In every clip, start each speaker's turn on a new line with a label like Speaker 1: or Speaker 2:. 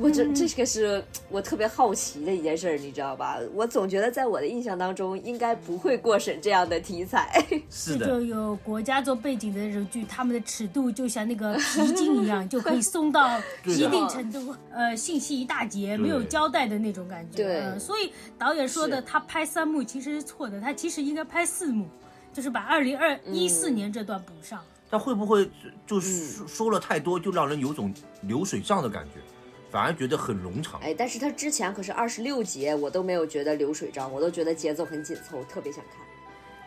Speaker 1: 我这这个是我特别好奇的一件事儿，你知道吧？我总觉得在我的印象当中，应该不会过审这样的题材。
Speaker 2: 是
Speaker 3: 这就
Speaker 2: 的，
Speaker 3: 有国家做背景的那种剧，他们的尺度就像那个皮筋一样，就可以松到
Speaker 2: 对
Speaker 3: 一
Speaker 2: 的
Speaker 3: 定程度，呃，信息一大截，没有
Speaker 2: 对
Speaker 3: 交代的那种感觉。
Speaker 1: 对
Speaker 3: 呃所以导演说的
Speaker 1: 是
Speaker 3: 他拍三幕其实是错的，他其实应该拍四幕，就是把二零二一四年这段补上。
Speaker 2: 但会不会就说说了太多，就让人有种流水账的感觉，反而觉得很冗长？
Speaker 1: 哎，但是他之前可是二十六集，我都没有觉得流水账，我都觉得节奏很紧凑，我特别想看。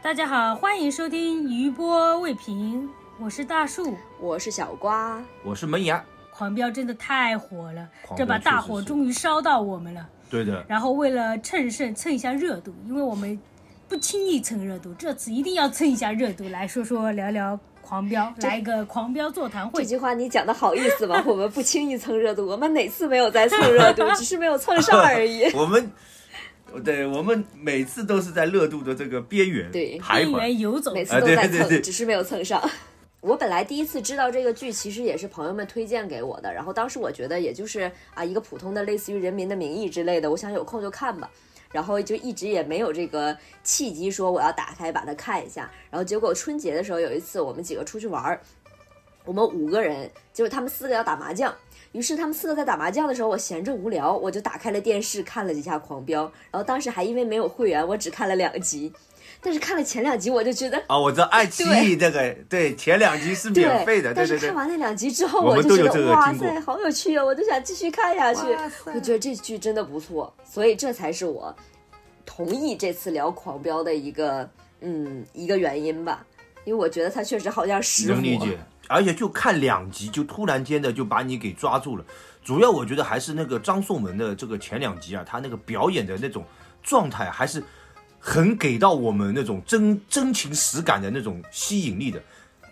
Speaker 3: 大家好，欢迎收听余波未平，我是大树。
Speaker 1: 我是小瓜，
Speaker 2: 我是门牙，
Speaker 3: 狂飙真的太火了，
Speaker 2: 狂飙
Speaker 3: 这把大
Speaker 2: 确
Speaker 3: 火
Speaker 2: 实是
Speaker 3: 终于烧到我们了。
Speaker 2: 对的，。
Speaker 3: 然后为了趁胜蹭一下热度，因为我们不轻易蹭热度，这次一定要蹭一下热度，来说说聊聊狂飙，来一个狂飙座谈
Speaker 1: 这
Speaker 3: 会。
Speaker 1: 句话你讲的好意思吗？我们不轻易蹭热度，我们哪次没有在蹭热 度，只是没有蹭上而已
Speaker 2: 我们。对我们每次都是在热度的这个边缘
Speaker 1: 对
Speaker 2: 徘
Speaker 3: 边
Speaker 2: 徊，
Speaker 3: 缘游走，
Speaker 1: 每次
Speaker 2: 啊
Speaker 1: 都
Speaker 2: 对
Speaker 1: 在
Speaker 2: 对
Speaker 1: 蹭，
Speaker 2: 对
Speaker 1: 只是没有蹭上。我本来第一次知道这个剧，其实也是朋友们推荐给我的。然后当时我觉得，也就是啊，一个普通的类似于《人民的名义》之类的，我想有空就看吧。然后就一直也没有这个契机，说我要打开把它看一下。然后结果春节的时候有一次，我们几个出去玩儿，我们五个人，结果他们四个要打麻将。于是他们四个在打麻将的时候，我闲着无聊，我就打开了电视看了几下《狂飙》，然后当时还因为没有会员，我只看了两集。但是看了前两集，我就觉得
Speaker 2: 啊，我知道爱奇艺这个对前两集是免费的，对
Speaker 1: 但
Speaker 2: 对
Speaker 1: 是
Speaker 2: 对
Speaker 1: 看，完那两集之后，
Speaker 2: 我们
Speaker 1: 就
Speaker 2: 都有
Speaker 1: 觉
Speaker 2: 这
Speaker 1: 得
Speaker 2: 个
Speaker 1: 哇
Speaker 2: 经过
Speaker 1: 塞，好有趣哦，我就想继续看下去
Speaker 2: 哇塞。
Speaker 1: 我觉得这剧真的不错，所以这才是我同意这次聊《狂飙》的一个嗯一个原因吧，因为我觉得它确实好像实
Speaker 2: 能理解。而且就看两集，就突然间的就把你给抓住了。主要我觉得还是那个张颂文的这个前两集啊，他那个表演的那种状态，还是很给到我们那种真真情实感的那种吸引力的。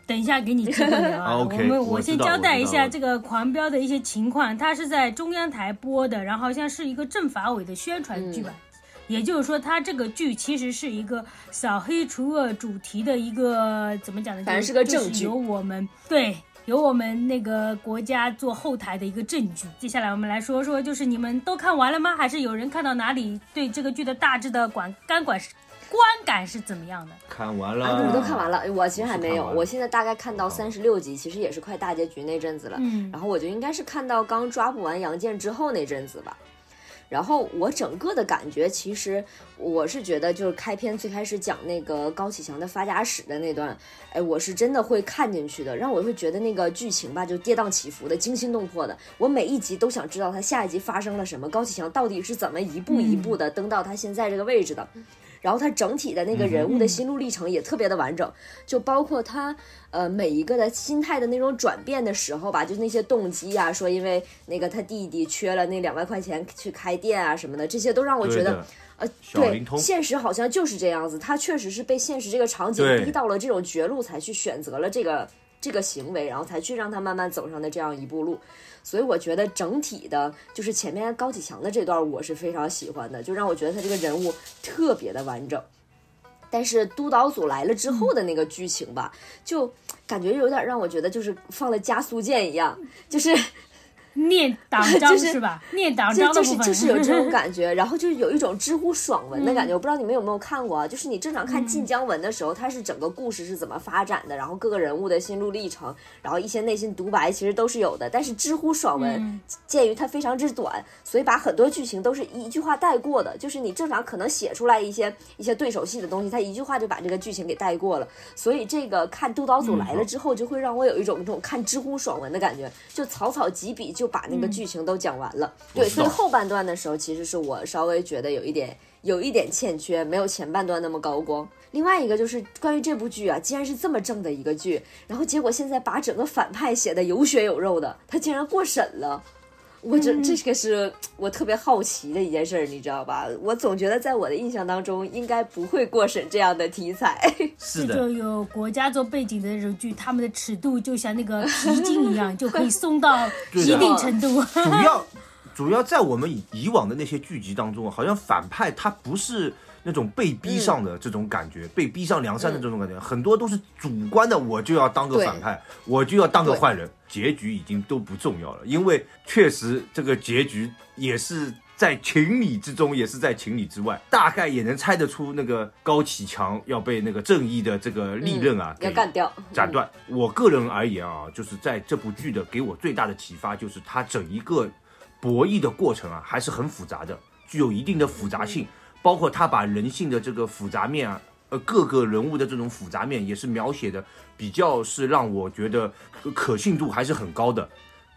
Speaker 3: 等一下给你机会聊 啊。
Speaker 2: 啊
Speaker 3: 我
Speaker 2: ，OK，
Speaker 3: 们
Speaker 2: 我知
Speaker 3: 先
Speaker 2: 道
Speaker 3: 交代一
Speaker 2: 我知道
Speaker 3: 下这个狂飙的一些情况，它是在中央台播的，然后好像是一个政法委的宣传剧吧。
Speaker 2: 嗯
Speaker 3: 也就是说，它这个剧其实是一个扫黑除恶主题的一个怎么讲呢？
Speaker 1: 反正是
Speaker 3: 就
Speaker 1: 个正
Speaker 3: 就
Speaker 1: 剧
Speaker 3: 是由我们对由我们那个国家做后台的一个证据。接下来我们来说说，就是你们都看完了吗？还是有人看到哪里对这个剧的大致的管干管是观感是怎么样的？
Speaker 2: 看完了，
Speaker 1: 啊，你们都看完了，我其实还没
Speaker 2: 我
Speaker 1: 有
Speaker 2: 是看，完了
Speaker 1: 我现在大概看到三十六集，其实也是快大结局那阵子了。
Speaker 3: 嗯
Speaker 1: 然后我就应该是看到刚抓捕完杨建之后那阵子吧。然后我整个的感觉，其实我是觉得，就是开篇最开始讲那个高启强的发家史的那段，哎，我是真的会看进去的，让我会觉得那个剧情吧，就跌宕起伏的，惊心动魄的。我每一集都想知道他下一集发生了什么，高启强到底是怎么一步一步的登到他现在这个位置的。然后他整体的那个人物的心路历程也特别的完整，就包括他呃每一个的心态的那种转变的时候吧，就那些动机啊，说因为那个他弟弟缺了那两万块钱去开店啊什么的，这些都让我觉
Speaker 2: 对
Speaker 1: 得
Speaker 2: 的，
Speaker 1: 呃
Speaker 2: 小
Speaker 1: 对
Speaker 2: 灵通，
Speaker 1: 现实好像就是这样子，他确实是被现实这个场景
Speaker 2: 对
Speaker 1: 逼到了这种绝路，才去选择了这个这个行为，然后才去让他慢慢走上的这样一步路。所以我觉得整体的，就是前面高启强的这段，我是非常喜欢的，就让我觉得他这个人物特别的完整。但是督导组来了之后的那个剧情吧，就感觉有点让我觉得就是放了加速键一样，就是
Speaker 3: 念党章、
Speaker 1: 就是
Speaker 3: 吧？念党
Speaker 1: 就
Speaker 3: 章的
Speaker 1: 就
Speaker 3: 部
Speaker 1: 是
Speaker 3: 分
Speaker 1: 就是 有这种感觉，然后就是有一种知乎爽文的感觉。我不知道你们有没有看过啊？就是你正常看晋江文的时候，它是整个故事是怎么发展的，然后各个人物的心路历程，然后一些内心独白其实都是有的。但是知乎爽文
Speaker 3: 嗯
Speaker 1: 鉴于它非常之短，所以把很多剧情都是一句话带过的。就是你正常可能写出来一些一些对手戏的东西，它一句话就把这个剧情给带过了。所以这个看督导组来了之后，就会让我有一种这种看知乎爽文的感觉，就草草几笔就把那个剧情都讲完了。对，
Speaker 2: 我知
Speaker 1: 所
Speaker 2: 道
Speaker 1: 以后半段的时候，其实是我稍微觉得有一点有一点欠缺，没有前半段那么高光。另外一个就是关于这部剧啊，既然是这么正的一个剧，然后结果现在把整个反派写的有血有肉的，他竟然过审了。我这这个是我特别好奇的一件事儿，你知道吧？我总觉得在我的印象当中，应该不会过审这样的题材。
Speaker 2: 是
Speaker 3: 这就
Speaker 2: 的，
Speaker 3: 有国家做背景的那种剧，他们的尺度就像那个皮筋 一样，就可以松到
Speaker 2: 对
Speaker 3: 一
Speaker 2: 的
Speaker 3: 定程度。
Speaker 2: 主要主要在我们以以往的那些剧集当中啊，好像反派他不是那种被逼上
Speaker 1: 嗯
Speaker 2: 的这种感觉，被逼上梁山的这种感觉，很多都是主观的，我就要当个
Speaker 1: 对
Speaker 2: 反派，我就要当个
Speaker 1: 对
Speaker 2: 坏人，结局已经都不重要了，因为确实这个结局也是。在情理之中，也是在情理之外，大概也能猜得出那个高启强要被那个正义的这个利刃啊、给
Speaker 1: 嗯要干掉。
Speaker 2: 斩断。我个人而言啊，就是在这部剧的给我最大的启发，就是它整一个博弈的过程啊，还是很复杂的，具有一定的复杂性，包括它把人性的这个复杂面啊。呃，各个人物的这种复杂面也是描写的比较是让我觉得可可信度还是很高的，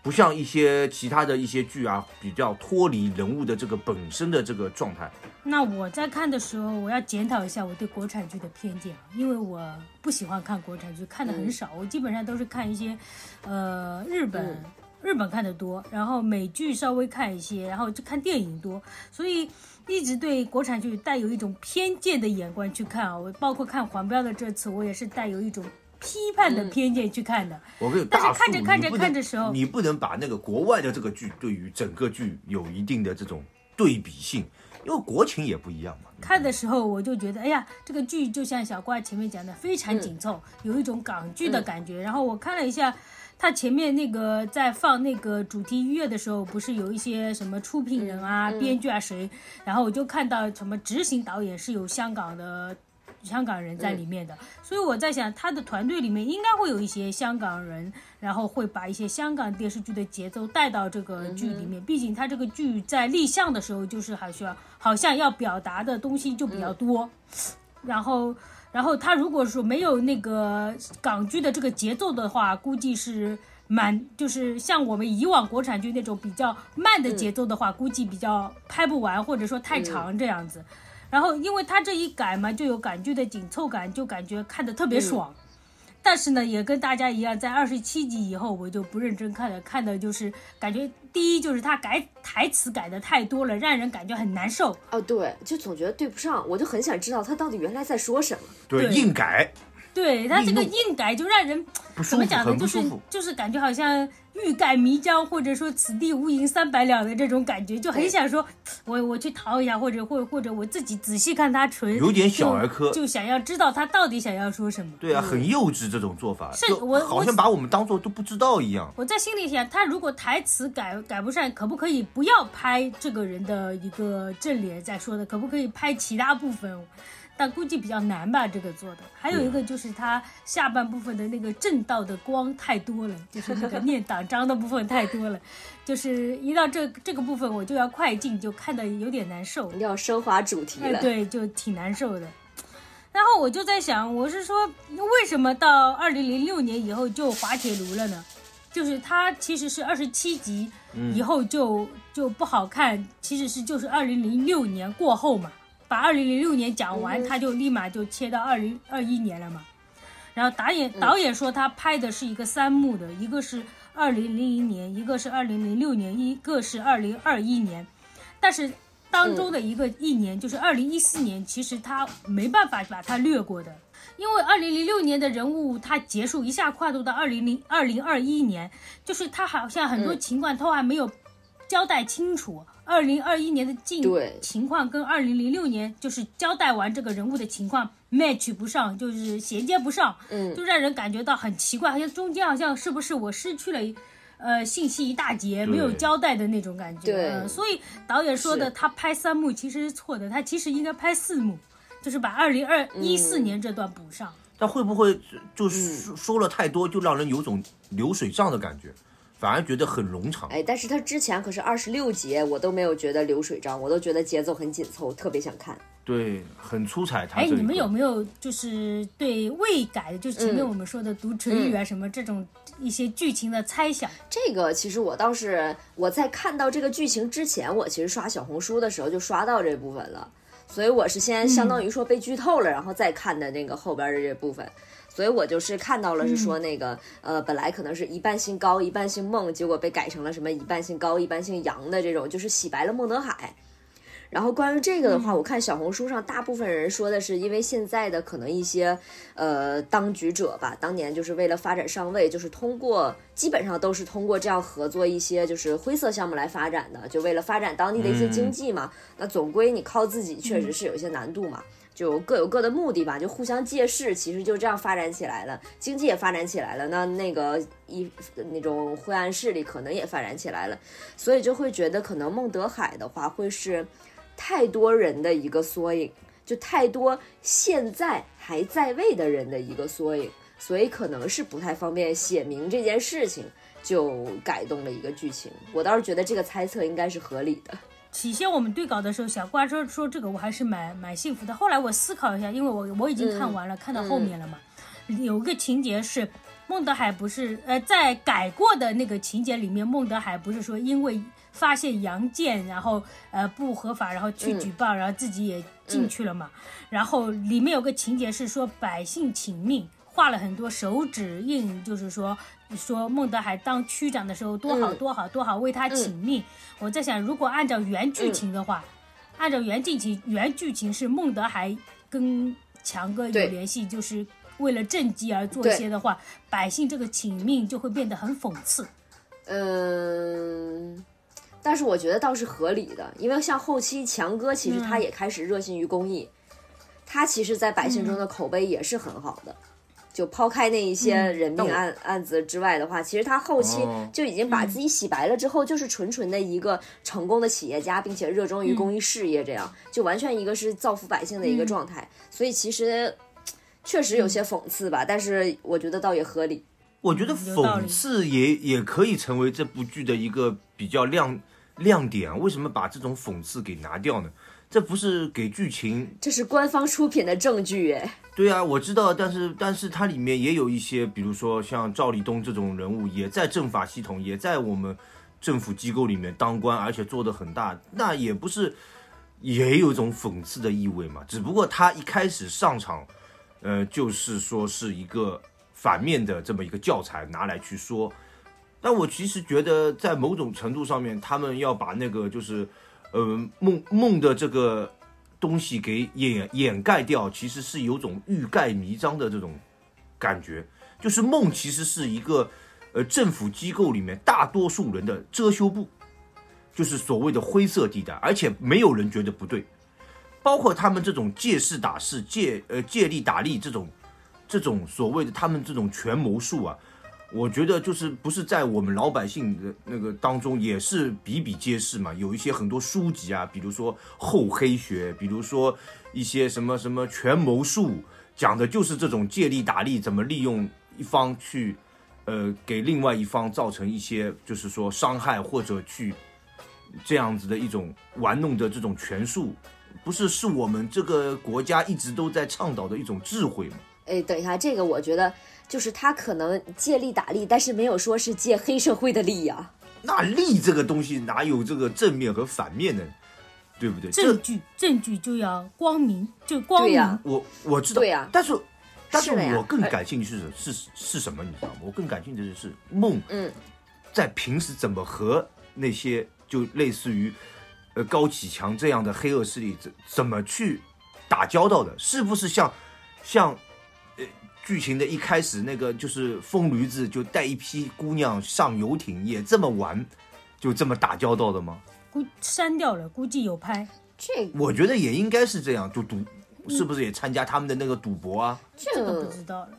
Speaker 2: 不像一些其他的一些剧啊，比较脱离人物的这个本身的这个状态。
Speaker 3: 那我在看的时候，我要检讨一下我对国产剧的偏见啊，因为我不喜欢看国产剧，看的很少，我基本上都是看一些，呃，日本。
Speaker 1: 嗯
Speaker 3: 日本看的多，然后美剧稍微看一些，然后就看电影多，所以一直对国产剧带有一种偏见的眼光去看啊。我包括看黄标的这次，我也是带有一种批判的偏见去看的。
Speaker 2: 我跟你
Speaker 3: 但是
Speaker 2: 大叔
Speaker 3: 看着看着
Speaker 2: 你不能
Speaker 3: 看着时候
Speaker 2: 你不能把那个国外的这个剧对于整个剧有一定的这种对比性，因为国情也不一样嘛。
Speaker 3: 看的时候我就觉得，哎呀，这个剧就像小瓜前面讲的，非常紧凑，有一种港剧的感觉。然后我看了一下，他前面那个在放那个主题音乐的时候，不是有一些什么出品人啊、编剧啊谁，然后我就看到什么执行导演是有香港的。香港人在里面的，所以我在想，他的团队里面应该会有一些香港人，然后会把一些香港电视剧的节奏带到这个剧里面。毕竟他这个剧在立项的时候，就是还需要好像要表达的东西就比较多。然后，然后他如果说没有那个港剧的这个节奏的话，估计是蛮就是像我们以往国产剧那种比较慢的节奏的话，估计比较拍不完，或者说太长这样子。然后，因为他这一改嘛，就有港剧的紧凑感，就感觉看的特别爽。但是呢，也跟大家一样，在二十七集以后，我就不认真看了，看的就是感觉，第一就是他改台词改的太多了，让人感觉很难受。
Speaker 1: 哦，对，就总觉得对不上，我就很想知道他到底原来在说什么。
Speaker 2: 对，
Speaker 3: 对
Speaker 2: 硬改
Speaker 3: 对他这个
Speaker 2: 易怒
Speaker 3: 硬改就让人
Speaker 2: 不舒服，
Speaker 3: 怎么讲呢？
Speaker 2: 很
Speaker 3: 就
Speaker 2: 不
Speaker 3: 是
Speaker 2: 舒服。
Speaker 3: 就是感觉好像欲盖弥彰，或者说此地无银三百两的这种感觉，就很
Speaker 1: 对
Speaker 3: 想说，我我去淘一下，或者或或者我自己仔细看他纯
Speaker 2: 有点小
Speaker 3: 就
Speaker 2: 儿科
Speaker 3: 就想要知道他到底想要说什么。
Speaker 2: 对啊，很幼稚这种做法，
Speaker 3: 嗯是
Speaker 2: 就
Speaker 3: 我
Speaker 2: 好像把我们当做都不知道一样。
Speaker 3: 我在心里想，他如果台词改改不上，可不可以不要拍这个人的一个正脸再说的？可不可以拍其他部分？但估计比较难吧，这个做的。还有一个就是他下半部分的那个正道的光太多了，就是呃那个念党章的部分太多了，就是一到这这个部分我就要快进，就看得有点难受。
Speaker 1: 要升华主题
Speaker 3: 哎，
Speaker 1: 了。
Speaker 3: 对，就挺难受的。然后我就在想，我是说，为什么到二零零六年以后就滑铁卢了呢？就是它其实是二十七集
Speaker 1: 嗯
Speaker 3: 以后就、就不好看，其实是就是二零零六年过后嘛，把二零零六年讲
Speaker 1: 嗯
Speaker 3: 完，他就立马就切到二零二一年了嘛。然后导
Speaker 1: 嗯
Speaker 3: 演导演说他拍的是一个三幕的，一个是二零零零年，一个是二零零六年，一个是二零二一年，但是当
Speaker 1: 嗯
Speaker 3: 中的一个一年就是二零一四年，其实他没办法把它略过的。因为二零零六年的人物他结束一下跨度到二零零二零二一年，就是他好像很多
Speaker 1: 嗯
Speaker 3: 情况都还没有交代清楚。二零二一年的进
Speaker 1: 对
Speaker 3: 情况跟二零零六年就是交代完这个人物的情况 match 不上，就是衔接不上，
Speaker 1: 嗯
Speaker 3: 就让人感觉到很奇怪，好像中间好像是不是我失去了一。呃，信息一大截没有
Speaker 2: 对
Speaker 3: 交代的那种感觉，
Speaker 1: 对
Speaker 3: 嗯所以导演说的
Speaker 1: 是
Speaker 3: 他拍三幕其实是错的，他其实应该拍四幕，就是把二零二一四年这段补上。
Speaker 2: 但会不会
Speaker 3: 嗯
Speaker 2: 就说说了太多，就让人有种流水账的感觉，反而觉得很冗长？
Speaker 1: 哎，但是他之前可是二十六集，我都没有觉得流水账，我都觉得节奏很紧凑，特别想看。
Speaker 2: 对，很出彩。他
Speaker 3: 哎，
Speaker 2: 啊这一
Speaker 3: 你们
Speaker 2: 块
Speaker 3: 有没有就是对未改的，就是前面我们说的读唇语啊什么这种一些剧情的猜想？
Speaker 1: 这个其实我倒是我在看到这个剧情之前，我其实刷小红书的时候就刷到这部分了，所以我是先相当于说被剧透了，然后再看的那个后边的这部分。所以我就是看到了，是说那个、呃，本来可能是一半姓高，一半姓孟，结果被改成了什么一半姓高，一半姓杨的这种，就是洗白了孟德海。然后关于这个的话，我看小红书上大部分人说的是，因为现在的可能一些呃当局者吧，当年就是为了发展上位，就是通过基本上都是通过这样合作一些就是灰色项目来发展的，就为了发展当地的一些经济嘛。那总归你靠自己确实是有一些难度嘛。就各有各的目的吧，就互相借势，其实就这样发展起来了，经济也发展起来了，那那个一那种灰暗势力可能也发展起来了，所以就会觉得可能孟德海的话会是太多人的一个缩影，就太多现在还在位的人的一个缩影，所以可能是不太方便写明这件事情，就改动了一个剧情。我倒是觉得这个猜测应该是合理的。
Speaker 3: 起先我们对稿的时候，小瓜说说这个我还是蛮蛮幸福的。后来我思考一下，因为我我已经看完了，看到后面了嘛，有一个情节是孟德海不是呃在改过的那个情节里面，孟德海不是说因为发现杨戬然后呃不合法，然后去举报，然后自己也进去了嘛。然后里面有个情节是说百姓请命，画了很多手指印，就是说说孟德海当区长的时候多好
Speaker 1: 嗯
Speaker 3: 多好多好，为他请命。我在想，如果按照原剧情的
Speaker 1: 嗯
Speaker 3: 话，按照原剧情，原剧情是孟德还跟强哥有
Speaker 1: 对
Speaker 3: 联系，就是为了政绩而做一些的话，百姓这个请命就会变得很讽刺。
Speaker 1: 嗯，但是我觉得倒是合理的，因为像后期强哥其实
Speaker 2: 嗯
Speaker 1: 他也开始热心于公益，他其实，在百姓中
Speaker 2: 嗯
Speaker 1: 的口碑也是很好的。就抛开那一些人
Speaker 2: 嗯但
Speaker 1: 命
Speaker 2: 我
Speaker 1: 案、案子之外的话，其实他后期
Speaker 2: 哦
Speaker 1: 就已经把自己洗白了，之后、就是纯纯的一个成功的企业家，并且热衷于公
Speaker 2: 嗯
Speaker 1: 益事业，这样、就完全一个是造福百姓的一个
Speaker 3: 嗯
Speaker 1: 状态。所以其实确实
Speaker 2: 嗯
Speaker 1: 有些讽刺吧，但是我觉得倒也合理。
Speaker 2: 我觉得
Speaker 3: 嗯有道理
Speaker 2: 讽刺也也可以成为这部剧的一个比较亮亮点。啊为什么把这种讽刺给拿掉呢？这不是给剧情
Speaker 1: 这是官方出品的证据，哎，
Speaker 2: 对啊，我知道，但是但是它里面也有一些，比如说像赵立东这种人物，也在政法系统，也在我们政府机构里面当官，而且做得很大，那也不是也有一种讽刺的意味嘛。只不过他一开始上场，呃，就是说是一个反面的这么一个教材拿来去说。但我其实觉得，在某种程度上面，他们要把那个就是，呃，梦梦的这个东西给掩掩盖掉，其实是有种欲盖弥彰的这种感觉。就是梦其实是一个呃政府机构里面大多数人的遮羞布，就是所谓的灰色地带，而且没有人觉得不对。包括他们这种借势打势、借呃借力打力这种这种所谓的他们这种权谋术啊，我觉得就是不是在我们老百姓的那个当中也是比比皆是嘛，有一些很多书籍啊，比如说厚黑学，比如说一些什么什么权谋术，讲的就是这种借力打力，怎么利用一方去，呃，给另外一方造成一些就是说伤害或者去这样子的一种玩弄的这种权术，不是是我们这个国家一直都在倡导的一种智慧嘛？
Speaker 1: 哎，等一下，这个我觉得就是他可能借力打力，但是没有说是借黑社会的力啊呀、
Speaker 2: 那利这个东西哪有这个正面和反面呢？对不对？这
Speaker 3: 证据证据就要光明，就光
Speaker 1: 对
Speaker 3: 明。
Speaker 1: 呀
Speaker 2: 我我知道，
Speaker 1: 对呀
Speaker 2: 但是但是
Speaker 1: 是的呀呃
Speaker 2: 我更
Speaker 1: 而
Speaker 2: 感兴趣的是是是什么？你知道吗？我更感兴趣的是梦，
Speaker 1: 嗯，
Speaker 2: 在平时怎么和那些就类似于呃高启强这样的黑恶势力怎怎么去打交道的？是不是像像呃剧情的一开始那个就是疯驴子就带一批姑娘上游艇也这么玩，就这么打交道的吗？
Speaker 3: 估删掉了，估计有拍。
Speaker 1: 这
Speaker 2: 我觉得也应该是这样，就赌
Speaker 1: 嗯
Speaker 2: 是不是也参加他们的那个赌博啊？
Speaker 3: 这个
Speaker 1: 这
Speaker 3: 不知道了。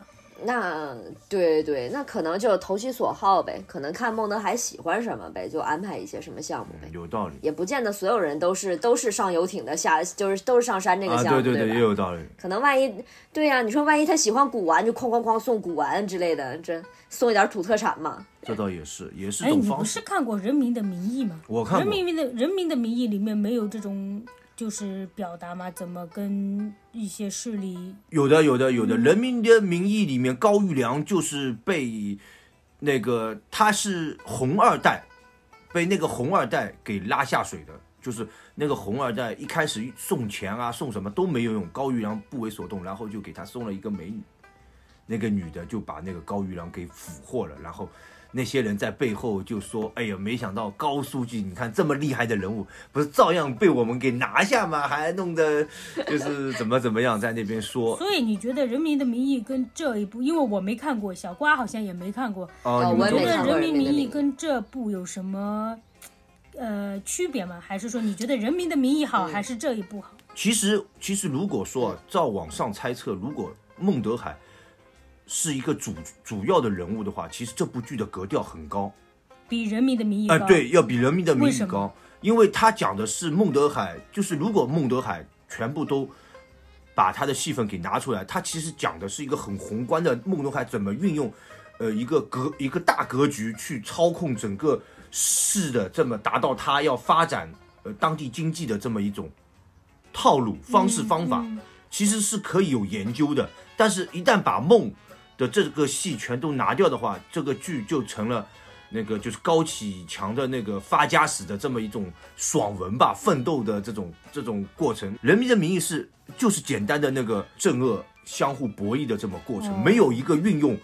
Speaker 1: 那对对，那可能就投其所好呗，可能看孟德海喜欢什么呗，就安排一些什么项目呗，
Speaker 2: 有道理。
Speaker 1: 也不见得所有人都是都是上游艇的下，就是都是上山这个项目，
Speaker 2: 啊、对对对，也
Speaker 1: 吧？
Speaker 2: 有道理。
Speaker 1: 可能万一对呀、你说万一他喜欢古玩，就哐哐哐送古玩之类的，这送一点土特产嘛。
Speaker 2: 这倒也是，也是
Speaker 3: 哎，
Speaker 2: 种
Speaker 3: 你
Speaker 2: 方
Speaker 3: 不
Speaker 2: 式
Speaker 3: 是。看过《人民的名义》吗？
Speaker 2: 我看
Speaker 3: 人
Speaker 2: 过
Speaker 3: 民的《人民的名义》里面没有这种就是表达吗？怎么跟一些势力
Speaker 2: 有的，有的，有的，人民的名义》里面，高育良就是被那个他是红二代，被那个红二代给拉下水的。就是那个红二代一开始送钱啊，送什么都没有用，高育良不为所动，然后就给他送了一个美女。那个女的就把那个高育良给俘获了，然后那些人在背后就说：“哎呀，没想到高书记，你看这么厉害的人物，不是照样被我们给拿下吗？还弄得就是怎么怎么样，在那边说
Speaker 3: 所以你觉得《人民的名义》跟这一部，因为我没看过，小瓜好像也没看过，
Speaker 2: 哦，你
Speaker 1: 我
Speaker 2: 们
Speaker 1: 也没
Speaker 2: 都
Speaker 3: 觉得
Speaker 1: 看
Speaker 3: 《
Speaker 1: 过
Speaker 3: 人民
Speaker 1: 人民的
Speaker 3: 名
Speaker 1: 名
Speaker 3: 义
Speaker 1: 义》
Speaker 3: 跟这部有什么呃区别吗？还是说你觉得《人民的名义》好，还是这一部好？
Speaker 2: 其实，其实如果说啊，照往上猜测，如果孟德海是一个主主要的人物的话，其实这部剧的格调很高，
Speaker 3: 比《人民的名义》
Speaker 2: 哎、
Speaker 3: 高？
Speaker 2: 对，要比《人民的名
Speaker 3: 为
Speaker 2: 义
Speaker 3: 什》么
Speaker 2: 高，因为他讲的是孟德海，就是如果孟德海全部都把他的戏份给拿出来，他其实讲的是一个很宏观的孟德海怎么运用，呃，一个格一个大格局去操控整个市的，这么达到他要发展呃当地经济的这么一种套路方
Speaker 3: 嗯
Speaker 2: 式方法。其实是可以有研究的，但是一旦把梦的这个戏全都拿掉的话，这个剧就成了那个就是高启强的那个发家史的这么一种爽文吧，奋斗的这种这种过程。《人民的名义是》就是简单的那个正恶相互博弈的这么过程，
Speaker 3: 哦
Speaker 2: 没有一个运用。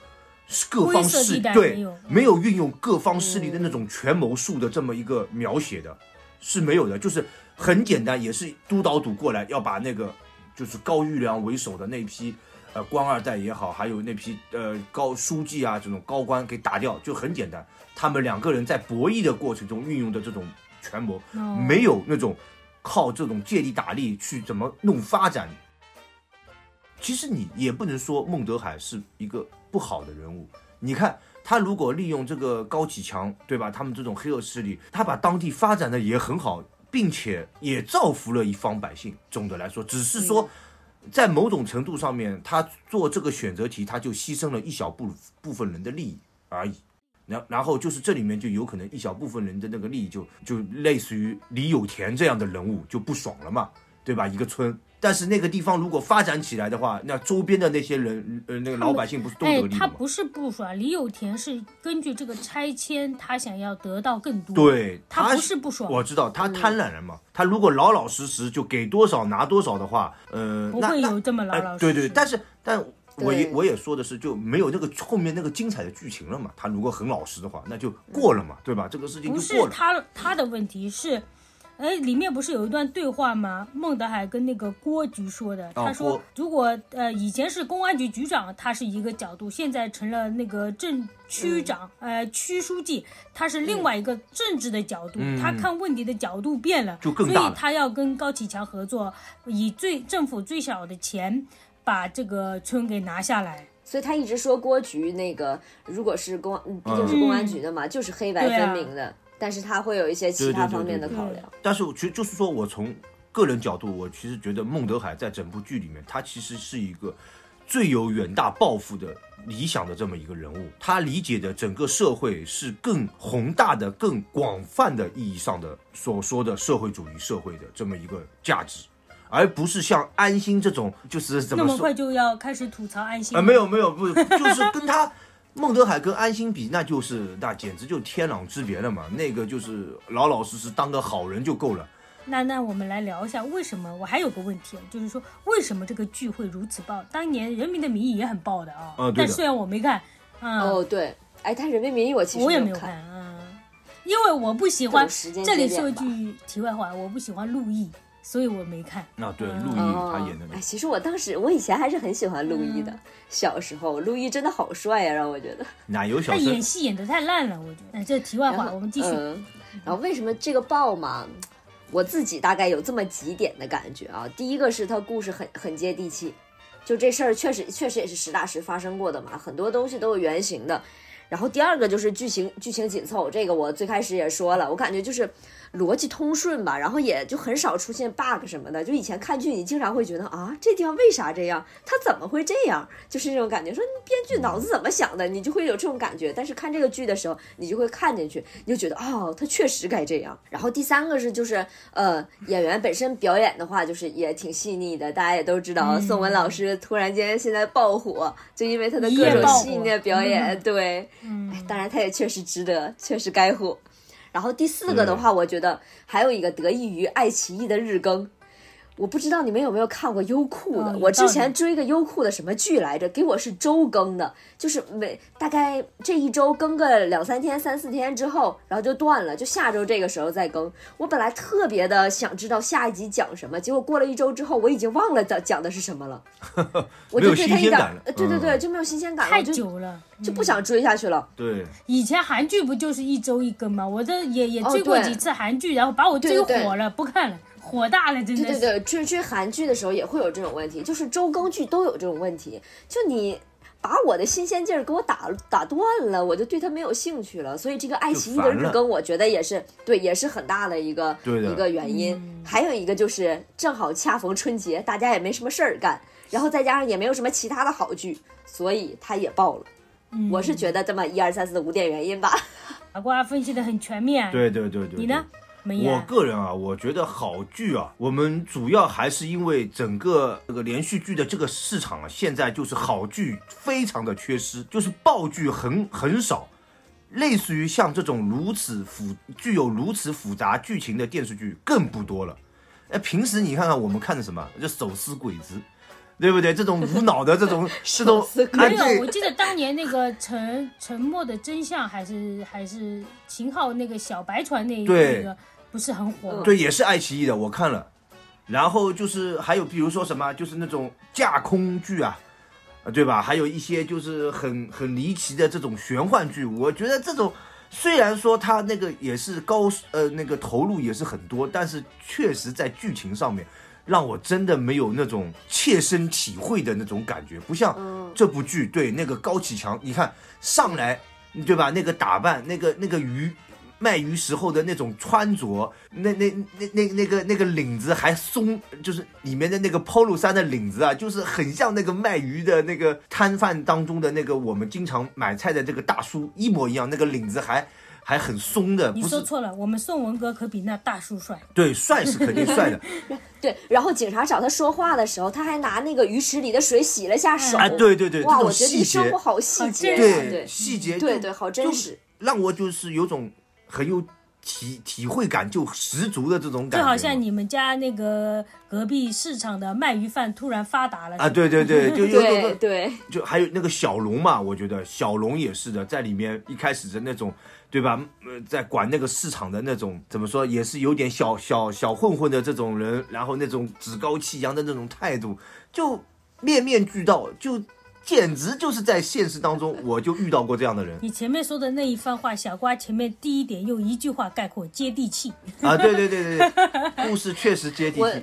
Speaker 2: 各方
Speaker 3: 灰色
Speaker 2: 势
Speaker 3: 地带没
Speaker 2: 对
Speaker 3: 有
Speaker 2: 没有运用各方势力的那种权谋术的这么一个描写的，是没有的，就是很简单，也是督导组过来要把那个就是高育良为首的那批呃官二代也好，还有那批呃高书记啊这种高官给打掉，就很简单。他们两个人在博弈的过程中运用的这种权谋，
Speaker 3: 哦
Speaker 2: 没有那种靠这种借力打力去怎么弄发展。其实你也不能说孟德海是一个不好的人物，你看他如果利用这个高启强，对吧？他们这种黑恶势力，他把当地发展的也很好，并且也造福了一方百姓。总的来说，只是说。在某种程度上面，他做这个选择题，他就牺牲了一小部部分人的利益而已。然然后就是这里面就有可能一小部分人的那个利益就就类似于李有田这样的人物就不爽了嘛，对吧？一个村，但是那个地方如果发展起来的话，那周边的那些人呃那个老百姓不是都
Speaker 3: 哎
Speaker 2: 得，利
Speaker 3: 他
Speaker 2: 吗？
Speaker 3: 不是不爽，李有田是根据这个拆迁，他想要得到更多。，
Speaker 2: 对，
Speaker 3: 他不是不爽，嗯
Speaker 2: 我知道他贪婪了嘛，他如果老老实实就给多少拿多少的话，呃，
Speaker 3: 不
Speaker 2: 那
Speaker 3: 会
Speaker 2: 那
Speaker 3: 有这么老
Speaker 2: 哎
Speaker 3: 老实实。
Speaker 2: 对对，但是但我也
Speaker 1: 对
Speaker 2: 我也说的是，就没有那个后面那个精彩的剧情了嘛。他如果很老实的话，那就过了嘛，对吧？这个事情
Speaker 3: 嗯不
Speaker 2: 就是过了。
Speaker 3: 他他的问题是，哎，里面不是有一段对话吗？孟德海跟那个郭局说的，他
Speaker 2: 哦
Speaker 3: 说
Speaker 2: 郭
Speaker 3: 如果呃以前是公安局局长，他是一个角度，现在成了那个镇区长、
Speaker 2: 嗯
Speaker 3: 呃区书记，他是另外一个政治的角度，他看问题的角度变了，
Speaker 2: 嗯就更
Speaker 3: 所
Speaker 2: 大
Speaker 3: 以
Speaker 2: 了
Speaker 3: 他要跟高启强合作，以最政府最少的钱把这个村给拿下来。
Speaker 1: 所以他一直说郭局那个，如果是公安，嗯毕竟是公安局的嘛，就是黑白
Speaker 3: 对啊嗯
Speaker 1: 分明的。但是他会有一些其
Speaker 2: 对对
Speaker 1: 他
Speaker 2: 对
Speaker 1: 方面
Speaker 2: 对
Speaker 1: 的
Speaker 3: 对
Speaker 1: 考量。
Speaker 2: 但是我其实就是说我从个人角度，我其实觉得孟德海在整部剧里面，他其实是一个最有远大抱负的理想的这么一个人物。他理解的整个社会是更宏大的、更广泛的意义上的所说的社会主义社会的这么一个价值，而不是像安心这种就是怎
Speaker 3: 那
Speaker 2: 么
Speaker 3: 么
Speaker 2: 说
Speaker 3: 快就要开始吐槽安心
Speaker 2: 啊，
Speaker 3: 了
Speaker 2: 没有没有，不是就是跟他孟德海跟安心比，那就是那简直就天壤之别了嘛。那个就是老老实实当个好人就够了。
Speaker 3: 那那我们来聊一下为什么？我还有个问题，啊就是说为什么这个剧会如此爆？当年《人民的名义》也很爆的啊、
Speaker 2: 啊对的
Speaker 3: 但虽然我没看，啊、
Speaker 1: 哦，对，哎，但《人民名义》我其实
Speaker 3: 我也没
Speaker 1: 没
Speaker 3: 有看
Speaker 1: 看，
Speaker 3: 啊、因为我不喜欢
Speaker 1: 这种时。间
Speaker 3: 这里
Speaker 1: 节
Speaker 3: 说一
Speaker 1: 点吧
Speaker 3: 句题外话，我不喜欢陆毅，所以我没看。
Speaker 2: 啊，对，陆毅他演的那
Speaker 1: 哎，
Speaker 2: 个，
Speaker 1: 其实我当时我以前还是很喜欢陆毅
Speaker 3: 嗯
Speaker 1: 的，小时候陆毅真的好帅呀、让我觉得。
Speaker 2: 奶油
Speaker 3: 他
Speaker 2: 小
Speaker 3: 演
Speaker 2: 生，
Speaker 3: 戏演得太烂了，我觉得。哎这题外
Speaker 1: 然
Speaker 3: 话，
Speaker 1: 后
Speaker 3: 我们继续。
Speaker 1: 嗯。然后为什么这个爆嘛？我自己大概有这么几点的感觉啊。第一个是它故事很很接地气，就这事儿确实确实也是实打实发生过的嘛，很多东西都有原型的。然后第二个就是剧情剧情紧凑，这个我最开始也说了，我感觉就是逻辑通顺吧，然后也就很少出现 bug 什么的。就以前看剧，你经常会觉得啊，这地方为啥这样？他怎么会这样？就是这种感觉，说你编剧脑子怎么想的，你就会有这种感觉。但是看这个剧的时候，你就会看进去，你就觉得哦，他确实该这样。然后第三个是就是呃，演员本身表演的话，就是也挺细腻的，大家也都知道，
Speaker 3: 嗯
Speaker 1: 宋文老师突然间现在爆火，就因为他的
Speaker 3: 一
Speaker 1: 各
Speaker 3: 夜
Speaker 1: 种
Speaker 3: 爆
Speaker 1: 细
Speaker 3: 火
Speaker 1: 腻的表演，对。哎
Speaker 3: 嗯，
Speaker 1: 当然他也确实值得，确实该火。然后第四个的话，我觉得还有一个得益于爱奇艺的日更。我不知道你们有没有看过优酷的，
Speaker 3: 哦有
Speaker 1: 我
Speaker 3: 道
Speaker 1: 之
Speaker 3: 理
Speaker 1: 前追个优酷的什么剧来着，给我是周更的，就是每大概这一周更个两三天、三四天之后，然后就断了，就下周这个时候再更。我本来特别的想知道下一集讲什么，结果过了一周之后，我已经忘了讲讲的是什么了，我就对他一
Speaker 2: 没有新鲜
Speaker 1: 点
Speaker 2: 感
Speaker 1: 儿
Speaker 2: 了，
Speaker 1: 呃对对对，
Speaker 2: 嗯
Speaker 1: 就没有新鲜感了，
Speaker 3: 太
Speaker 1: 我就
Speaker 3: 久了。
Speaker 1: 就不想追下去了。
Speaker 2: 对，
Speaker 3: 以前韩剧不就是一周一更吗？我这也也追过
Speaker 1: 哦对
Speaker 3: 几次韩剧，然后把我追
Speaker 1: 对对对
Speaker 3: 火了，不看了，火大了，真
Speaker 1: 对
Speaker 3: 的
Speaker 1: 对
Speaker 3: 是。
Speaker 1: 对，追追韩剧的时候也会有这种问题，就是周更剧都有这种问题。就你把我的新鲜劲儿给我打打断了，我就对它没有兴趣了。所以这个爱奇艺
Speaker 2: 就
Speaker 1: 的
Speaker 2: 烦
Speaker 1: 日
Speaker 2: 了
Speaker 1: 更，我觉得也是对，也是很大的一个
Speaker 2: 对的
Speaker 1: 一个原因。还有一个就是正好恰逢春节，大家也没什么事儿干，然后再加上也没有什么其他的好剧，所以它也爆了。我是觉得这么一二三四五点原因吧。
Speaker 3: 傻瓜啊分析的很全面。啊
Speaker 2: 对对对对。对
Speaker 3: 你呢？？没
Speaker 2: 我
Speaker 3: 呀。
Speaker 2: 个人啊，我觉得好剧啊，我们主要还是因为整个这个连续剧的这个市场啊，现在就是好剧非常的缺失，就是爆剧很很少。类似于像这种如此复具有如此复杂剧情的电视剧更不多了。哎，平时你看看我们看的什么，就手撕鬼子，对不对？这种无脑的这种这种
Speaker 1: 手撕，鬼
Speaker 2: 哎
Speaker 3: 没有，我
Speaker 2: 对
Speaker 3: 记得当年那个沉沉默的真相还是还是秦昊那个小白船那一
Speaker 2: 对嗯
Speaker 3: 那个不是很火吗？
Speaker 2: 对，也是爱奇艺的，我看了。然后就是还有比如说什么，就是那种架空剧啊，啊，对吧？还有一些就是很很离奇的这种玄幻剧，我觉得这种虽然说它那个也是高呃那个投入也是很多，但是确实在剧情上面让我真的没有那种切身体会的那种感觉，不像这部剧对那个高启强，你看上来对吧？那个打扮，那个那个鱼。卖鱼时候的那种穿着，那那那那那个那个领子还松，就是里面的那个 polo 衫的领子啊，就是很像那个卖鱼的那个摊贩当中的那个我们经常买菜的这个大叔一模一样，那个领子还还很松的，
Speaker 3: 你
Speaker 2: 不
Speaker 3: 说
Speaker 2: 是
Speaker 3: 错了，我们宋文哥可比那大叔帅。
Speaker 2: 对帅是肯定帅的，
Speaker 1: 对，然后警察找他说话的时候，他还拿那个鱼池里的水洗了下手。
Speaker 2: 哎对对对
Speaker 1: 哇，
Speaker 2: 这种
Speaker 1: 我觉得
Speaker 2: 细
Speaker 1: 你生
Speaker 2: 节
Speaker 1: 活好细
Speaker 3: 好
Speaker 1: 节啊，
Speaker 3: 真
Speaker 2: 对
Speaker 3: 实
Speaker 1: 对
Speaker 2: 细节
Speaker 1: 对
Speaker 2: 就
Speaker 1: 对好真
Speaker 2: 就
Speaker 1: 实
Speaker 2: 让我就是有种很有体体会感就十足的这种感觉
Speaker 3: 就
Speaker 2: 嘛，
Speaker 3: 好像你们家那个隔壁市场的卖鱼贩突然发达了
Speaker 2: 啊，对对 对，就有有
Speaker 1: 对
Speaker 2: 种
Speaker 1: 对
Speaker 2: 就还有那个小龙嘛，我觉得小龙也是的，在里面一开始的那种，对吧？呃，在管那个市场的那种，怎么说，也是有点小小小混混的这种人，然后那种趾高气扬的那种态度，就面面俱到，就简直就是在现实当中我就遇到过这样的人
Speaker 3: 你前面说的那一番话，小瓜前面第一点用一句话概括：接地气。
Speaker 2: 啊！对对对对对，故事确实接地
Speaker 1: 我
Speaker 2: 气，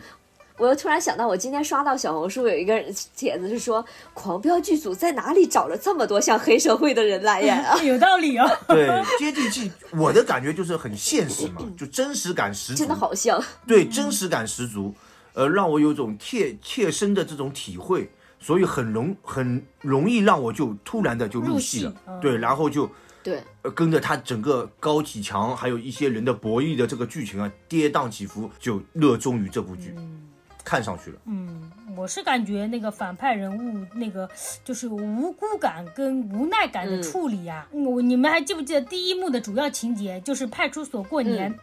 Speaker 1: 我又突然想到，我今天刷到小红书有一个帖子是说，狂飙剧组在哪里找了这么多像黑社会的人
Speaker 2: 哎
Speaker 1: 来演 啊？
Speaker 3: 有道理哦。
Speaker 2: 对 接地气，我的感觉就是很现实嘛，就真实感十足
Speaker 1: 真的。好像，
Speaker 2: 对，真实感十足，呃，让我有种切切身的这种体会，所以很容很容易让我就突然的就入戏了，
Speaker 3: 入戏嗯
Speaker 2: 对，然后就
Speaker 1: 对
Speaker 2: 呃跟着他整个高启强还有一些人的博弈的这个剧情啊跌宕起伏，就热衷于这部剧，看上去了，
Speaker 3: 嗯，我是感觉那个反派人物那个就是无辜感跟无奈感
Speaker 1: 嗯
Speaker 3: 的处理啊，我、你们还记不记得第一幕的主要情节就是派出所过年。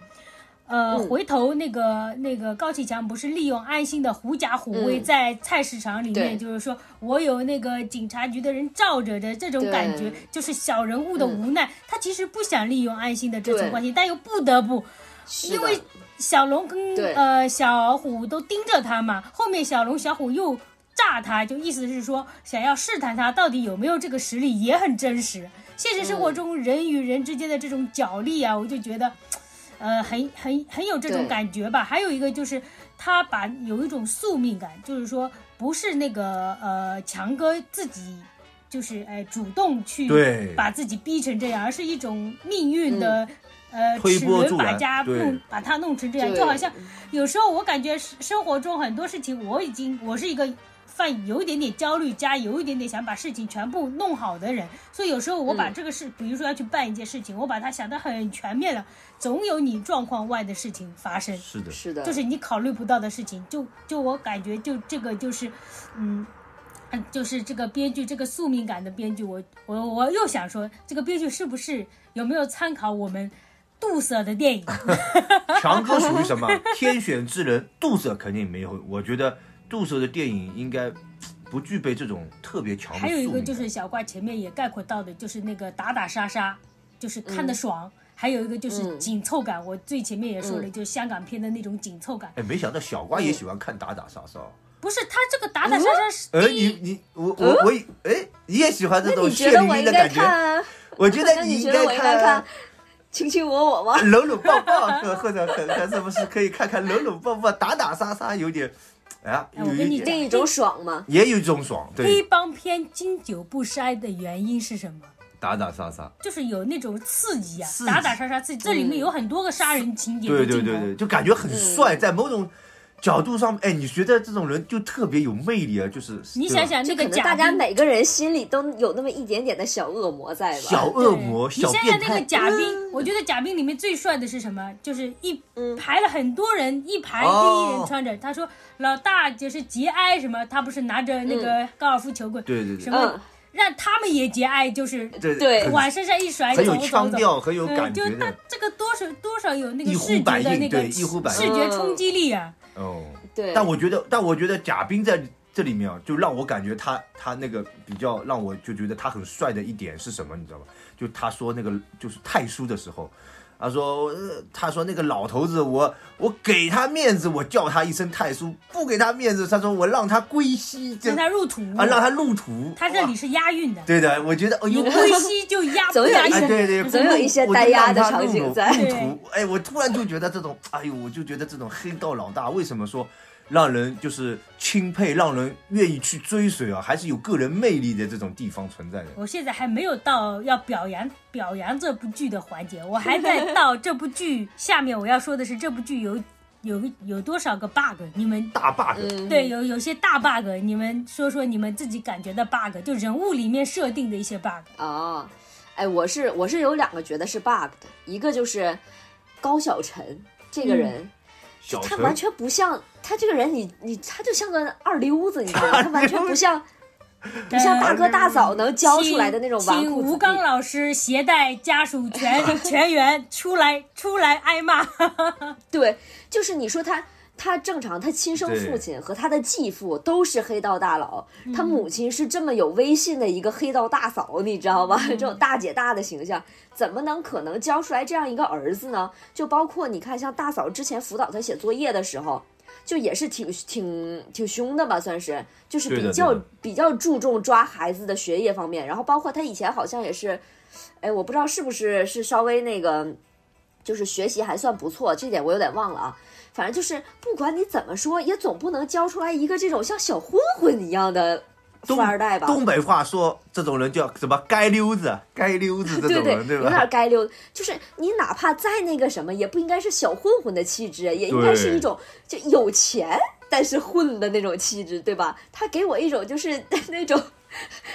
Speaker 3: 呃，
Speaker 1: 嗯
Speaker 3: 回头那个那个高启强不是利用安心的狐假虎威，
Speaker 1: 嗯
Speaker 3: 在菜市场里
Speaker 1: 对
Speaker 3: 面，就是说我有那个警察局的人罩着的这种
Speaker 1: 对嗯
Speaker 3: 感觉，就是小人物的无奈。他其实不想利用安心的这
Speaker 1: 对
Speaker 3: 层关系，但又不得不，
Speaker 1: 是
Speaker 3: 因
Speaker 1: 的
Speaker 3: 为小龙跟
Speaker 1: 对
Speaker 3: 呃小虎都盯着他嘛，后面小龙小虎又炸他，就意思是说想要试探他到底有没有这个实力，也很真实。现实生活中人与人之间的这种角力啊，我就觉得，呃，很很很有这种
Speaker 1: 对
Speaker 3: 感觉吧。还有一个就是他把有一种宿命感，就是说不是那个呃强哥自己。就是哎，主动去
Speaker 2: 对
Speaker 3: 把自己逼成这样，而是一种命运的、
Speaker 1: 嗯
Speaker 3: 呃
Speaker 2: 推
Speaker 3: 齿
Speaker 2: 波
Speaker 3: 轮
Speaker 2: 助
Speaker 3: 把
Speaker 2: 澜
Speaker 3: 家
Speaker 2: 对
Speaker 3: 弄把它弄成这样，
Speaker 1: 对
Speaker 3: 就好像有时候我感觉生生活中很多事情，我已经我是一个犯有一点点焦虑加有一点点想把事情全部弄好的人，所以有时候我把
Speaker 1: 嗯
Speaker 3: 这个事，比如说要去办一件事情，我把它想得很全面了，总有你状况外的事情发生。
Speaker 2: 是的，
Speaker 1: 是的，
Speaker 3: 就是你考虑不到的事情，就就我感觉就这个就是，嗯，嗯就是这个编剧这个宿命感的编剧，我我我又想说，这个编剧是不是有没有参考我们杜舍的电影，
Speaker 2: 强哥属于什么？ 天选之人，杜舍肯定没有。我觉得杜舍的电影应该不具备这种特别强的。
Speaker 3: 还有一个就是，小怪前面也概括到的，就是那个打打杀杀，就是看得爽。还有一个就是
Speaker 1: 嗯
Speaker 3: 紧凑感，我最前面也说了，就是香港片的那种紧凑感，
Speaker 2: 哎，没想到小瓜也喜欢看打打杀杀。
Speaker 3: 不是他这个打打杀杀是
Speaker 2: 哎，
Speaker 3: 第
Speaker 2: 你
Speaker 3: 一，
Speaker 2: 你我我我，哎，你也喜欢这
Speaker 1: 嗯那
Speaker 2: 种
Speaker 1: 你觉
Speaker 2: 血
Speaker 1: 得
Speaker 2: 淋
Speaker 1: 我
Speaker 2: 淋
Speaker 1: 应
Speaker 2: 的
Speaker 1: 该
Speaker 2: 感觉
Speaker 1: 看？啊？
Speaker 2: 我觉得
Speaker 1: 那
Speaker 2: 应
Speaker 1: 觉得我应该看
Speaker 2: 看。
Speaker 1: 卿卿我我吗？
Speaker 2: 搂搂抱抱，或或者看看是不是可以看看搂搂抱抱、打打杀杀，有点，哎呀，
Speaker 3: 哎
Speaker 2: 有
Speaker 3: 我跟你
Speaker 2: 一
Speaker 3: 讲
Speaker 2: 点
Speaker 1: 另一种爽吗？
Speaker 2: 也有一种爽，
Speaker 3: 黑
Speaker 2: 对，
Speaker 3: 帮片经久不衰的原因是什么？
Speaker 2: 打打杀杀，
Speaker 3: 就是有那种刺激啊
Speaker 2: 刺，激
Speaker 3: 打打杀杀刺激，这里面有很多个杀人情节
Speaker 2: 对
Speaker 3: 的
Speaker 2: 对
Speaker 3: 镜
Speaker 2: 对
Speaker 3: 头
Speaker 2: 对，。就感觉
Speaker 3: 嗯
Speaker 2: 很帅，在某种角度上，哎，你觉得这种人就特别有魅力啊，就是
Speaker 3: 你
Speaker 2: 对吧
Speaker 3: 想想
Speaker 1: 就
Speaker 3: 那
Speaker 1: 可
Speaker 3: 个
Speaker 1: 能
Speaker 3: 贾
Speaker 1: 大家
Speaker 3: 冰，
Speaker 1: 每哎个人心里都有那么一点点的小恶魔在吧？
Speaker 2: 小
Speaker 3: 对
Speaker 2: 恶魔、
Speaker 3: 你
Speaker 2: 小
Speaker 3: 想
Speaker 2: 变
Speaker 3: 想那个
Speaker 2: 态，
Speaker 3: 贾冰，我觉得贾冰里面最帅的是什么？就是一
Speaker 1: 嗯
Speaker 3: 排了很多人，一排
Speaker 2: 哦
Speaker 3: 第一人穿着，他说老大就是节哀什么，他不是拿着那个高尔夫球棍，
Speaker 2: 对对对
Speaker 3: 什么
Speaker 1: 嗯
Speaker 3: 让他们也节哀，就是
Speaker 2: 对
Speaker 1: 对
Speaker 2: 很
Speaker 3: 往身上一甩，
Speaker 2: 很有
Speaker 3: 走走
Speaker 2: 腔
Speaker 3: 走
Speaker 2: 调，很有
Speaker 3: 嗯
Speaker 2: 感
Speaker 3: 就
Speaker 2: 觉
Speaker 3: 是他
Speaker 2: 的，
Speaker 3: 这个多少多少有那个
Speaker 2: 一呼
Speaker 3: 视
Speaker 2: 百
Speaker 3: 觉的
Speaker 2: 应
Speaker 3: 那
Speaker 2: 对
Speaker 3: 个
Speaker 2: 一呼百应
Speaker 3: 视觉冲击力啊，
Speaker 2: 哦。
Speaker 1: 对，
Speaker 2: 但我觉得，但我觉得贾冰在这里面啊，就让我感觉他他那个比较让我就觉得他很帅的一点是什么，你知道吗？就他说那个就是太叔的时候，他说、呃他说那个老头子，我我给他面子，我叫他一声太叔；不给他面子，他说我让他归西，这
Speaker 3: 让他入土
Speaker 2: 啊让他入土。
Speaker 3: 他这
Speaker 2: 哇
Speaker 3: 里是押韵的，
Speaker 2: 对的，我觉得哎
Speaker 3: 你
Speaker 2: 呦。
Speaker 3: 归西啊就押 不
Speaker 1: 总有
Speaker 3: 押
Speaker 1: 一
Speaker 2: 哎，
Speaker 1: 些
Speaker 3: 韵？
Speaker 2: 对对，
Speaker 1: 总有一些呆鸭的场景在
Speaker 2: 路途，哎，我突然就觉得这种，哎呦，我就觉得这种黑道老大为什么说让人就是钦佩，让人愿意去追随啊，还是有个人魅力的这种地方存在的。
Speaker 3: 我现在还没有到要表扬表扬这部剧的环节，我还在到这部剧下面我要说的是这部剧有有有多少个 bug？你们
Speaker 2: 大 bug，、
Speaker 1: 嗯，
Speaker 3: 对有有些大 bug，你们说说你们自己感觉的 bug，就人物里面设定的一些 bug。
Speaker 1: 啊，哎，我是我是有两个觉得是 bug 的，一个就是高晓晨这
Speaker 3: 嗯
Speaker 1: 个人。
Speaker 2: 小
Speaker 1: 他
Speaker 2: 陈
Speaker 1: 完全不像他这个人你，你他就像个二流子，你知道 吗？他完全不像不像大哥大嫂能教出来的那种纨
Speaker 3: 呃请
Speaker 1: 绔子
Speaker 3: 嗯吴
Speaker 1: 弟。
Speaker 3: 刚老师携带家属全全员出来出来挨骂。
Speaker 1: 对，就是你说他，他正常，他亲生父亲和他的继父都是黑道大佬，他母亲是这么有威信的一个黑道大嫂，你知道吗？ 这种大姐大的形象，怎么能可能教出来这样一个儿子呢？就包括你看，像大嫂之前辅导他写作业的时候。就也是挺挺挺凶的吧，算是，就是
Speaker 2: 对的
Speaker 1: 比较
Speaker 2: 对的
Speaker 1: 比较注重抓孩子的学业方面，然后包括他以前好像也是，哎，我不知道是不是是稍微那个，就是学习还算不错，这点我有点忘了啊。反正就是不管你怎么说，也总不能教出来一个这种像小混混一样的富
Speaker 2: 东
Speaker 1: 二代吧？
Speaker 2: 东北话说这种人叫什么？街溜子，啊街溜子这
Speaker 1: 对
Speaker 2: 种
Speaker 1: 对
Speaker 2: 人，，
Speaker 1: 有点
Speaker 2: 吧？
Speaker 1: 该溜。就是你哪怕再那个什么，也不应该是小混混的气质，也应该是一种就有钱但是混的那种气质，对吧？他给我一种就是 那种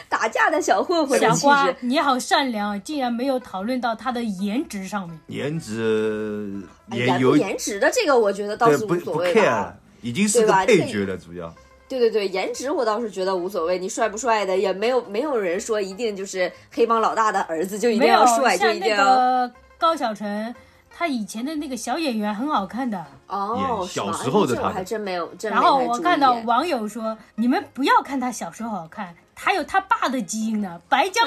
Speaker 1: 打架的小混混的
Speaker 3: 小
Speaker 1: 气
Speaker 3: 花
Speaker 1: 质，，
Speaker 3: 你好善良啊，竟然没有讨论到他的颜值上面。
Speaker 2: 颜值
Speaker 1: 哎
Speaker 2: 也
Speaker 1: 颜不
Speaker 2: 有，
Speaker 1: 颜值的这个我觉得倒
Speaker 2: 对
Speaker 1: 是
Speaker 2: 不
Speaker 1: 无所
Speaker 2: 不
Speaker 1: 谓
Speaker 2: care
Speaker 1: 吧啊
Speaker 2: 了。，已经是
Speaker 1: 对
Speaker 2: 个
Speaker 1: 吧
Speaker 2: 配
Speaker 1: 这
Speaker 2: 角了，主要。
Speaker 1: 对对对，颜值我倒是觉得无所谓，你帅不帅的也没有没有人说一定就是黑帮老大的儿子就一定
Speaker 3: 没有
Speaker 1: 要帅，就
Speaker 3: 像
Speaker 1: 一
Speaker 3: 那
Speaker 1: 定要
Speaker 3: 个高晓晨，他以前的那个小演员很好看的。
Speaker 1: 哦
Speaker 2: 演，
Speaker 1: 是吗
Speaker 2: 小时候
Speaker 1: 哎这
Speaker 2: 的他
Speaker 1: 我
Speaker 2: 的
Speaker 1: 还真没有，真没
Speaker 3: 然后
Speaker 1: 太
Speaker 3: 我
Speaker 1: 注
Speaker 3: 看
Speaker 1: 意
Speaker 3: 到网友说，你们不要看他小时候好看，他有他爸的基因呢，白江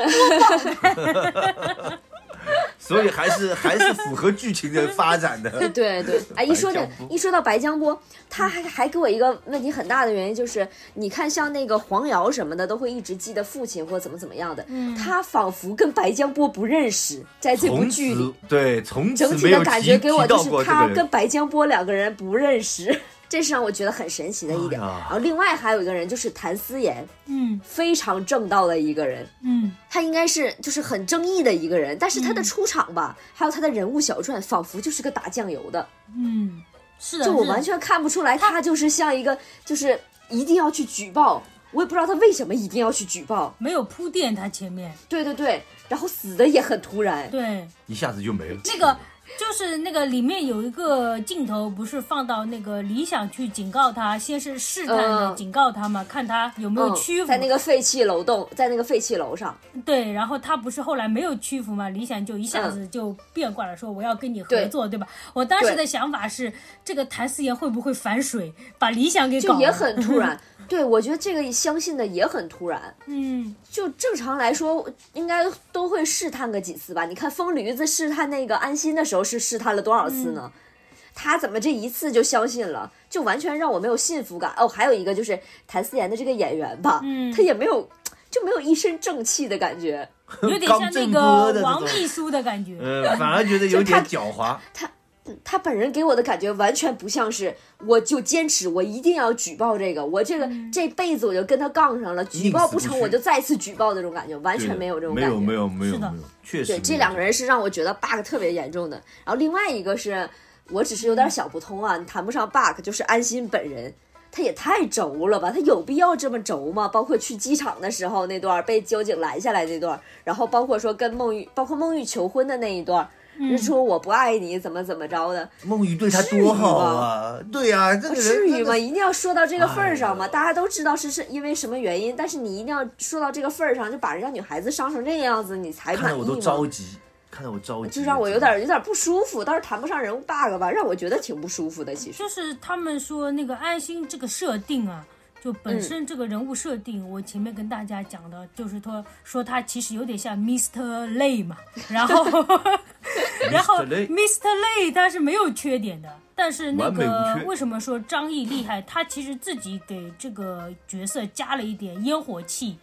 Speaker 3: 波
Speaker 2: 所以还是还是符合剧情的发 展的。
Speaker 1: 对对，哎，一说这
Speaker 2: 白江波
Speaker 1: 一说到白江波，他还还给我一个问题很大的原因就是，你看像那个黄瑶什么的，都会一直记得父亲或怎么怎么样的，
Speaker 3: 嗯
Speaker 1: 他仿佛跟白江波不认识，在这部
Speaker 2: 从
Speaker 1: 剧
Speaker 2: 此
Speaker 1: 里，
Speaker 2: 对，从此
Speaker 1: 整体
Speaker 2: 没有
Speaker 1: 的
Speaker 2: 提
Speaker 1: 感觉给我
Speaker 2: 提
Speaker 1: 就
Speaker 2: 到过
Speaker 1: 是
Speaker 2: 这个
Speaker 1: 他
Speaker 2: 人
Speaker 1: 跟白江波两个人不认识，这是让我觉得很神奇的一点。
Speaker 2: 哎呀
Speaker 1: 然后另外还有一个人就是谭思妍，
Speaker 3: 嗯
Speaker 1: 非常正道的一个人，
Speaker 3: 嗯，
Speaker 1: 他应该是就是很正义的一个人，但是他的
Speaker 3: 嗯
Speaker 1: 出场吧，还有他的人物小传，仿佛就是个打酱油的。
Speaker 3: 嗯，是的，
Speaker 1: 就我
Speaker 3: 是的
Speaker 1: 完全看不出来，他就是像一个，就是一定要去举报，我也不知道他为什么一定要去举报。
Speaker 3: 没有铺垫，他前面
Speaker 1: 对对对，然后死的也很突然，
Speaker 3: 对
Speaker 2: 一下子就没了。
Speaker 3: 那个就是那个里面有一个镜头，不是放到那个李想去警告他，先是试探的
Speaker 1: 嗯
Speaker 3: 警告他嘛，看他有没有
Speaker 1: 嗯
Speaker 3: 屈服。
Speaker 1: 在那个废弃楼栋，在那个废弃楼上，
Speaker 3: 对，然后他不是后来没有屈服嘛，李想就一
Speaker 1: 嗯
Speaker 3: 下子就变卦了，说我要跟你合作，对吧？我当时的想法是，这个谭思妍会不会反水，把李想给搞
Speaker 1: 就
Speaker 3: 了？
Speaker 1: 也很突然。对，我觉得这个相信的也很突然。
Speaker 3: 嗯，
Speaker 1: 就正常来说，应该都会试探个几次吧。你看疯驴子试探那个安心的时候是试探了多少次
Speaker 3: 嗯
Speaker 1: 呢？他怎么这一次就相信了？就完全让我没有信服感。哦，还有一个就是谭思妍的这个演员吧，
Speaker 3: 嗯
Speaker 1: 他也没有就没有一身正气的感觉。
Speaker 3: 有 点
Speaker 2: 刚
Speaker 3: 像
Speaker 2: 正
Speaker 3: 那
Speaker 2: 不阿的
Speaker 3: 个
Speaker 2: 这
Speaker 3: 王
Speaker 2: 种，
Speaker 3: 秘书的感觉。
Speaker 2: 呃，反而觉得有 点
Speaker 1: 就
Speaker 2: 狡猾。
Speaker 1: 他本人给我的感觉完全不像是，我就坚持，我一定要举报这个，我这个、这辈子我就跟他杠上了，举报不
Speaker 2: 宁死不
Speaker 1: 成
Speaker 2: 屈
Speaker 1: 我就再次举报的那种感觉，完
Speaker 2: 对
Speaker 1: 全
Speaker 2: 的
Speaker 1: 没有这种
Speaker 2: 没
Speaker 1: 感
Speaker 2: 有
Speaker 1: 觉。
Speaker 2: 没有没有
Speaker 3: 是的
Speaker 2: 没有，确实
Speaker 1: 对，
Speaker 2: 没有。
Speaker 1: 这两个人是让我觉得 bug 特别严重的。然后另外一个是我只是有点想不通啊，谈不上 bug，就是安心本人。他也太轴了吧！他有必要这么轴吗？包括去机场的时候那段被交警拦下来那段，然后包括说跟孟玉，包括孟玉求婚的那一段，就说我不爱你，怎么怎么着的，
Speaker 2: 梦雨对他多好啊，对呀、这个人
Speaker 1: 至于
Speaker 2: 真的哎
Speaker 1: 吗？
Speaker 2: 是
Speaker 1: 一定要说到这个份儿上吗？大家都知道是是因为什么原因，但是你一定要说到这个份儿上，就把人家女孩子伤成这样子，你才
Speaker 2: 看
Speaker 1: 满
Speaker 2: 得
Speaker 1: 意
Speaker 2: 我
Speaker 1: 吗？
Speaker 2: 都着急，看得我着急，
Speaker 1: 就让我有点有点不舒服，倒是谈不上人物 bug 吧，让我觉得挺不舒服的。其实，
Speaker 3: 就是他们说那个安心这个设定啊，就
Speaker 1: 嗯
Speaker 3: 本身这个人物设定，我前面跟大家讲的，就是说说他其实有点像 Mr. Lay 嘛，然后然后
Speaker 2: Mr. Lay
Speaker 3: Mr. Lay 他是没有缺点的，但是那
Speaker 2: 完美无
Speaker 3: 个
Speaker 2: 缺
Speaker 3: 为什么说张译厉害？他其实自己给这个角色加了一点烟火气。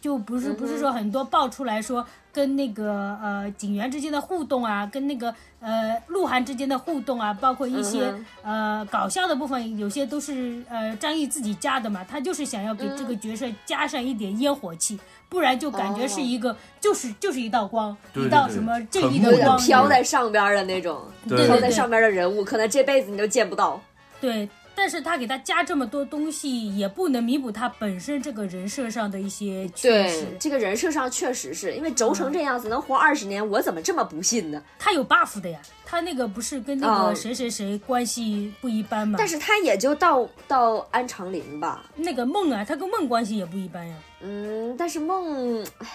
Speaker 3: 就不是不是说很多爆出来说跟那个呃警员之间的互动啊，跟那个呃鹿晗之间的互动啊，包括一些、
Speaker 1: 嗯
Speaker 3: 呃搞笑的部分，有些都是呃张译自己加的嘛，他就是想要给这个角色加上一点烟火气，不然就感觉是一个、就是就是一道光，
Speaker 2: 对
Speaker 3: 一道
Speaker 2: 对对
Speaker 3: 什么正义
Speaker 1: 有
Speaker 2: 很
Speaker 3: 的
Speaker 2: 木
Speaker 1: 点
Speaker 3: 光
Speaker 2: 讷，
Speaker 1: 飘在上边儿的那种，
Speaker 2: 对
Speaker 1: 飘
Speaker 3: 对
Speaker 1: 在
Speaker 3: 对
Speaker 1: 上边儿的人物，可能这辈子你都见不到。
Speaker 3: 对，但是他给他加这么多东西，也不能弥补他本身这个人设上的一些缺失。
Speaker 1: 这个人设上确实是因为轴成这样子，能活二十年，我怎么这么不信呢？
Speaker 3: 他有 buff 的呀，他那个不是跟那
Speaker 1: 哦
Speaker 3: 个谁谁谁关系不一般嘛？
Speaker 1: 但是他也就到到安长林吧，
Speaker 3: 那个梦啊，他跟梦关系也不一般呀。
Speaker 1: 嗯，但是梦，唉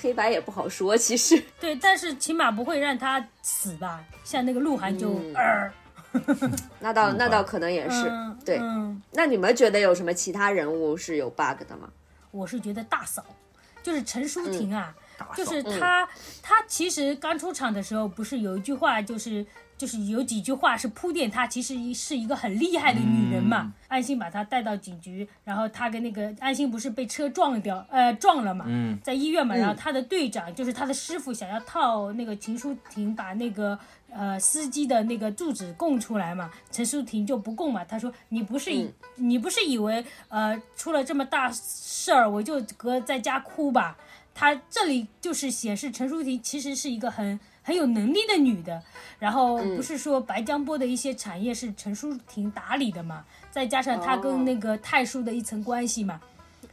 Speaker 1: 黑白也不好说，其实。
Speaker 3: 对，但是起码不会让他死吧？像那个鹿晗就
Speaker 1: 嗯
Speaker 3: 呃，
Speaker 1: 那倒那
Speaker 2: 吧
Speaker 1: 倒可能也是，
Speaker 3: 嗯
Speaker 1: 对。
Speaker 3: 嗯，
Speaker 1: 那你们觉得有什么其他人物是有 bug 的吗？
Speaker 3: 我是觉得大嫂就是陈
Speaker 1: 嗯
Speaker 3: 淑婷啊，
Speaker 2: 大嫂
Speaker 3: 就是她，她其实刚出场的时候，不是有一句话，就是就是有几句话是铺垫她其实是一个很厉害的女人嘛。安心把她带到警局，然后她跟那个安心不是被车撞掉，呃，撞了嘛，
Speaker 2: 嗯
Speaker 3: 在医院嘛，然后她的队长就是她的师傅想要套那个秦淑婷把那个。呃，司机的那个住址供出来嘛，陈淑婷就不供嘛。她说：“你不是以、你不是以为呃出了这么大事儿，我就搁在家哭吧？她这里就是显示陈淑婷其实是一个很很有能力的女的。然后不是说白江波的一些产业是陈淑婷打理的嘛，再加上她
Speaker 1: 哦
Speaker 3: 跟那个太叔的一层关系嘛，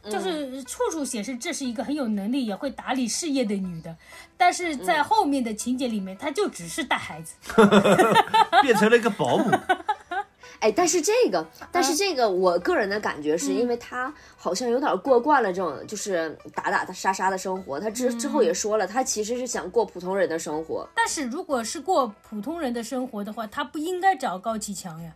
Speaker 3: 就是处处显示这是一个很有能力也会打理事业的女的。但是在后面的情节里面，她就只是带孩子。
Speaker 2: 变成了一个保姆，
Speaker 1: 哎，但是这个，
Speaker 3: 啊
Speaker 1: 但是这个，我个人的感觉
Speaker 3: 嗯
Speaker 1: 是因为他好像有点过惯了这种就是打打杀杀的生活。他
Speaker 3: 嗯
Speaker 1: 之之后也说了，他其实是想过普通人的生活。
Speaker 3: 但是如果是过普通人的生活的话，她不应该找高启强呀。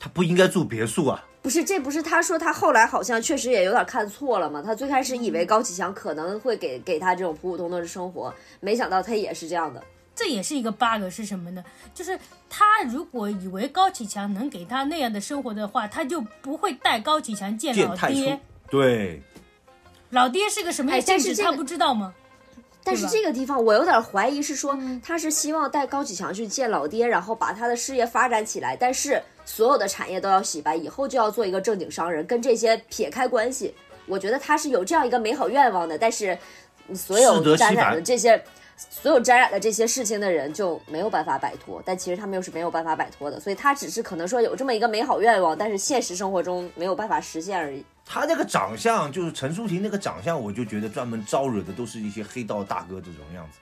Speaker 2: 他不应该住别 墅啊。
Speaker 1: 不是，这不是他说他后来好像确实也有点看错了嘛。他最开始以
Speaker 3: 嗯
Speaker 1: 为高启强可能会给给他这种普普通通的生活，没想到他也是这样的。
Speaker 3: 这也是一个 bug 是什么呢？就是他如果以为高启强能给他那样的生活的话，他就不会带高启强见
Speaker 2: 见
Speaker 3: 老
Speaker 2: 太
Speaker 3: 爹
Speaker 2: 叔。，对，
Speaker 3: 老爹是个什么
Speaker 1: 哎
Speaker 3: 样
Speaker 1: 但
Speaker 3: 性
Speaker 1: 是
Speaker 3: 质，
Speaker 1: 这
Speaker 3: 他
Speaker 1: 个
Speaker 3: 不知道吗？
Speaker 1: 但是
Speaker 3: 对吧嗯
Speaker 1: 这个地方我有点怀疑，是说他是希望带高启强去见老爹，然后把他的事业发展起来，但是所有的产业都要洗白，以后就要做一个正经商人，跟这些撇开关系。我觉得他是有这样一个美好愿望的，但是所有
Speaker 2: 适得其
Speaker 1: 沾
Speaker 2: 反
Speaker 1: 染的这些。所有沾染的这些事情的人就没有办法摆脱，但其实他们又是没有办法摆脱的，所以他只是可能说有这么一个美好愿望，但是现实生活中没有办法实现而已。
Speaker 2: 他那个长相，就是陈淑婷那个长相，我就觉得专门招惹的都是一些黑道大哥这种样子，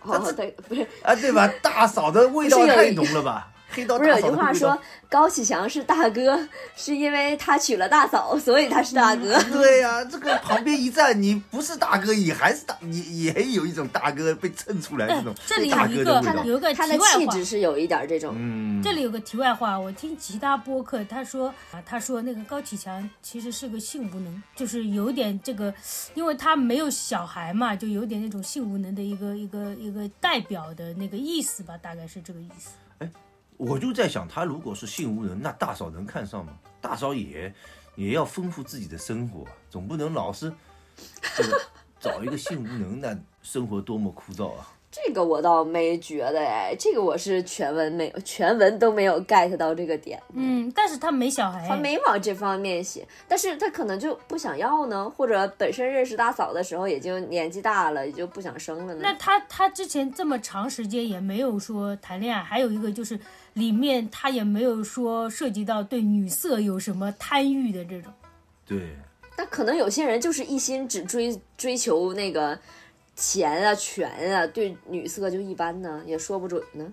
Speaker 1: 好好，哦对，不是
Speaker 2: 啊，对吧？大嫂的味道
Speaker 1: 不是有
Speaker 2: 太
Speaker 1: 一
Speaker 2: 浓了吧？黑到
Speaker 1: 不是有
Speaker 2: 大
Speaker 1: 句
Speaker 2: 嫂的
Speaker 1: 话
Speaker 2: 味道
Speaker 1: 说。高启强是大哥， 是因为他娶了大嫂，所以他是大哥。
Speaker 2: 对呀、这个旁边一站，你不是大哥，也还是大，也也有一种大哥被衬出来这种
Speaker 3: 哎这里
Speaker 2: 大
Speaker 3: 有一
Speaker 2: 哥
Speaker 3: 个
Speaker 2: 的
Speaker 3: 他
Speaker 2: 味
Speaker 3: 的
Speaker 2: 道。
Speaker 3: 有一个 题
Speaker 1: 他的
Speaker 3: 外
Speaker 1: 气
Speaker 3: 话
Speaker 1: 质。是有一点这种，
Speaker 2: 嗯，
Speaker 3: 这里有个题外话，我听其他播客他说啊，他说那个高启强其实是个性无能，就是有点这个，因为他没有小孩嘛，就有点那种性无能的一个一个一个代表的那个意思吧，大概是这个意思。
Speaker 2: 我就在想，他如果是性无能，那大嫂能看上吗？大嫂也也要丰富自己的生活，总不能老是这个找一个性无能，那生活多么枯燥啊！
Speaker 1: 这个我倒没觉得哎，这个我是全文没有，全文都没有 get 到这个点，
Speaker 3: 嗯，但是他没小孩，
Speaker 1: 他没往这方面写，但是他可能就不想要呢，或者本身认识大嫂的时候已经年纪大了，也就不想生了呢。
Speaker 3: 那他他之前这么长时间也没有说谈恋爱，还有一个就是里面他也没有说涉及到对女色有什么贪欲的这种。
Speaker 2: 对，
Speaker 1: 但可能有些人就是一心只追追求那个钱啊、权啊，对女色就一般呢，也说不准呢。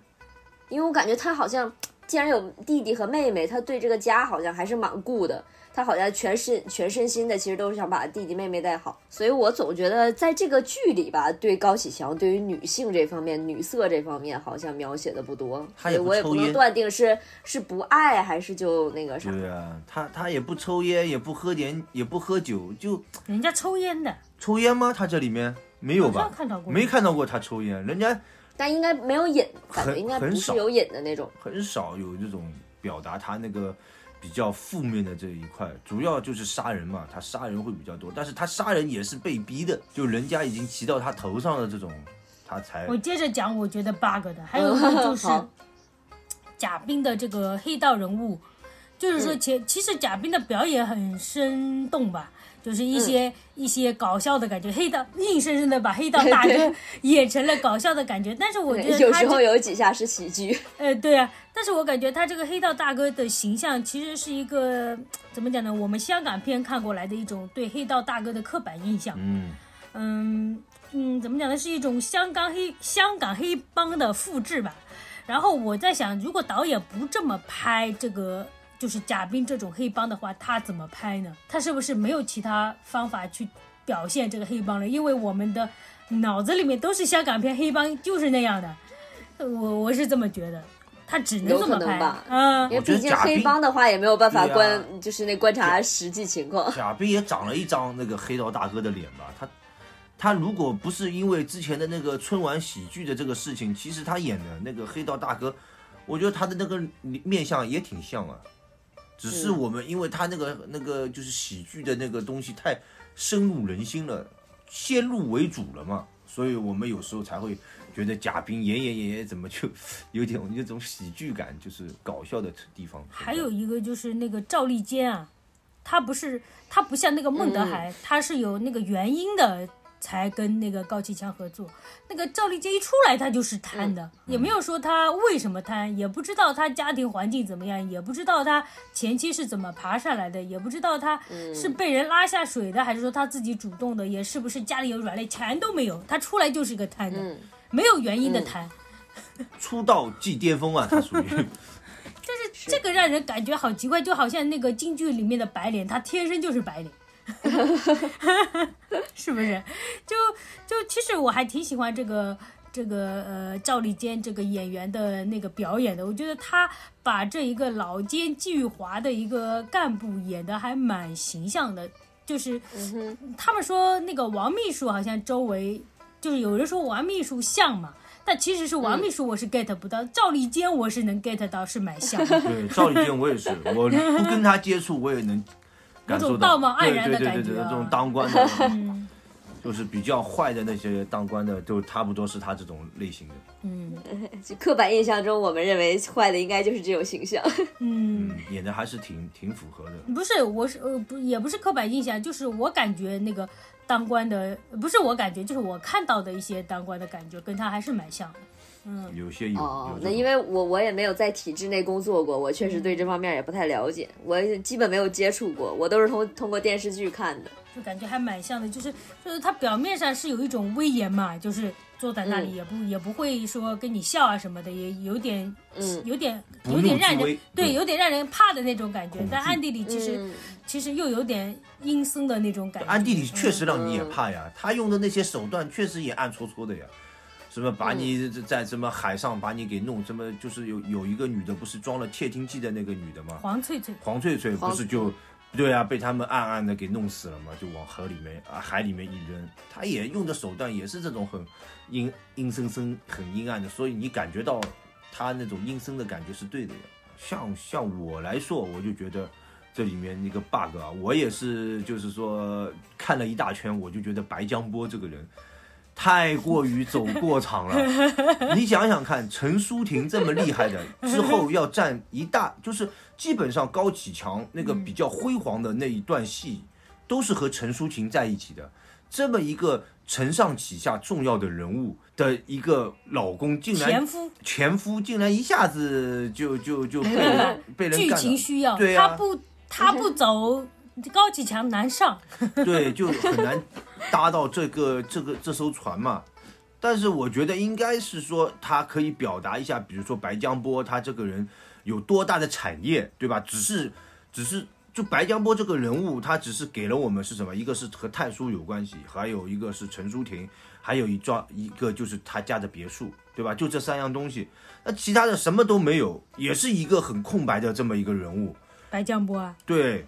Speaker 1: 因为我感觉他好像，既然有弟弟和妹妹，他对这个家好像还是蛮顾的。他好像全身全身心的，其实都是想把弟弟妹妹带好。所以我总觉得在这个剧里吧，对高启强对于女性这方面、女色这方面好像描写的不多，
Speaker 2: 他
Speaker 1: 所
Speaker 2: 也
Speaker 1: 以
Speaker 2: 不
Speaker 1: 我也
Speaker 2: 抽
Speaker 1: 不
Speaker 2: 烟
Speaker 1: 能断定是是不爱还是就那个啥。
Speaker 2: 对啊，他他也不抽烟，也不喝点，也不喝酒，就
Speaker 3: 人家抽烟的，
Speaker 2: 抽烟吗？他这里面没有
Speaker 3: 好
Speaker 2: 吧
Speaker 3: 像？看到过
Speaker 2: 没看到过他抽烟，人家
Speaker 1: 但应该没有瘾，感
Speaker 2: 很
Speaker 1: 觉应该
Speaker 2: 很
Speaker 1: 不
Speaker 2: 少
Speaker 1: 是有瘾的那种。
Speaker 2: 很少有这种表达他那个比较负面的这一块，主要就是杀人嘛，他杀人会比较多，但是他杀人也是被逼的，就人家已经骑到他头上了，这种他才
Speaker 3: 我接着讲，我觉得 bug 的，还有 一个就是
Speaker 1: 好
Speaker 3: 贾冰的这个黑道人物，就是说其、其实贾冰的表演很生动吧，就是一些、一些搞笑的感觉，黑道硬生生的把黑道大
Speaker 1: 对
Speaker 3: 哥演成了搞笑的感觉，但是我觉得
Speaker 1: 对有
Speaker 3: 他
Speaker 1: 时
Speaker 3: 这
Speaker 1: 候有几下是喜剧，
Speaker 3: 呃，对啊，但是我感觉他这个黑道大哥的形象其实是一个怎么讲呢？我们香港片看过来的一种对黑道大哥的刻板印象。
Speaker 2: 嗯，
Speaker 3: 嗯嗯，怎么讲呢？是一种香港黑香港黑帮的复制吧。然后我在想，如果导演不这么拍这个，就是贾冰这种黑帮的话，他怎么拍呢？他是不是没有其他方法去表现这个黑帮了？因为我们的脑子里面都是香港片黑帮就是那样的，我我是这么觉得，他只能
Speaker 1: 有
Speaker 3: 这么
Speaker 1: 可能
Speaker 3: 拍
Speaker 1: 吧。
Speaker 3: 嗯
Speaker 1: 因为
Speaker 2: 我觉得
Speaker 1: 毕竟
Speaker 2: 贾
Speaker 1: 黑
Speaker 2: 冰
Speaker 1: 帮的话也没有办法
Speaker 2: 对啊
Speaker 1: 观，就是那观察实际情况。
Speaker 2: 贾冰也长了一张那个黑道大哥的脸吧，他。他如果不是因为之前的那个春晚喜剧的这个事情，其实他演的那个黑道大哥，我觉得他的那个面相也挺像啊，只是
Speaker 1: 嗯
Speaker 2: 我们因为他那个那个就是喜剧的那个东西太深入人心了，先入为主了嘛，所以我们有时候才会觉得贾冰演演演演怎么就 有点那种喜剧感，就是搞笑的地方。
Speaker 3: 还有一个就是那个赵立坚啊，他不是他不像那个孟德海，他是有那个原因的才跟那个高启强合作。那个赵立坚一出来他就是贪的，也没有说他为什么贪，也不知道他家庭环境怎么样，也不知道他前期是怎么爬上来的，也不知道他是被人拉下水的，还是说他自己主动的，也是不是家里有软肋，全都没有，他出来就是个贪的，
Speaker 1: 嗯
Speaker 3: 没有原因的贪。
Speaker 2: 出道即巅峰啊，他属于。
Speaker 3: 这个让人感觉好奇怪，就好像那个京剧里面的白脸，他天生就是 白脸，是不是？就就其实我还挺喜欢这个这个呃赵立坚这个演员的那个表演的，我觉得他把这一个老奸巨猾的一个干部演的还蛮形象的，就是
Speaker 1: 嗯哼，
Speaker 3: 他们说那个王秘书好像周围就是有人说王秘书像嘛。但其实是王秘书，我是 get 不到；赵立坚我是能 get 到，是蛮像 的。
Speaker 2: 对，赵立坚我也是，我不跟他接触，我也能感受
Speaker 3: 有种
Speaker 2: 到
Speaker 3: 道貌岸然的
Speaker 2: 对对对对
Speaker 3: 感觉
Speaker 2: 对，
Speaker 3: 啊嗯
Speaker 2: 这种当官 的，就是比较坏的那些当官的，就差不多是他这种类型的。
Speaker 1: 就刻板印象中，我们认为坏的应该就是这种形象。
Speaker 3: 嗯，
Speaker 2: 嗯，演的还是挺挺符合的。
Speaker 3: 不是，我是呃不也不是刻板印象，就是我感觉那个当官的不是我感觉，就是我看到的一些当官的感觉，跟他还是蛮像的。嗯，
Speaker 2: 有些有。
Speaker 1: 哦
Speaker 2: 有，这
Speaker 1: 那
Speaker 2: 种
Speaker 1: 因为我我也没有在体制内工作过，我确实对这方面也不太了解，我也基本没有接触过，我都是通通过电视剧看的。
Speaker 3: 就感觉还蛮像的，就是就是他表面上是有一种威严嘛，就是坐在那
Speaker 2: 嗯
Speaker 3: 里也不、也不会说跟你笑啊什么的，也有点、
Speaker 1: 嗯
Speaker 3: 有点
Speaker 2: 不
Speaker 3: 有
Speaker 2: 怒
Speaker 3: 点让
Speaker 2: 自
Speaker 3: 人
Speaker 2: 威
Speaker 3: 对
Speaker 2: 嗯
Speaker 3: 有点让人怕的那种感觉
Speaker 2: 恐，惧
Speaker 3: 但暗地里其实、
Speaker 1: 嗯
Speaker 3: 其实又有点阴森的那种感觉。
Speaker 2: 暗地里确实让你
Speaker 1: 嗯
Speaker 2: 也怕呀，他用的那些手段确实也暗搓搓的呀，什么
Speaker 1: 嗯
Speaker 2: 把你在什么海上把你给弄，什么就是有有一个女的不是装了窃听器的那个女的吗？
Speaker 3: 黄翠翠，
Speaker 2: 黄翠翠不
Speaker 1: 黄
Speaker 2: 是就对啊，被他们暗暗的给弄死了嘛，就往河里面啊海里面一扔，他也用的手段也是这种很阴阴森森、很阴暗的，所以你感觉到他那种阴森的感觉是对的呀。像像我来说，我就觉得这里面那个 bug 啊，我也是就是说看了一大圈，我就觉得白江波这个人。太过于走过场了，你想想看，陈淑婷这么厉害的，之后要占一大，就是基本上高启强那个比较辉煌的那一段戏，都是和陈淑婷在一起的。这么一个承上启下重要的人物的一个老公，竟然
Speaker 3: 前夫
Speaker 2: 前夫竟然一下子就就就被 人被人
Speaker 3: 剧
Speaker 2: 干
Speaker 3: 情
Speaker 2: 了，
Speaker 3: 需要，
Speaker 2: 对
Speaker 3: 他
Speaker 2: 啊
Speaker 3: 不他不走，高启强难上。
Speaker 2: 对，就很难搭到这个这个这艘船嘛。但是我觉得应该是说，他可以表达一下，比如说白江波他这个人有多大的产业，对吧？只是只是就白江波这个人物，他只是给了我们是什么？一个是和探叔有关系，还有一个是陈淑婷，还有一幢一个就是他家的别墅，对吧？就这三样东西，那其他的什么都没有，也是一个很空白的这么一个人物。
Speaker 3: 白江波啊，
Speaker 2: 对，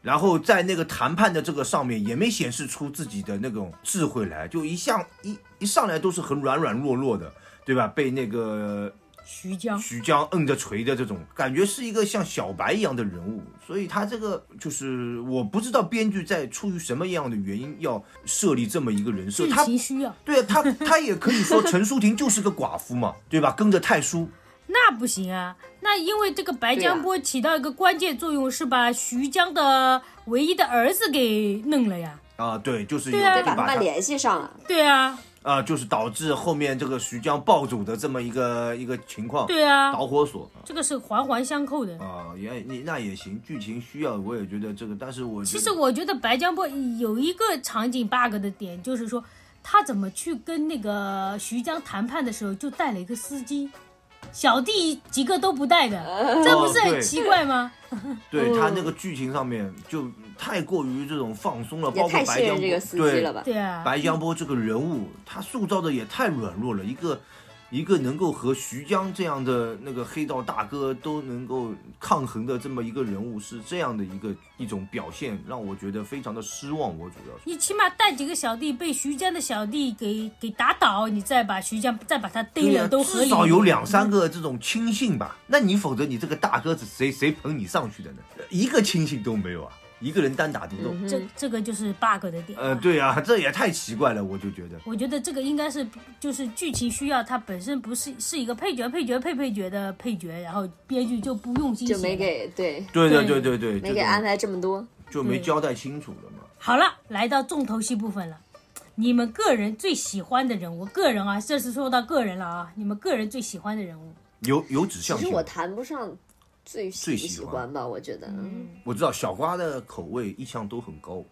Speaker 2: 然后在那个谈判的这个上面也没显示出自己的那种智慧来，就一向一一上来都是很软软弱弱的，对吧？被那个
Speaker 3: 徐江，
Speaker 2: 徐江摁着锤的这种感觉，是一个像小白一样的人物，所以他这个就是我不知道编剧在出于什么样的原因要设立这么一个人设，
Speaker 3: 剧
Speaker 2: 他
Speaker 3: 情需要，
Speaker 2: 对啊，他他也可以说陈淑婷就是个寡妇嘛，对吧？跟着太叔，
Speaker 3: 那不行啊，那因为这个白江波起到一个关键作用，是把徐江的唯一的儿子给弄了呀。
Speaker 2: 啊，对，就是有
Speaker 3: 对啊
Speaker 2: 就
Speaker 1: 得把他
Speaker 2: 把
Speaker 1: 们
Speaker 2: 他
Speaker 1: 联系上啊。
Speaker 3: 对啊，
Speaker 2: 啊、就是导致后面这个徐江暴走的这么一个一个情况，
Speaker 3: 对啊，
Speaker 2: 导火索
Speaker 3: 这个是环环相扣的。
Speaker 2: 啊、也你那也行，剧情需要，我也觉得这个，但是我觉
Speaker 3: 其
Speaker 2: 得
Speaker 3: 实我觉得白江波有一个场景 bug 的点，就是说他怎么去跟那个徐江谈判的时候，就带了一个司机，小弟几个都不带的，这不是
Speaker 2: 哦
Speaker 3: 很
Speaker 2: 对
Speaker 3: 奇怪吗？
Speaker 2: 对
Speaker 1: 嗯
Speaker 2: 他那个剧情上面就太过于这种放松了，
Speaker 1: 也
Speaker 2: 包括
Speaker 1: 太
Speaker 2: 白
Speaker 1: 信
Speaker 2: 江
Speaker 1: 任这
Speaker 2: 波
Speaker 1: 个司机
Speaker 2: 对
Speaker 1: 了吧？
Speaker 3: 对啊，
Speaker 2: 白江波这个人物，他塑造的也太软弱了，一个一个能够和徐江这样的那个黑道大哥都能够抗衡的这么一个人物，是这样的一个一种表现，让我觉得非常的失望。我主要是
Speaker 3: 你起码带几个小弟被徐江的小弟给给打倒，你再把徐江再把他逮
Speaker 2: 对
Speaker 3: 了
Speaker 2: 呀
Speaker 3: 都合理。
Speaker 2: 至少有两三个这种亲信吧。那你否则你这个大个子谁谁捧你上去的呢？一个亲信都没有啊，一个人单打独斗。
Speaker 1: 嗯
Speaker 3: 这这个就是 bug 的点。
Speaker 2: 呃，对啊，这也太奇怪了，我就觉得。
Speaker 3: 我觉得这个应该是就是剧情需要，它本身不是是一个配角、配角、配配角的配角，然后编剧就不用心写
Speaker 1: 就没给对，
Speaker 2: 对对
Speaker 3: 对
Speaker 2: 对对对，
Speaker 1: 没给
Speaker 2: 这种
Speaker 1: 安排这么多。
Speaker 2: 就没
Speaker 3: 对
Speaker 2: 交代清楚了嘛。
Speaker 3: 好了，来到重头戏部分了。你们个人最喜欢的人物，个人啊，这是说到个人了啊。你们个人最喜欢的人物，
Speaker 2: 有有指向
Speaker 1: 其实
Speaker 2: 性。
Speaker 1: 我谈不上最喜
Speaker 2: 最
Speaker 1: 不
Speaker 2: 喜
Speaker 1: 喜
Speaker 2: 欢嗯
Speaker 1: 欢吧，我觉得。嗯
Speaker 2: 我知道小瓜的口味一向都很高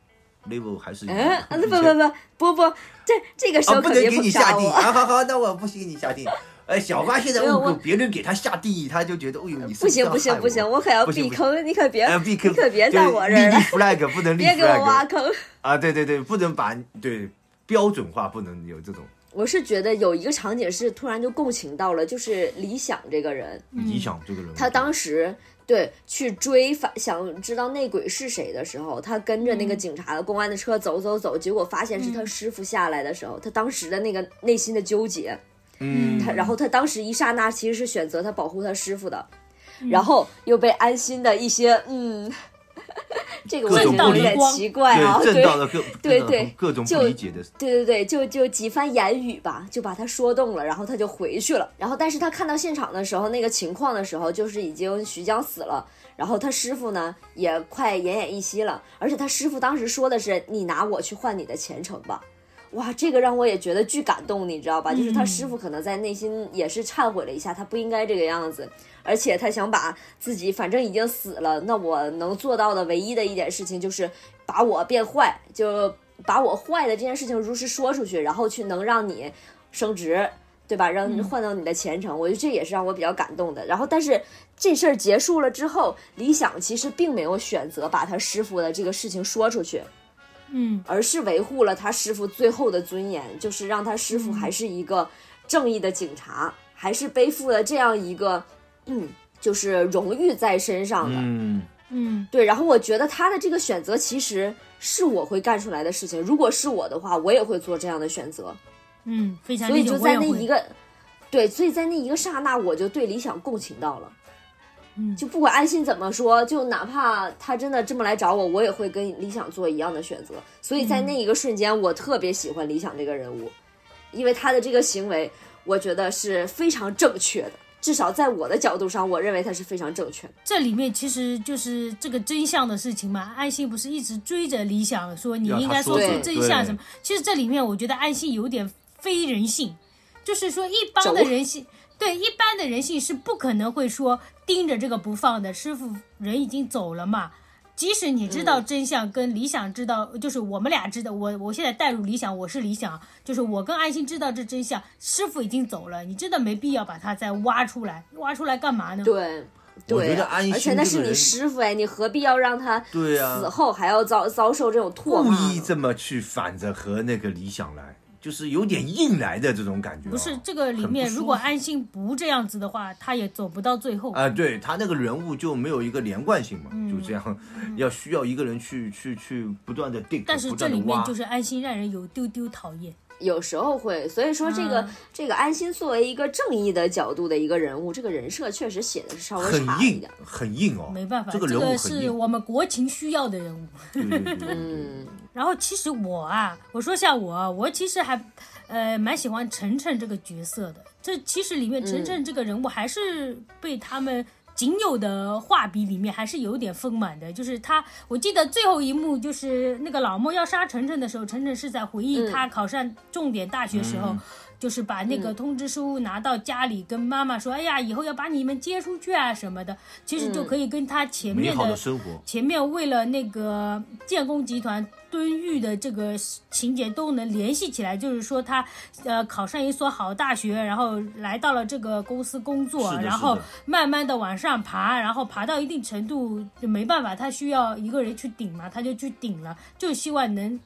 Speaker 2: ，level 还是有
Speaker 1: 哎，啊不
Speaker 2: 以前
Speaker 1: 不不不不，这这个时
Speaker 2: 啊
Speaker 1: 候
Speaker 2: 不
Speaker 1: 可
Speaker 2: 能
Speaker 1: 别
Speaker 2: 给你
Speaker 1: 捧
Speaker 2: 下
Speaker 1: 杀
Speaker 2: 地
Speaker 1: 我。
Speaker 2: 啊！好好，那我不许你下地。哎，小瓜现在
Speaker 1: 没有
Speaker 2: 误会
Speaker 1: 我
Speaker 2: 别人给他下地，他就觉得，哎呦，你是
Speaker 1: 不
Speaker 2: 是
Speaker 1: 行
Speaker 2: 要
Speaker 1: 不行
Speaker 2: 害
Speaker 1: 不行，
Speaker 2: 我
Speaker 1: 我可要
Speaker 2: 不行
Speaker 1: 避
Speaker 2: 不行
Speaker 1: 坑，你可别
Speaker 2: 哎，避坑，
Speaker 1: 你可别在我这儿
Speaker 2: 就是立
Speaker 1: 了
Speaker 2: 立，flag 不能立
Speaker 1: 别给我挖
Speaker 2: flag
Speaker 1: 坑。
Speaker 2: 啊！对对对，不能把对标准化，不能有这种
Speaker 1: 我是觉得有一个场景是突然就共情到了，就是李想这个人，
Speaker 2: 理想这个人物。
Speaker 1: 嗯他当时对去追反想知道内鬼是谁的时候，他跟着那
Speaker 2: 嗯
Speaker 1: 个警察、公安的车走走走，结果发现是他师傅下来的时候，他当时的那个内心的纠结，
Speaker 2: 嗯，
Speaker 1: 他然后他当时一刹那其实是选择他保护他师傅的，然后又被安心的一些嗯， 这个我
Speaker 2: 各
Speaker 1: 觉
Speaker 2: 种
Speaker 1: 得有
Speaker 2: 不理
Speaker 1: 点
Speaker 3: 光
Speaker 1: 奇怪啊，
Speaker 2: 对正道的各
Speaker 1: 对
Speaker 2: 各种
Speaker 1: 对
Speaker 2: 各种不
Speaker 1: 就
Speaker 2: 理解的
Speaker 1: 对对对，就就几番言语吧，就把他说动了，然后他就回去了。然后，但是他看到现场的时候，那个情况的时候，就是已经徐江死了，然后他师傅呢也快奄奄一息了，而且他师傅当时说的是：“你拿我去换你的前程吧。”哇，这个让我也觉得巨感动，你知道吧？就是他师傅可能在内心也是忏悔了一下，他不应该这个样子，而且他想把自己反正已经死了，那我能做到的唯一的一点事情就是把我变坏，就把我坏的这件事情如实说出去，然后去能让你升职，对吧？让换到你的前程，我觉得这也是让我比较感动的。然后，但是这事儿结束了之后，李想其实并没有选择把他师傅的这个事情说出去，
Speaker 3: 嗯，
Speaker 1: 而是维护了他师傅最后的尊严，就是让他师傅还是一个正义的警察，还是背负了这样一个，嗯，就是荣誉在身上的。
Speaker 2: 嗯，
Speaker 3: 嗯
Speaker 1: 对，然后我觉得他的这个选择其实是我会干出来的事情，如果是我的话，我也会做这样的选择。
Speaker 3: 嗯，非常
Speaker 1: 所以
Speaker 3: 理解，
Speaker 1: 就
Speaker 3: 我
Speaker 1: 在
Speaker 3: 也
Speaker 1: 那一
Speaker 3: 会。
Speaker 1: 个，对，所以在那一个刹那，我就对理想共情到了。
Speaker 3: 嗯
Speaker 1: 就不管安心怎么说，就哪怕他真的这么来找我，我也会跟理想做一样的选择。所以
Speaker 3: 嗯
Speaker 1: 在那一个瞬间，我特别喜欢理想这个人物，因为他的这个行为，我觉得是非常正确的。至少在我的角度上，我认为他是非常正确的。
Speaker 3: 这里面其实就是这个真相的事情嘛。安心不是一直追着理想说你
Speaker 2: 要他
Speaker 3: 应该
Speaker 2: 说
Speaker 3: 出
Speaker 1: 对
Speaker 3: 真相
Speaker 2: 对
Speaker 3: 什么？其实这里面我觉得安心有点非人性，就是说一般的
Speaker 1: 轴
Speaker 3: 人
Speaker 2: 哦
Speaker 3: 性，对一般的人性是不可能会说盯着这个不放的。师傅人已经走了嘛。即使你知道
Speaker 2: 嗯
Speaker 3: 真相，跟理想知道，就是我们俩知道，我我现在带入理想，我是理想，就是我跟安心知道这真相，师傅已经走了，你真的没必要把他再挖出来，挖出来干嘛呢？
Speaker 1: 对，
Speaker 2: 我觉
Speaker 1: 对
Speaker 2: 得
Speaker 1: 啊，
Speaker 2: 安心
Speaker 1: 而且那
Speaker 2: 这
Speaker 1: 是
Speaker 2: 个
Speaker 1: 你
Speaker 2: 人
Speaker 1: 师傅哎，你何必要让他
Speaker 2: 对呀、
Speaker 1: 死后还要遭遭受这种唾
Speaker 2: 故
Speaker 1: 骂
Speaker 2: 意
Speaker 1: 呢？
Speaker 2: 这么去反着和那个理想来，就是有点硬来的这种感觉、啊。
Speaker 3: 不是这个里
Speaker 2: 很不
Speaker 3: 面，
Speaker 2: 舒
Speaker 3: 如果
Speaker 2: 服
Speaker 3: 安心不这样子的话，他也走不到最后。
Speaker 2: 啊、对他那个人物就没有一个连贯性嘛，就这样，
Speaker 1: 嗯
Speaker 2: 要需要一个人去去去不断的 dig，
Speaker 3: 但是
Speaker 2: 不
Speaker 3: 这
Speaker 2: 断的
Speaker 3: 里面
Speaker 2: 挖。
Speaker 3: 就是安心让人有丢丢讨厌。
Speaker 1: 有时候会，所以说这个、
Speaker 3: 嗯
Speaker 1: 这个安心作为一个正义的角度的一个人物，这个人设确实写的是稍微
Speaker 2: 很
Speaker 1: 差一
Speaker 2: 硬
Speaker 1: 点。，
Speaker 2: 很硬哦，
Speaker 3: 没办法，
Speaker 2: 这个
Speaker 3: 这
Speaker 2: 人物很
Speaker 3: 是
Speaker 2: 硬，
Speaker 3: 我们国情需要的人物。
Speaker 2: 对对对对对，
Speaker 1: 嗯，
Speaker 3: 然后其实我啊，我说下我啊，我其实还，呃，蛮喜欢晨晨这个角色的。这其实里面晨晨这个人物还是被他们仅有的画笔里面还是有点丰满的。就是他，我记得最后一幕就是那个老莫要杀晨晨的时候，晨晨是在回忆他考上重点大学时
Speaker 2: 嗯
Speaker 3: 候。就是把那个通知书拿到家里，跟妈妈说：“哎呀，以后要把你们接出去啊什么的。”其实就可以跟他前
Speaker 2: 美
Speaker 3: 面
Speaker 2: 好
Speaker 3: 的
Speaker 2: 的生活，
Speaker 3: 前面为了那个建工集团蹲狱的这个情节都能联系起来，就是说他呃考上一所好大学，然后来到了这个公司工作
Speaker 2: 是，的
Speaker 3: 然
Speaker 2: 是
Speaker 3: 后
Speaker 2: 的
Speaker 3: 慢慢的往上爬，然后爬到一定程度就没办法，他需要一个人去顶嘛，他就去顶了，就希望能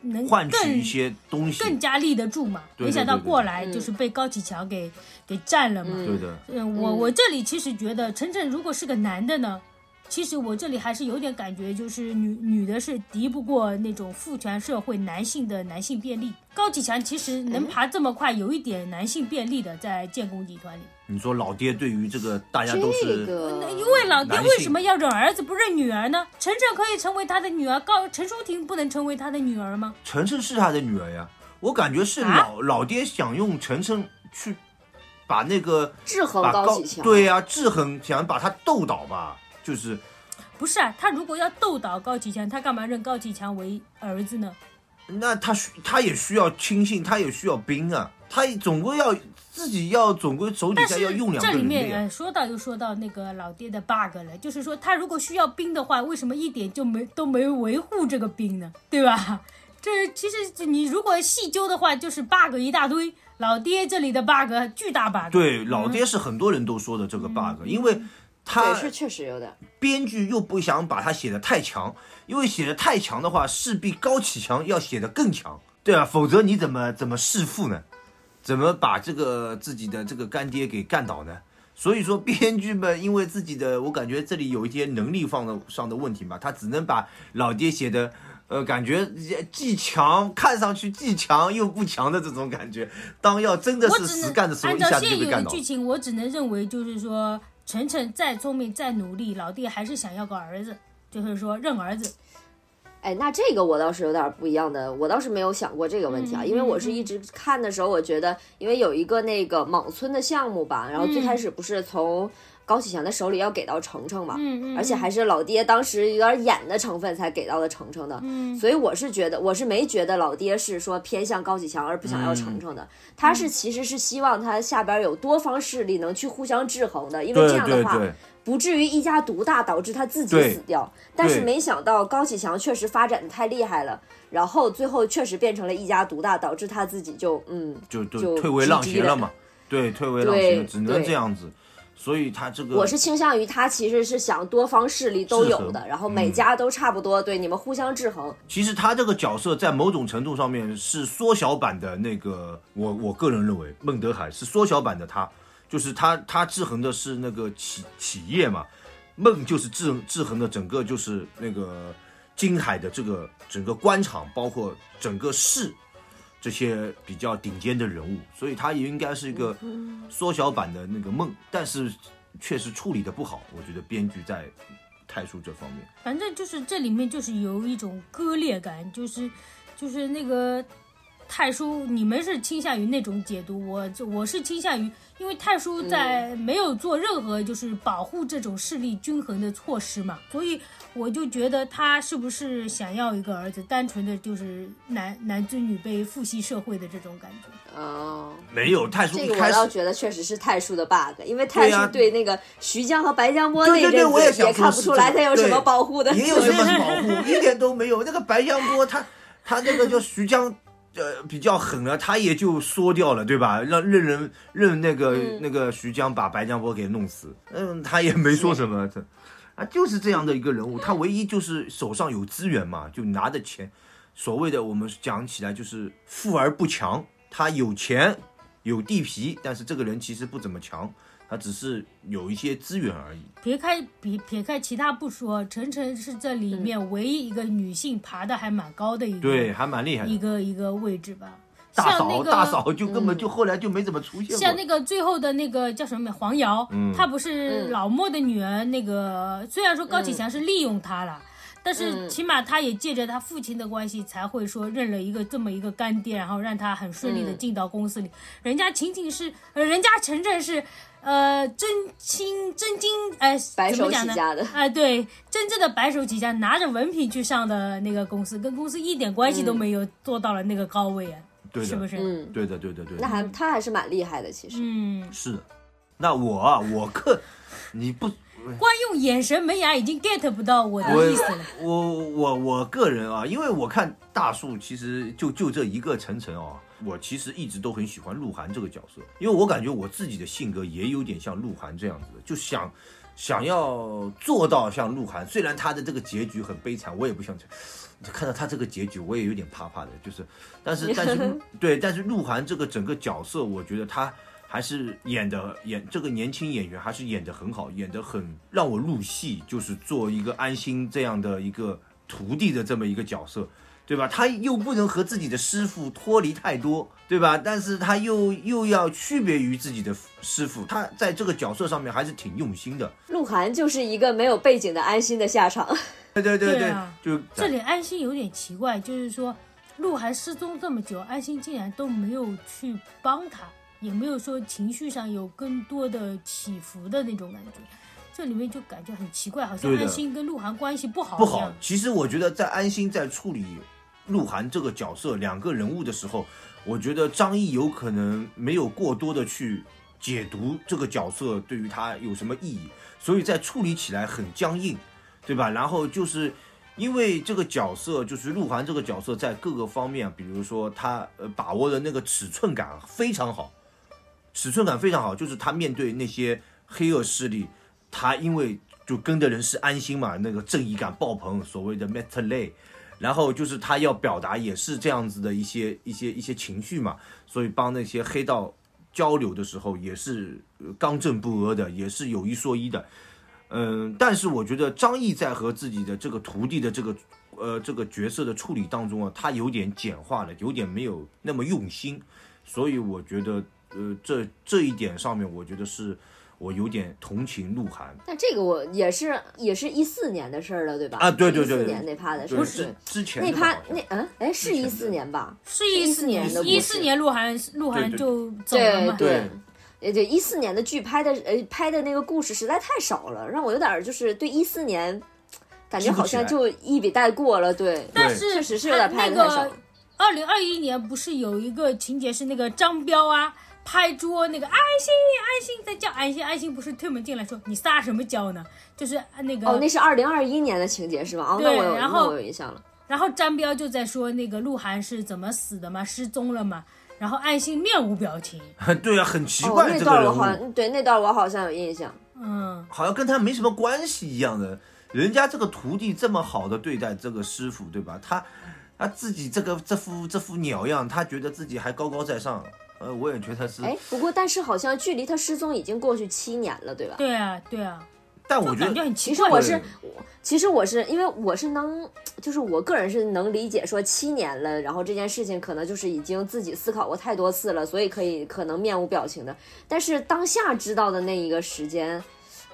Speaker 3: 能
Speaker 2: 换取
Speaker 3: 更
Speaker 2: 一些东西，
Speaker 3: 更加立得住嘛。
Speaker 2: 对对
Speaker 3: 没想到
Speaker 2: 对对
Speaker 3: 过来
Speaker 1: 嗯
Speaker 3: 就是被高启强给给占了嘛。
Speaker 2: 对的，
Speaker 3: 嗯，我
Speaker 1: 嗯
Speaker 3: 我这里其实觉得晨晨如果是个男的呢，其实我这里还是有点感觉，就是女女的是敌不过那种父权社会男性的男性便利。高启强其
Speaker 2: 嗯
Speaker 3: 实能爬这么快，有一点男性便利的，在建工集团里。
Speaker 2: 你说老爹对于这个大家都
Speaker 1: 这
Speaker 2: 是
Speaker 1: 个
Speaker 3: 因为老爹
Speaker 2: 呃男性
Speaker 3: 为什么要忍儿子不认女儿呢？晨晨可以成为他的女儿，高陈淑婷不能成为他的女儿吗？
Speaker 2: 晨晨是他的女儿呀，我感觉是
Speaker 3: 啊
Speaker 2: 老老爹想用晨晨去把那个
Speaker 1: 制衡
Speaker 2: 把
Speaker 1: 高
Speaker 2: 高
Speaker 1: 启强，
Speaker 2: 对呀、制衡想把他斗倒吧，就是
Speaker 3: 不是啊，他如果要斗倒高启强，他干嘛认高启强为儿子呢？
Speaker 2: 那他需他也需要亲信，他也需要兵啊，他总归要自己要总归手底
Speaker 3: 但
Speaker 2: 下
Speaker 3: 是
Speaker 2: 要用两个
Speaker 3: 这里
Speaker 2: 人的
Speaker 3: 面
Speaker 2: 呀。
Speaker 3: 呃说到又说到那个老爹的 bug 了，就是说他如果需要兵的话，为什么一点就没都没维护这个兵呢？对吧？这其实你如果细究的话，就是 bug 一大堆。老爹这里的 bug 巨大 bug。
Speaker 2: 对，
Speaker 3: 嗯
Speaker 2: 老爹是很多人都说的这个 bug，、因为他
Speaker 1: 对是确实有点。
Speaker 2: 编剧又不想把他写的太强，因为写的太强的话，势必高启强要写的更强，对啊，否则你怎么怎么弑父呢？怎么把这个自己的这个干爹给干倒呢？所以说，编剧们因为自己的，我感觉这里有一些能力放的上的问题嘛，他只能把老爹写的，呃，感觉既强，看上去既强又不强的这种感觉。当要真的
Speaker 3: 我
Speaker 2: 是
Speaker 3: 只
Speaker 2: 实
Speaker 3: 能
Speaker 2: 干的时候，
Speaker 3: 按
Speaker 2: 一
Speaker 3: 照
Speaker 2: 下子
Speaker 3: 现
Speaker 2: 就
Speaker 3: 有
Speaker 2: 被
Speaker 3: 的
Speaker 2: 干倒
Speaker 3: 剧。情，我只能认为就是说，晨晨再聪明再努力，老爹还是想要个儿子，就是说认儿子。
Speaker 1: 哎，那这个我倒是有点不一样的，我倒是没有想过这个问题啊，
Speaker 3: 嗯
Speaker 1: 因为我是一直看的时候，我觉得，因为有一个那个莽村的项目吧，然后最开始不是从、高启强的手里要给到程程嘛，
Speaker 3: 嗯嗯，
Speaker 1: 而且还是老爹当时有点演的成分才给到了程程的，
Speaker 3: 嗯
Speaker 1: 所以我是觉得我是没觉得老爹是说偏向高启强而不想要程程的，
Speaker 3: 嗯
Speaker 1: 他是其实是希望他下边有多方势力能去互相制衡的，因为
Speaker 2: 对
Speaker 1: 这样的
Speaker 2: 对
Speaker 1: 话
Speaker 2: 对，
Speaker 1: 不至于一家独大导致他自己
Speaker 2: 对
Speaker 1: 死掉。但是
Speaker 2: 对
Speaker 1: 没想到高启强确实发展的太厉害了，然后最后确实变成了一家独大，导致他自己就嗯，
Speaker 2: 就就
Speaker 1: 就
Speaker 2: 退为浪形了嘛，对，退为浪形了，
Speaker 1: 对
Speaker 2: 只能这样子。所以他这个
Speaker 1: 我是倾向于他其实是想多方势力都有
Speaker 2: 制
Speaker 1: 的，
Speaker 2: 衡嗯
Speaker 1: 然后每家都差不多，对你们互相制衡。
Speaker 2: 其实他这个角色在某种程度上面是缩小版的那个，我我个人认为孟德海是缩小版的他，就是他他制衡的是那个企企业嘛，孟就是制制衡的整个就是那个金海的这个整个官场，包括整个市这些比较顶尖的人物，所以他也应该是一个缩小版的那个孟，但是确实处理的不好，我觉得编剧在太叔这方面。
Speaker 3: 反正就是这里面就是有一种割裂感，就是就是那个太叔，你们是倾向于那种解读，我我是倾向于，因为太叔在没有做任何就是保护这种势力均衡的措施嘛，所以我就觉得他是不是想要一个儿子，单纯的就是男男尊女卑、父系社会的这种感觉。
Speaker 1: 哦，
Speaker 2: 没有，太叔
Speaker 1: 这
Speaker 2: 一
Speaker 1: 个我
Speaker 2: 开始
Speaker 1: 倒觉得确实是太叔的 bug，因为太
Speaker 2: 对呀
Speaker 1: 叔对那个徐江和白江波那
Speaker 2: 对
Speaker 1: 一阵
Speaker 2: 对
Speaker 1: 子
Speaker 2: 对，我也想
Speaker 1: 看
Speaker 2: 说
Speaker 1: 不
Speaker 2: 是
Speaker 1: 出来
Speaker 2: 这
Speaker 1: 他
Speaker 2: 个
Speaker 1: 有什
Speaker 2: 对
Speaker 1: 么保护的，
Speaker 2: 也有什么保护，一点都没有。那个白香波他他那个叫徐江，呃，比较狠了，他也就缩掉了，对吧？让任人任那个、
Speaker 1: 嗯
Speaker 2: 那个徐江把白香波给弄死，嗯，他也没说什么，他啊就是这样的一个人物，他唯一就是手上有资源嘛，就拿着钱，所谓的我们讲起来就是富而不强，他有钱有地皮，但是这个人其实不怎么强。他只是有一些资源而已，
Speaker 3: 撇开撇撇开其他不说，晨晨是这里面唯一一个女性爬的还蛮高的一个
Speaker 2: 对，还蛮厉害的。
Speaker 3: 一个一个位置吧。
Speaker 2: 嗯大
Speaker 3: 嗯像
Speaker 2: 嫂，
Speaker 3: 那个嗯
Speaker 2: 大嫂就根本就后来就没怎么出现过。
Speaker 3: 像那个最后的那个叫什么黄瑶，
Speaker 2: 嗯
Speaker 3: 她不
Speaker 1: 嗯
Speaker 3: 是老莫的女儿。那个虽然说高启强是利用她了，
Speaker 1: 嗯
Speaker 3: 但是起码她也借着她父亲的关系，才会说认了一个这么一个干爹，然后让她很顺利
Speaker 1: 嗯
Speaker 3: 的进到公司里。人家仅仅是，呃人家陈正是，呃，真亲真金，哎、
Speaker 1: 白
Speaker 3: 怎
Speaker 1: 手
Speaker 3: 么讲
Speaker 1: 起
Speaker 3: 呢？
Speaker 1: 家的。
Speaker 3: 哎，对，真正的白手起家，拿着文凭去上的那个公司，跟公司一点关系都没有，做到了那个高位啊，
Speaker 2: 对的，
Speaker 3: 是不是？
Speaker 1: 嗯，
Speaker 2: 对的，对的，对
Speaker 1: 那
Speaker 2: 的，
Speaker 1: 还他还是蛮厉害的，其实。
Speaker 3: 嗯，
Speaker 2: 是的。那我啊，我个，你不，
Speaker 3: 光用眼神门牙已经 get 不到我的意思了
Speaker 2: 我。我我我个人啊，因为我看大树其实就就这一个晨晨哦，我其实一直都很喜欢鹿晗这个角色，因为我感觉我自己的性格也有点像鹿晗这样子的，就想想要做到像鹿晗，虽然他的这个结局很悲惨，我也不想看到他这个结局，我也有点怕怕的，就是，但是但是对，但是鹿 晗这个整个角色，我觉得他还是演的演这个年轻演员还是演的很好，演的很让我入戏，就是做一个安心这样的一个徒弟的这么一个角色，对吧？他又不能和自己的师傅脱离太多，对吧？但是他又又要区别于自己的师傅，他在这个角色上面还是挺用心的。
Speaker 1: 鹿晗就是一个没有背景的安心的下场，
Speaker 2: 对对对
Speaker 3: 对啊
Speaker 2: 就
Speaker 3: 这里安心有点奇怪，就是说鹿晗失踪这么久，安心竟然都没有去帮他，也没有说情绪上有更多的起伏的那种感觉。这里面就感觉很奇怪，好像
Speaker 2: 对的
Speaker 3: 安心跟鹿晗关系不好
Speaker 2: 不
Speaker 3: 一
Speaker 2: 好
Speaker 3: 样。。
Speaker 2: 其实我觉得在安心在处理鹿晗这个角色两个人物的时候，我觉得张译有可能没有过多的去解读这个角色对于他有什么意义，所以在处理起来很僵硬，对吧？然后就是。因为这个角色就是鹿晗这个角色，在各个方面，比如说他呃把握的那个尺寸感非常好，尺寸感非常好，就是他面对那些黑恶势力，他因为就跟的人是安心嘛，那个正义感爆棚，所谓的 metal lay，然后就是他要表达也是这样子的一些一些一些情绪嘛，所以帮那些黑道交流的时候也是呃刚正不阿的，也是有一说一的。嗯，但是我觉得张译在和自己的这个徒弟的这个呃这个角色的处理当中啊，他有点简化了，有点没有那么用心，所以我觉得呃这这一点上面，我觉得是我有点同情鹿晗。
Speaker 1: 但这个我也是也是一四年的事儿了，对吧？
Speaker 2: 啊对对
Speaker 1: 一
Speaker 2: 对
Speaker 1: 四
Speaker 2: 对
Speaker 1: 年那趴的事
Speaker 2: 对
Speaker 1: 儿，
Speaker 2: 之
Speaker 1: 对
Speaker 2: 之前
Speaker 1: 那
Speaker 2: 的
Speaker 1: 趴
Speaker 2: 吧好像
Speaker 1: 那嗯哎是
Speaker 2: 之前
Speaker 1: 一
Speaker 2: 的
Speaker 1: 四年吧？
Speaker 3: 是一四
Speaker 1: 14年的故
Speaker 3: 一
Speaker 1: 事
Speaker 3: 四年鹿晗鹿晗
Speaker 2: 对对
Speaker 3: 就走了
Speaker 1: 对
Speaker 3: 嘛。
Speaker 2: 对
Speaker 1: 呃，对一四年的剧拍的呃拍的那个故事实在太少了，让我有点儿就是对一四年感觉
Speaker 2: 记不
Speaker 1: 好
Speaker 2: 起
Speaker 1: 像
Speaker 2: 来
Speaker 1: 就一笔带过了，对，
Speaker 3: 但
Speaker 2: 对
Speaker 3: 是
Speaker 1: 确实是有
Speaker 3: 他
Speaker 1: 点拍
Speaker 3: 那
Speaker 1: 得太少
Speaker 3: 个二零二一年不是有一个情节是那个张彪啊拍桌那个安心安心在叫安心安心不是推门进来说你撒什么娇呢？就是那个、
Speaker 1: 哦，那是二零二一年的情节是吧？哦，那
Speaker 3: 对
Speaker 1: 我有
Speaker 3: 然
Speaker 1: 那
Speaker 3: 后
Speaker 1: 我有印象了。
Speaker 3: 然后张彪就在说那个鹿晗是怎么死的嘛，失踪了嘛，然后安心面无表情，
Speaker 2: 对啊，很奇
Speaker 1: 哦，
Speaker 2: 怪、
Speaker 1: 那
Speaker 2: 这个
Speaker 1: 段
Speaker 2: 人
Speaker 1: 我
Speaker 2: 物
Speaker 1: 好，像对那段我好像有印象。
Speaker 3: 嗯，
Speaker 2: 好像跟他没什么关系一样的。人家这个徒弟这么好的对待这个师傅，对吧？他他自己这个这副这副鸟样，他觉得自己还高高在上。呃，我也觉得是，
Speaker 1: 哎，不过但是好像距离他失踪已经过去七年了，对吧？
Speaker 3: 对啊对啊，
Speaker 2: 但
Speaker 3: 就
Speaker 2: 我觉
Speaker 3: 感觉
Speaker 2: 得
Speaker 3: 很
Speaker 1: 其
Speaker 3: 奇
Speaker 1: 实
Speaker 3: 怪。
Speaker 1: 我是，我其实我是因为我是能，就是我个人是能理解说七年了，然后这件事情可能就是已经自己思考过太多次了，所以可以可能面无表情的。但是当下知道的那一个时间，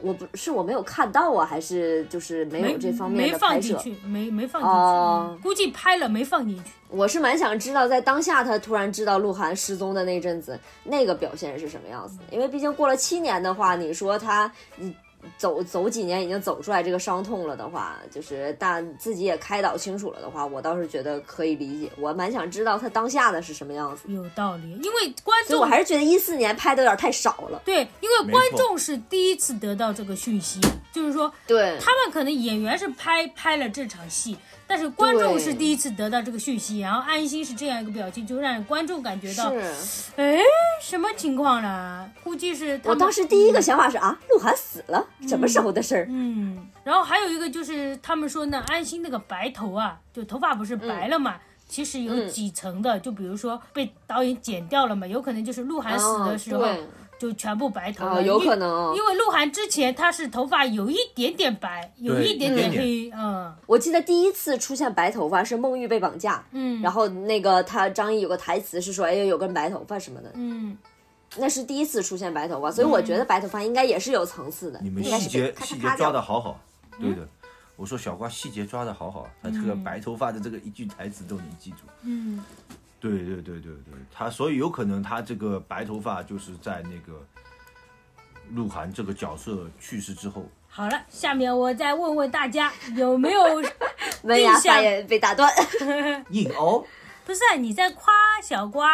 Speaker 1: 我不是我没有看到啊，还是就是没
Speaker 3: 没
Speaker 1: 有这方面
Speaker 3: 没
Speaker 1: 的
Speaker 3: 放
Speaker 1: 拍
Speaker 3: 进
Speaker 1: 摄？
Speaker 3: 去，没没放进去，
Speaker 1: 哦
Speaker 3: 嗯估计拍了没放进去。
Speaker 1: 我是蛮想知道，在当下他突然知道鹿晗失踪的那阵子，那个表现是什么样子的？因为毕竟过了七年的话，你说他你走走几年已经走出来这个伤痛了的话，就是但自己也开导清楚了的话，我倒是觉得可以理解。我蛮想知道他当下的是什么样子，
Speaker 3: 有道理，因为观
Speaker 1: 所以我
Speaker 3: 众
Speaker 1: 还是觉得一四年拍的有点太少了。
Speaker 3: 对，因为
Speaker 2: 没
Speaker 3: 观
Speaker 2: 错
Speaker 3: 众是第一次得到这个讯息，就是说
Speaker 1: 对，
Speaker 3: 他们可能演员是拍拍了这场戏，但是观众是第一次得到这个讯息，然后安心是这样一个表情，就让观众感觉到，
Speaker 1: 是
Speaker 3: 哎，什么情况啦？估计是
Speaker 1: 我
Speaker 3: 他们
Speaker 1: 当时第一个想法是啊，鹿晗死了，什么时候的事儿？
Speaker 3: 嗯，然后还有一个就是他们说呢，安心那个白头啊，就头发不是白了嘛。其实有
Speaker 1: 嗯
Speaker 3: 几层的，就比如说被导演剪掉了嘛，有可能就是鹿晗嗯死的
Speaker 1: 哦
Speaker 3: 时候
Speaker 1: 对
Speaker 3: 就全部白头
Speaker 1: 啊、
Speaker 3: 了，
Speaker 1: 有
Speaker 3: 因为
Speaker 1: 可能哦、
Speaker 3: 因为鹿晗之前他是头发有一点点白，有
Speaker 2: 对
Speaker 3: 一点
Speaker 2: 一点
Speaker 3: 黑，嗯
Speaker 1: 我记得第一次出现白头发是孟玉被绑架，
Speaker 3: 嗯
Speaker 1: 然后那个他张译有个台词是说，哎，有根白头发什么的，
Speaker 3: 嗯，
Speaker 1: 那是第一次出现白头发，所以我觉得白头发应该也是有层次的。
Speaker 2: 你们
Speaker 1: 应该是
Speaker 2: 细
Speaker 1: 嗯
Speaker 2: 节
Speaker 1: 咔咔
Speaker 2: 细节
Speaker 1: 咔
Speaker 2: 抓
Speaker 1: 掉
Speaker 2: 的好好，对的。我说小瓜细节抓的好好，啊他这
Speaker 1: 嗯
Speaker 2: 个白头发的这个一句台词都能记住。
Speaker 3: 嗯，
Speaker 2: 对对对对对，他所以有可能他这个白头发就是在那个鹿晗这个角色去世之后，
Speaker 3: 好了，下面我再问问大家有 没有
Speaker 1: 门牙
Speaker 3: 印象
Speaker 1: 发言被打断。 嗯
Speaker 2: 硬凹。
Speaker 3: 不是啊你在夸小瓜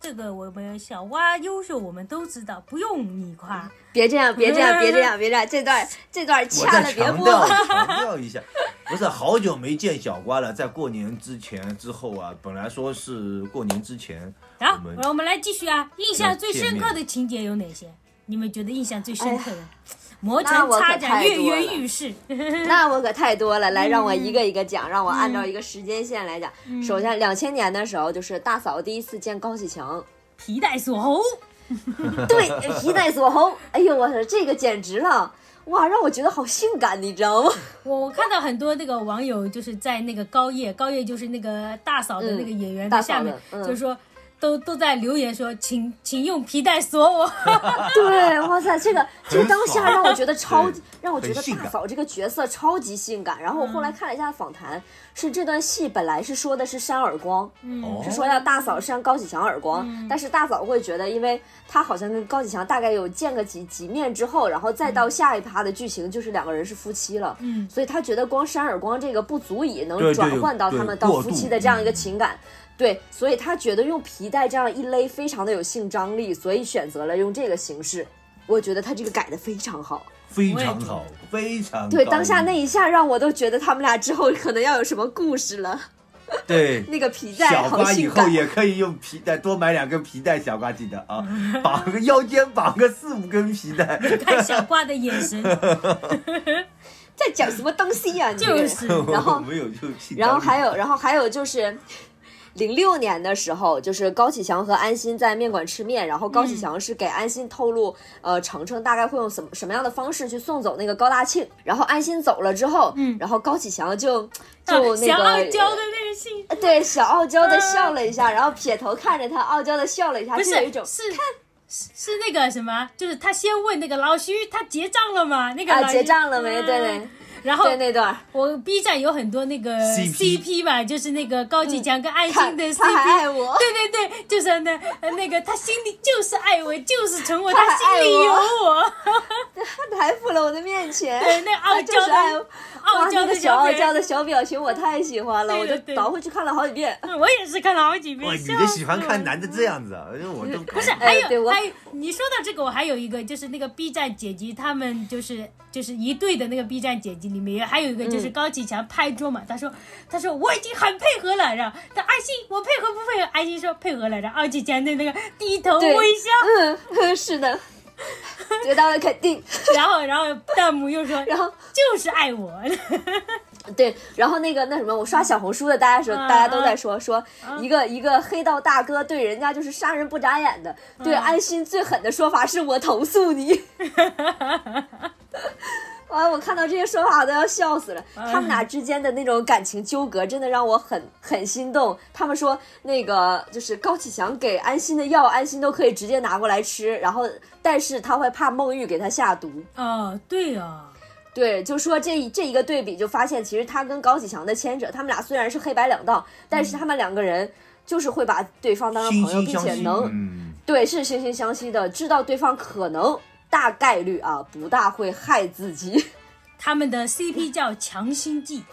Speaker 3: 这个我们小瓜优秀，我们都知道，不用你夸。
Speaker 1: 别这样，别这样，别这样，别这样，这 段这段
Speaker 2: 我
Speaker 1: 掐了
Speaker 2: 再
Speaker 1: 别
Speaker 2: 强
Speaker 1: 播。
Speaker 2: 调强调一下，不是好久没见小瓜了，在过年之前之后啊，本来说是过年之前
Speaker 3: 然
Speaker 2: 我
Speaker 3: 后
Speaker 2: 们
Speaker 3: 我们来继续啊，印
Speaker 2: 要
Speaker 3: 象最
Speaker 2: 见
Speaker 3: 深刻
Speaker 2: 面
Speaker 3: 的情节有哪些？你们觉得印象最深
Speaker 1: 哎呀
Speaker 3: 刻的？磨
Speaker 1: 那
Speaker 3: 城
Speaker 1: 我可
Speaker 3: 擦展，
Speaker 1: 太
Speaker 3: 跃
Speaker 1: 多
Speaker 3: 跃
Speaker 1: 了
Speaker 3: 欲试。
Speaker 1: 那我可太多了，来让
Speaker 3: 嗯
Speaker 1: 我一个一个讲，让我按照一个时间线来讲。首先，两千年的时候，就是大嫂第一次见高启 强，
Speaker 3: 皮带锁喉，
Speaker 1: 对，皮带锁喉。哎呦，我操，这个简直了，哇，让我觉得好性感，你知道吗？
Speaker 3: 我我看到很多那个网友就是在那个高叶，高叶就是那个大嫂的那个演员
Speaker 1: 嗯
Speaker 3: 在
Speaker 1: 大嫂
Speaker 3: 下面，
Speaker 1: 的嗯
Speaker 3: 就是说都都在留言说，请请用皮带锁我。
Speaker 1: 对，哇塞，这个这个
Speaker 2: 很
Speaker 1: 当下
Speaker 2: 爽
Speaker 1: 让我觉得超级
Speaker 2: 对，
Speaker 1: 让我觉得
Speaker 2: 很性
Speaker 1: 大
Speaker 2: 感
Speaker 1: 嫂这个角色超级性感。然后我后来看了一下访谈，是这段戏本来是说的是扇耳光，
Speaker 2: 哦
Speaker 1: 是说要大嫂扇高启强耳光，但是大嫂会觉得，因为她好像跟高启强大概有见个几几面之后，然后再到下一趴的剧情就是两个人是夫妻了，
Speaker 3: 嗯
Speaker 1: 所以她觉得光扇耳光这个不足以能
Speaker 2: 对
Speaker 1: 转
Speaker 2: 对
Speaker 1: 换到
Speaker 2: 对
Speaker 1: 他们到
Speaker 2: 过
Speaker 1: 夫
Speaker 2: 渡
Speaker 1: 妻的这样一个
Speaker 2: 嗯
Speaker 1: 情感。对，所以她觉得用皮带这样一勒非常的有性张力，所以选择了用这个形式。我觉得她这个改的非常好，
Speaker 2: 非常好，非常
Speaker 1: 对
Speaker 2: 高
Speaker 1: 当下那
Speaker 2: 明
Speaker 1: 一下让我都觉得他们俩之后可能要有什么故事了。
Speaker 2: 对
Speaker 1: 那个皮带
Speaker 2: 小
Speaker 1: 好
Speaker 2: 瓜以
Speaker 1: 性
Speaker 2: 后
Speaker 1: 感，
Speaker 2: 也可以用皮带，多买两根皮带。小瓜记得啊，绑个腰间绑个四五根皮带。
Speaker 3: 看小瓜的眼 神，
Speaker 1: 在讲什么东西呀、你这个
Speaker 3: 就
Speaker 1: 人
Speaker 3: 是
Speaker 1: 嗯然后
Speaker 2: 我没有就性
Speaker 1: 然后
Speaker 2: 张力
Speaker 1: 还有，然后还有就是，零六年的时候，就是高启强和安心在面馆吃面，然后
Speaker 3: 嗯
Speaker 1: 高启强是给安心透露，呃，程程大概会用什么什么样的方式去送走那个高大庆，然后安心走了之后，
Speaker 3: 嗯
Speaker 1: 然后高启强就
Speaker 3: 啊
Speaker 1: 就那个
Speaker 3: 小傲娇的那个性，
Speaker 1: 对小傲娇的笑了一下，然后撇头看着他，傲娇的笑了一下，
Speaker 3: 不
Speaker 1: 就是有一种
Speaker 3: 是是是那个什么，就是他先问那个老徐他结账了吗？那个
Speaker 1: 啊
Speaker 3: 老徐嗯
Speaker 1: 结账了没？对对。，
Speaker 3: 然后
Speaker 1: 对那段儿，
Speaker 3: 我 B 站有很多那个
Speaker 2: CP
Speaker 3: CP 吧，就是那个高启强跟安
Speaker 1: 看
Speaker 3: 心的
Speaker 1: 他还
Speaker 3: CP。
Speaker 1: 爱我，
Speaker 3: 对对对，就是那呃那个他心里就是爱我，就是宠我，
Speaker 1: 他还
Speaker 3: 他心里
Speaker 1: 爱我
Speaker 3: 有我。
Speaker 1: 他还附了我的面前，
Speaker 3: 对，那傲
Speaker 1: 他就
Speaker 3: 娇
Speaker 1: 是啊爱我
Speaker 3: 的傲
Speaker 1: 哇
Speaker 3: 娇
Speaker 1: 那
Speaker 3: 的
Speaker 1: 个小傲
Speaker 3: 表
Speaker 1: 娇的小表情，我太喜欢了，
Speaker 3: 对
Speaker 1: 我
Speaker 3: 对
Speaker 1: 就
Speaker 3: 对
Speaker 1: 倒回去看了好几遍。
Speaker 3: 嗯我也是看了好几遍。
Speaker 2: 哇，
Speaker 3: 笑
Speaker 2: 女的喜欢
Speaker 3: 死我
Speaker 2: 看
Speaker 3: 了
Speaker 2: 男的这样子啊，因为我都不
Speaker 3: 不是，还
Speaker 1: 哎
Speaker 3: 有、
Speaker 1: 对我
Speaker 3: 还有，你说到这个，我还有一个，就是那个 B 站剪辑，他们就是就是一对的那个 B 站剪辑里面，还有一个就是
Speaker 1: 嗯
Speaker 3: 高启强拍桌嘛，他说他说我已经很配合了，然后他安心我配合不配合？安心说配合了，然后高启强的那个低头
Speaker 1: 对
Speaker 3: 微笑，
Speaker 1: 嗯，是的，得到了肯定。
Speaker 3: 然后然后弹幕又 说，
Speaker 1: 然后
Speaker 3: 就是爱我，
Speaker 1: 对，然后那个那什么，我刷小红书的，大家说，
Speaker 3: 嗯
Speaker 1: 大家都在说说一个一个黑道大哥对人家就是杀人不眨眼的，对
Speaker 3: 嗯
Speaker 1: 安心最狠的说法是我投诉你。 啊！我看到这些说法我都要笑死了。
Speaker 3: 嗯
Speaker 1: 他们俩之间的那种感情纠葛，真的让我很很心动。他们说那个就是高启强给安心的药，安心都可以直接拿过来吃，然后但是他会怕孟玉给他下毒。
Speaker 3: 哦，对哦，
Speaker 1: 对，就说这一这一个对比，就发现其实他跟高启强的牵扯，他们俩虽然是黑白两道，但是他们两个人就是会把对方当成
Speaker 2: 嗯惺
Speaker 1: 朋友，
Speaker 2: 惺
Speaker 1: 并
Speaker 2: 相
Speaker 1: 且
Speaker 2: 惜，
Speaker 1: 能、
Speaker 2: 嗯，
Speaker 1: 对是惺惺相惜的，知道对方可能大概率啊不大会害自 己。
Speaker 3: 他们的 CP 叫强心剂，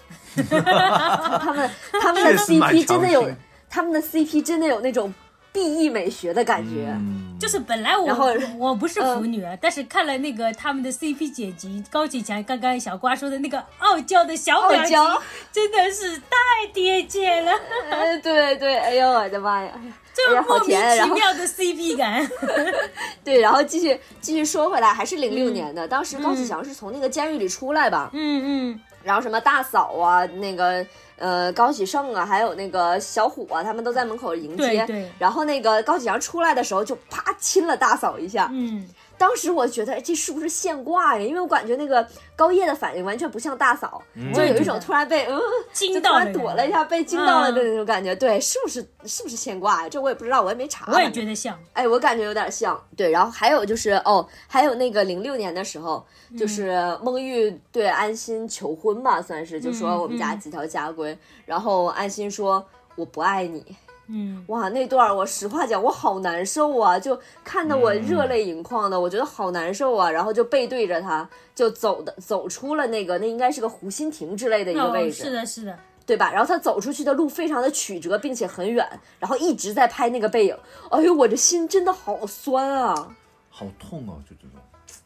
Speaker 1: 他们他们
Speaker 2: 确
Speaker 1: 的
Speaker 2: 实蛮
Speaker 1: CP 真的有
Speaker 2: 强行，
Speaker 1: 他们的 CP 真的有那种 BE 美学的感觉。
Speaker 2: 嗯
Speaker 3: 就是本来我
Speaker 1: 然后嗯
Speaker 3: 我不是腐女，但是看了那个他们的 CP 剪辑，高启强刚刚小瓜说的那个傲娇的小表情
Speaker 1: 傲娇，
Speaker 3: 真的是太贴切了，
Speaker 1: 哎，对对，哎呦我的妈呀！哎
Speaker 3: 这
Speaker 1: 呀
Speaker 3: 莫
Speaker 1: 好
Speaker 3: 名
Speaker 1: 甜然
Speaker 3: 其
Speaker 1: 后
Speaker 3: 妙的 CP 感。
Speaker 1: 对，然后继续继续说回来，还是零
Speaker 2: 嗯
Speaker 1: 六年的，当时高启强是从那个监狱里出来吧？
Speaker 3: 嗯嗯，
Speaker 1: 然后什么大嫂啊，那个呃高启盛啊，还有那个小虎啊，他们都在门口迎接。
Speaker 3: 对对
Speaker 1: 然后那个高启强出来的时候，就啪亲了大嫂一下。
Speaker 3: 嗯，
Speaker 1: 当时我觉得哎这是不是现挂呀？因为我感觉那个高叶的反应完全不像大嫂，就有一种突然被嗯
Speaker 3: 惊
Speaker 1: 就
Speaker 3: 到
Speaker 1: 突
Speaker 3: 了
Speaker 1: 然
Speaker 3: 人
Speaker 1: 躲了一，下，被惊到了的
Speaker 3: 嗯
Speaker 1: 那种感觉。对，是不是是不是现挂呀？这我也不知道，我也没查。
Speaker 3: 我也
Speaker 1: 反正
Speaker 3: 觉得像，
Speaker 1: 哎，我感觉有点像，对。然后还有就是，哦，还有那个零六年的时候，
Speaker 3: 嗯
Speaker 1: 就是孟玉对安心求婚吧，算是就
Speaker 3: 嗯
Speaker 1: 说我们家几条家规，然后安心说我不爱你，
Speaker 3: 嗯，
Speaker 1: 哇，那段儿我实话讲，我好难受啊，就看得我
Speaker 3: 嗯
Speaker 1: 热泪盈眶的，我觉得好难受啊。然后就背对着他，就走的走出了那个，那应该是个湖心亭之类的一个
Speaker 3: 哦，
Speaker 1: 位
Speaker 3: 是
Speaker 1: 置，
Speaker 3: 的，是的，
Speaker 1: 对吧？然后他走出去的路非常的曲折，并且很远，然后一直在拍那个背影。哎呦，我这心真的好酸啊！
Speaker 2: 好痛哦，就这种。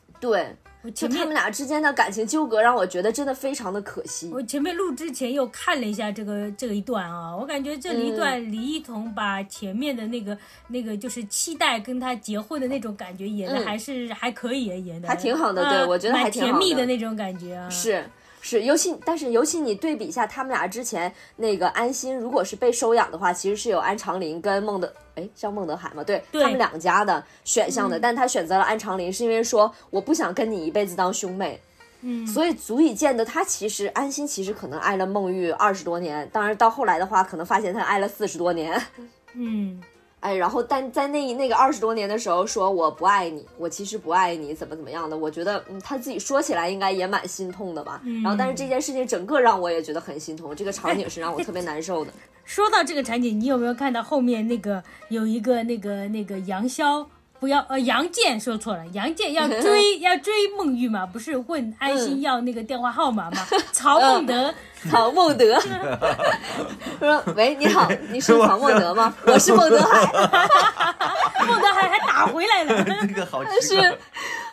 Speaker 1: 对，
Speaker 3: 我
Speaker 1: 就
Speaker 3: 前
Speaker 1: 他
Speaker 3: 面
Speaker 1: 们俩之间的感情纠葛，让我觉得真的非常的可惜。
Speaker 3: 我前面录之前又看了一下这个这个一段啊，我感觉这一段
Speaker 1: 嗯
Speaker 3: 李一桐把前面的那个那个就是期待跟他结婚的那种感觉演的
Speaker 1: 嗯
Speaker 3: 还是、还可以，演的
Speaker 1: 还挺好的
Speaker 3: 呃
Speaker 1: 对我觉得还
Speaker 3: 蛮
Speaker 1: 挺好
Speaker 3: 甜
Speaker 1: 的
Speaker 3: 蜜的那种感觉啊。
Speaker 1: 是是，尤其但是尤其你对比一下他们俩之前那个安心，如果是被收养的话，其实是有安长林跟孟德，哎，叫孟德海吗？对
Speaker 3: 对嗯
Speaker 1: 他们两家的选项的，但他选择了安长林，是因为说我不想跟你一辈子当兄妹。
Speaker 3: 嗯
Speaker 1: 所以足以见得，他其实安心其实可能爱了孟玉二十多年，当然到后来的话，可能发现他爱了四十多年。
Speaker 3: 嗯，
Speaker 1: 哎，然后但在那那个二十多年的时候，说我不爱你，我其实不爱你，怎么怎么样的，我觉得嗯，他自己说起来应该也蛮心痛的吧。然后，但是这件事情整个让我也觉得很心痛，这个场景是让我特别难受的。
Speaker 3: 说到这个场景，你有没有看到后面那个有一个那个那个杨逍？不要，呃，杨建说错了，杨建要追 要追孟玉嘛，不是问安
Speaker 1: 嗯
Speaker 3: 心要那个电话 号码嘛？曹孟德
Speaker 1: 曹孟德说：“喂，你好，你是曹孟德吗？我是孟德海。
Speaker 3: 孟德还还打回来了，
Speaker 2: 这个好”奇
Speaker 1: 是
Speaker 2: 怪，，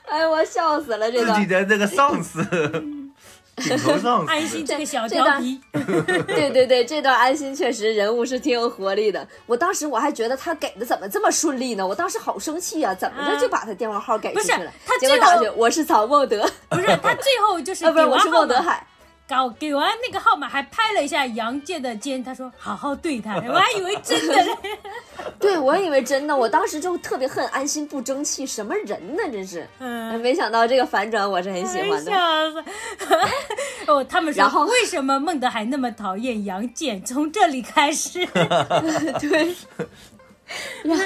Speaker 1: 哎，我笑死了这
Speaker 2: 自
Speaker 1: 段
Speaker 2: 己。的那个 上司，顶头上
Speaker 3: 安
Speaker 2: 司
Speaker 3: 心，这个小
Speaker 1: 这
Speaker 3: 调
Speaker 1: 段
Speaker 3: 皮，
Speaker 1: 对对对，这段安心确实人物是挺有活力的。我当时我还觉得他给的怎么这么顺利呢？我当时好生气啊，怎么着就把他电话号给出去
Speaker 3: 不
Speaker 1: 了
Speaker 3: 是？他
Speaker 1: 结果
Speaker 3: 最
Speaker 1: 打
Speaker 3: 后
Speaker 1: 去，我是曹孟德，啊
Speaker 3: 不是他最后就是
Speaker 1: 不是
Speaker 3: 给
Speaker 1: 我
Speaker 3: 完
Speaker 1: 是
Speaker 3: 号
Speaker 1: 孟德
Speaker 3: 码，
Speaker 1: 海。
Speaker 3: 搞给完那个号码还拍了一下杨建的肩，他说好好 对他，我还以为真的嘞。啊
Speaker 1: 对，我以为真的，我当时就特别恨安心不争气，什么人呢？真是，
Speaker 3: 嗯，
Speaker 1: 没想到这个反转我是很喜欢的。
Speaker 3: 笑 死！哦，他们
Speaker 1: 然后
Speaker 3: 说为什 么孟德海那么讨厌杨建？从这里开始，
Speaker 1: 对，然后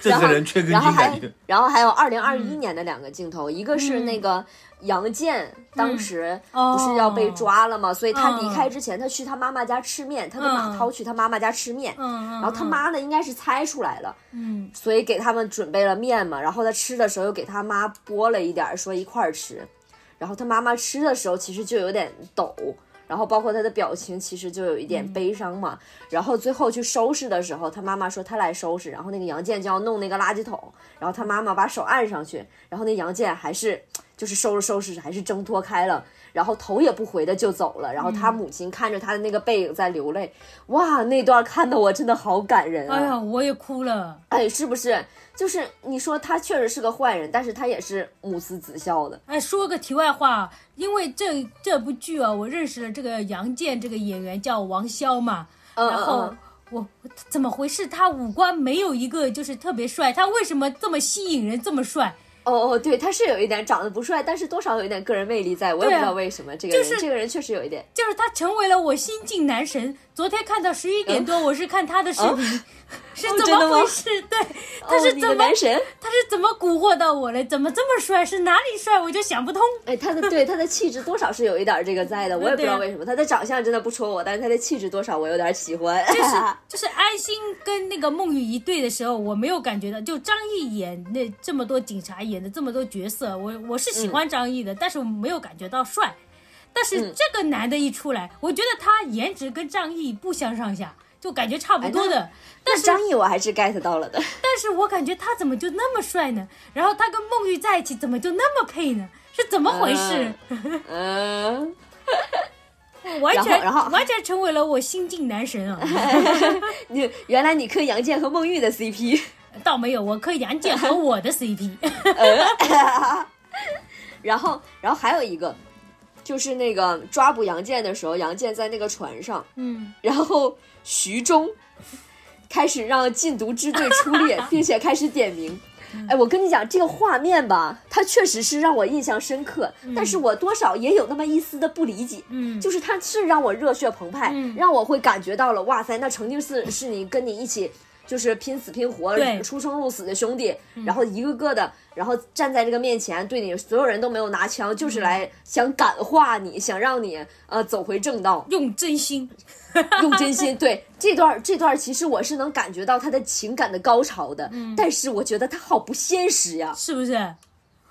Speaker 2: 这
Speaker 1: 然后
Speaker 2: 些人缺根
Speaker 1: 然后
Speaker 2: 筋
Speaker 1: 还
Speaker 2: 感觉。
Speaker 1: 然后还有二零二
Speaker 3: 嗯
Speaker 1: 一年的两个镜头，一个是那个杨健、当时
Speaker 3: 哦
Speaker 1: 不是要被抓了吗？所以他
Speaker 3: 嗯
Speaker 1: 离开之前，他去他妈妈家吃面，他跟马涛去他妈妈家吃面。
Speaker 3: 嗯，
Speaker 1: 然后他妈呢，应该是猜出来了，
Speaker 3: 嗯，
Speaker 1: 所以给他们准备了面嘛。然后他吃的时候又给他妈拨了一点儿，说一块儿吃。然后他妈妈吃的时候其实就有点抖，然后包括他的表情其实就有一点悲伤嘛。然后最后去收拾的时候，他妈妈说他来收拾，然后那个杨健就要弄那个垃圾桶，然后他妈妈把手按上去，然后那杨健还是就是收拾收拾，还是挣脱开了，然后头也不回的就走了。然后他母亲看着他的那个背影在流泪，哇，那段看的我真的好感人啊！
Speaker 3: 哎呀，我也哭了。
Speaker 1: 哎，是不是？就是你说他确实是个坏人，但是他也是母慈子孝的。
Speaker 3: 哎，说个题外话，因为这这部剧啊，我认识了这个杨健这个演员叫王骁嘛，
Speaker 1: 嗯
Speaker 3: 然
Speaker 1: 嗯
Speaker 3: 后
Speaker 1: 嗯，
Speaker 3: 我我怎么回事？他五官没有一个就是特别帅，他为什么这么吸引人，这么帅？
Speaker 1: 哦哦，对，他是有一点长得不帅，但是多少有一点个人魅力在，我也不
Speaker 3: 对啊
Speaker 1: 知道为什么这个人，
Speaker 3: 就是
Speaker 1: 这个人确实有一点。
Speaker 3: 就是他成为了我新晋男神。昨天看到十一点多，我是看他的视频， 是
Speaker 1: 嗯哦
Speaker 3: 怎
Speaker 1: 真的
Speaker 3: 么
Speaker 1: 吗
Speaker 3: 回事？对，他是
Speaker 1: 哦、你的
Speaker 3: 怎么、
Speaker 1: 男神？
Speaker 3: 他是怎么蛊惑到我了？怎么这么帅？是哪里帅？我就想不通。
Speaker 1: 哎，他的对他的气质多少是有一点这个在
Speaker 3: 嗯
Speaker 1: 的，我也不知
Speaker 3: 啊
Speaker 1: 道为什么。他的长相真的不戳我，但是他的气质多少我有点喜欢。
Speaker 3: 就是就是安心跟那个孟玉一对的时候，我没有感觉到，就张译演那这么多警察演的这么多角色，我我是喜欢张译的，但是我没有感觉到帅。但是
Speaker 1: 嗯
Speaker 3: 这个男的一出来，我觉得他颜值跟张译不相上下，就感觉差不多
Speaker 1: 哎
Speaker 3: 的。但
Speaker 1: 但
Speaker 3: 是
Speaker 1: 张译我还是 get 到了的。
Speaker 3: 但是我感觉他怎么就那么帅呢？然后他跟孟玉在一起怎么就那么配呢？是怎么回事？
Speaker 1: 嗯，
Speaker 3: 完全
Speaker 1: 呃然后然后
Speaker 3: 完全成为了我新晋男神啊！
Speaker 1: 你原来你磕杨健和孟玉的 CP，
Speaker 3: 倒没有，我磕杨健和我的 CP。
Speaker 1: 然后然后还有一个就是那个抓捕杨健的时候，杨健在那个船上，
Speaker 3: 嗯。
Speaker 1: 然后徐忠开始让禁毒支队出 列，并且开始点名。哎，我跟你讲，这个画面吧，它确实是让我印象深刻，但是我多少也有那么一丝的不理解。
Speaker 3: 嗯
Speaker 1: 就是它是让我热血澎湃，
Speaker 3: 嗯
Speaker 1: 让我会感觉到了，哇塞，那曾经是是你跟你一起。就是拼死拼活
Speaker 3: 对、嗯
Speaker 1: 出生入死的兄弟，然后一个个的，然后站在这个面前，对你所有人都没有拿枪，
Speaker 3: 嗯
Speaker 1: 就是来想感化你，想让你呃走回正道。
Speaker 3: 用真心，
Speaker 1: 用真心。对这段儿这段，其实我是能感觉到他的情感的高潮的，
Speaker 3: 嗯
Speaker 1: 但是我觉得他好不现实呀。
Speaker 3: 是不是？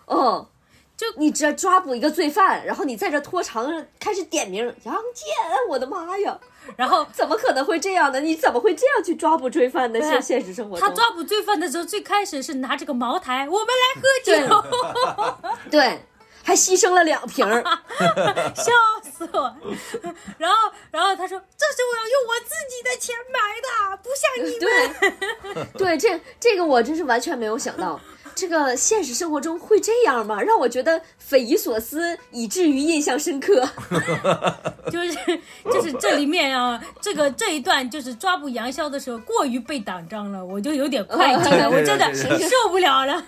Speaker 1: 嗯，
Speaker 3: 就
Speaker 1: 你这抓捕一个罪犯，然后你在这拖长，开始点名杨健，我的妈呀，
Speaker 3: 然后
Speaker 1: 怎么可能会这样呢？你怎么会这样去抓捕罪犯呢？
Speaker 3: 对啊
Speaker 1: 现现实生活中，
Speaker 3: 他抓捕罪犯的时候，最开始是拿这个茅台，我们来喝酒，
Speaker 1: 对。还牺牲了两瓶儿，
Speaker 3: 笑死我。然后，然后他说：“这是我用我自己的钱买的，不像 你们。
Speaker 1: 对，对，这这个我真是完全没有想到，这个现实生活中会这样吗？让我觉得匪夷所思，以至于印象深刻。
Speaker 3: 就是就是这里面啊，这个这一段就是抓捕杨逍的时候过于被挡章了，我就有点快进 了，
Speaker 2: 哦对
Speaker 3: 我真的
Speaker 2: 对对对
Speaker 3: 受不了了。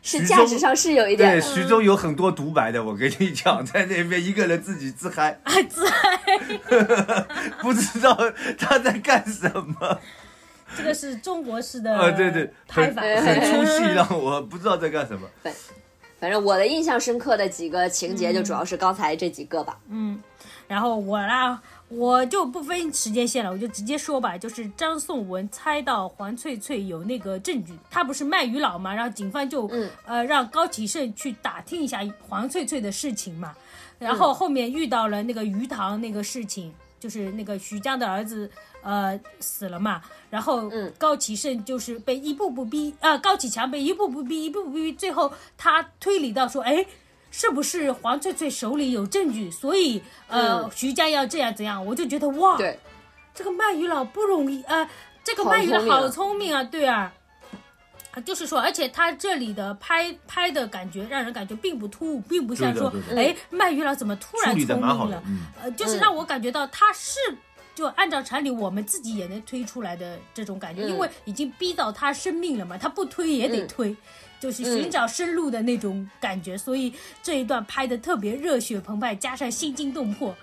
Speaker 1: 是
Speaker 2: 徐
Speaker 1: 价
Speaker 2: 忠
Speaker 1: 值上是有一点的，
Speaker 2: 对，徐州有很多独白的，我跟你讲，在那边一个人自己自嗨，
Speaker 3: 啊，自
Speaker 2: 不知道他在干什么。
Speaker 3: 这个是中国式
Speaker 2: 呃，
Speaker 3: 的
Speaker 2: 对对，
Speaker 3: 拍
Speaker 2: 很
Speaker 3: 法，
Speaker 2: 很出戏，让我不知道在干什么。
Speaker 1: 反正我的印象深刻的几个情节，就主要是刚才这几个吧。
Speaker 3: 然后我啦，我就不分时间线了，我就直接说吧，就是张颂文猜到黄翠翠有那个证据，他不是卖鱼佬嘛，然后警方就、呃让高启盛去打听一下黄翠翠的事情嘛，然后后面遇到了那个鱼塘那个事情，就是那个徐江的儿子。呃，死了嘛，然后高启盛就是被一步步逼，呃，高启强被一步步逼，一步步逼，最后他推理到说，哎，是不是黄翠翠手里有证据，所以呃、
Speaker 1: 嗯
Speaker 3: 徐家要这样怎样？我就觉得哇，
Speaker 1: 对，
Speaker 3: 这个卖鱼佬不容易，呃，这个
Speaker 1: 好
Speaker 3: 卖鱼佬
Speaker 1: 聪明啊
Speaker 3: 好聪明啊，对啊。啊就是说，而且他这里的拍拍的感觉，让人感觉并不突兀，并不像
Speaker 2: 对的
Speaker 3: 说，
Speaker 2: 对
Speaker 1: 的
Speaker 3: 哎，卖鱼佬怎么突然
Speaker 2: 处理
Speaker 3: 聪
Speaker 2: 的
Speaker 3: 明
Speaker 2: 蛮好的
Speaker 3: 了，？
Speaker 2: 嗯，
Speaker 3: 呃，就是
Speaker 1: 嗯
Speaker 3: 让我感觉到他是就按照常理，我们自己也能推出来的这种感觉，
Speaker 1: 嗯
Speaker 3: 因为已经逼到他生命了嘛，他不推也得
Speaker 1: 嗯
Speaker 3: 推，就是寻找生路的那种感觉，所以这一段拍的特别热血澎湃，加上心惊动魄。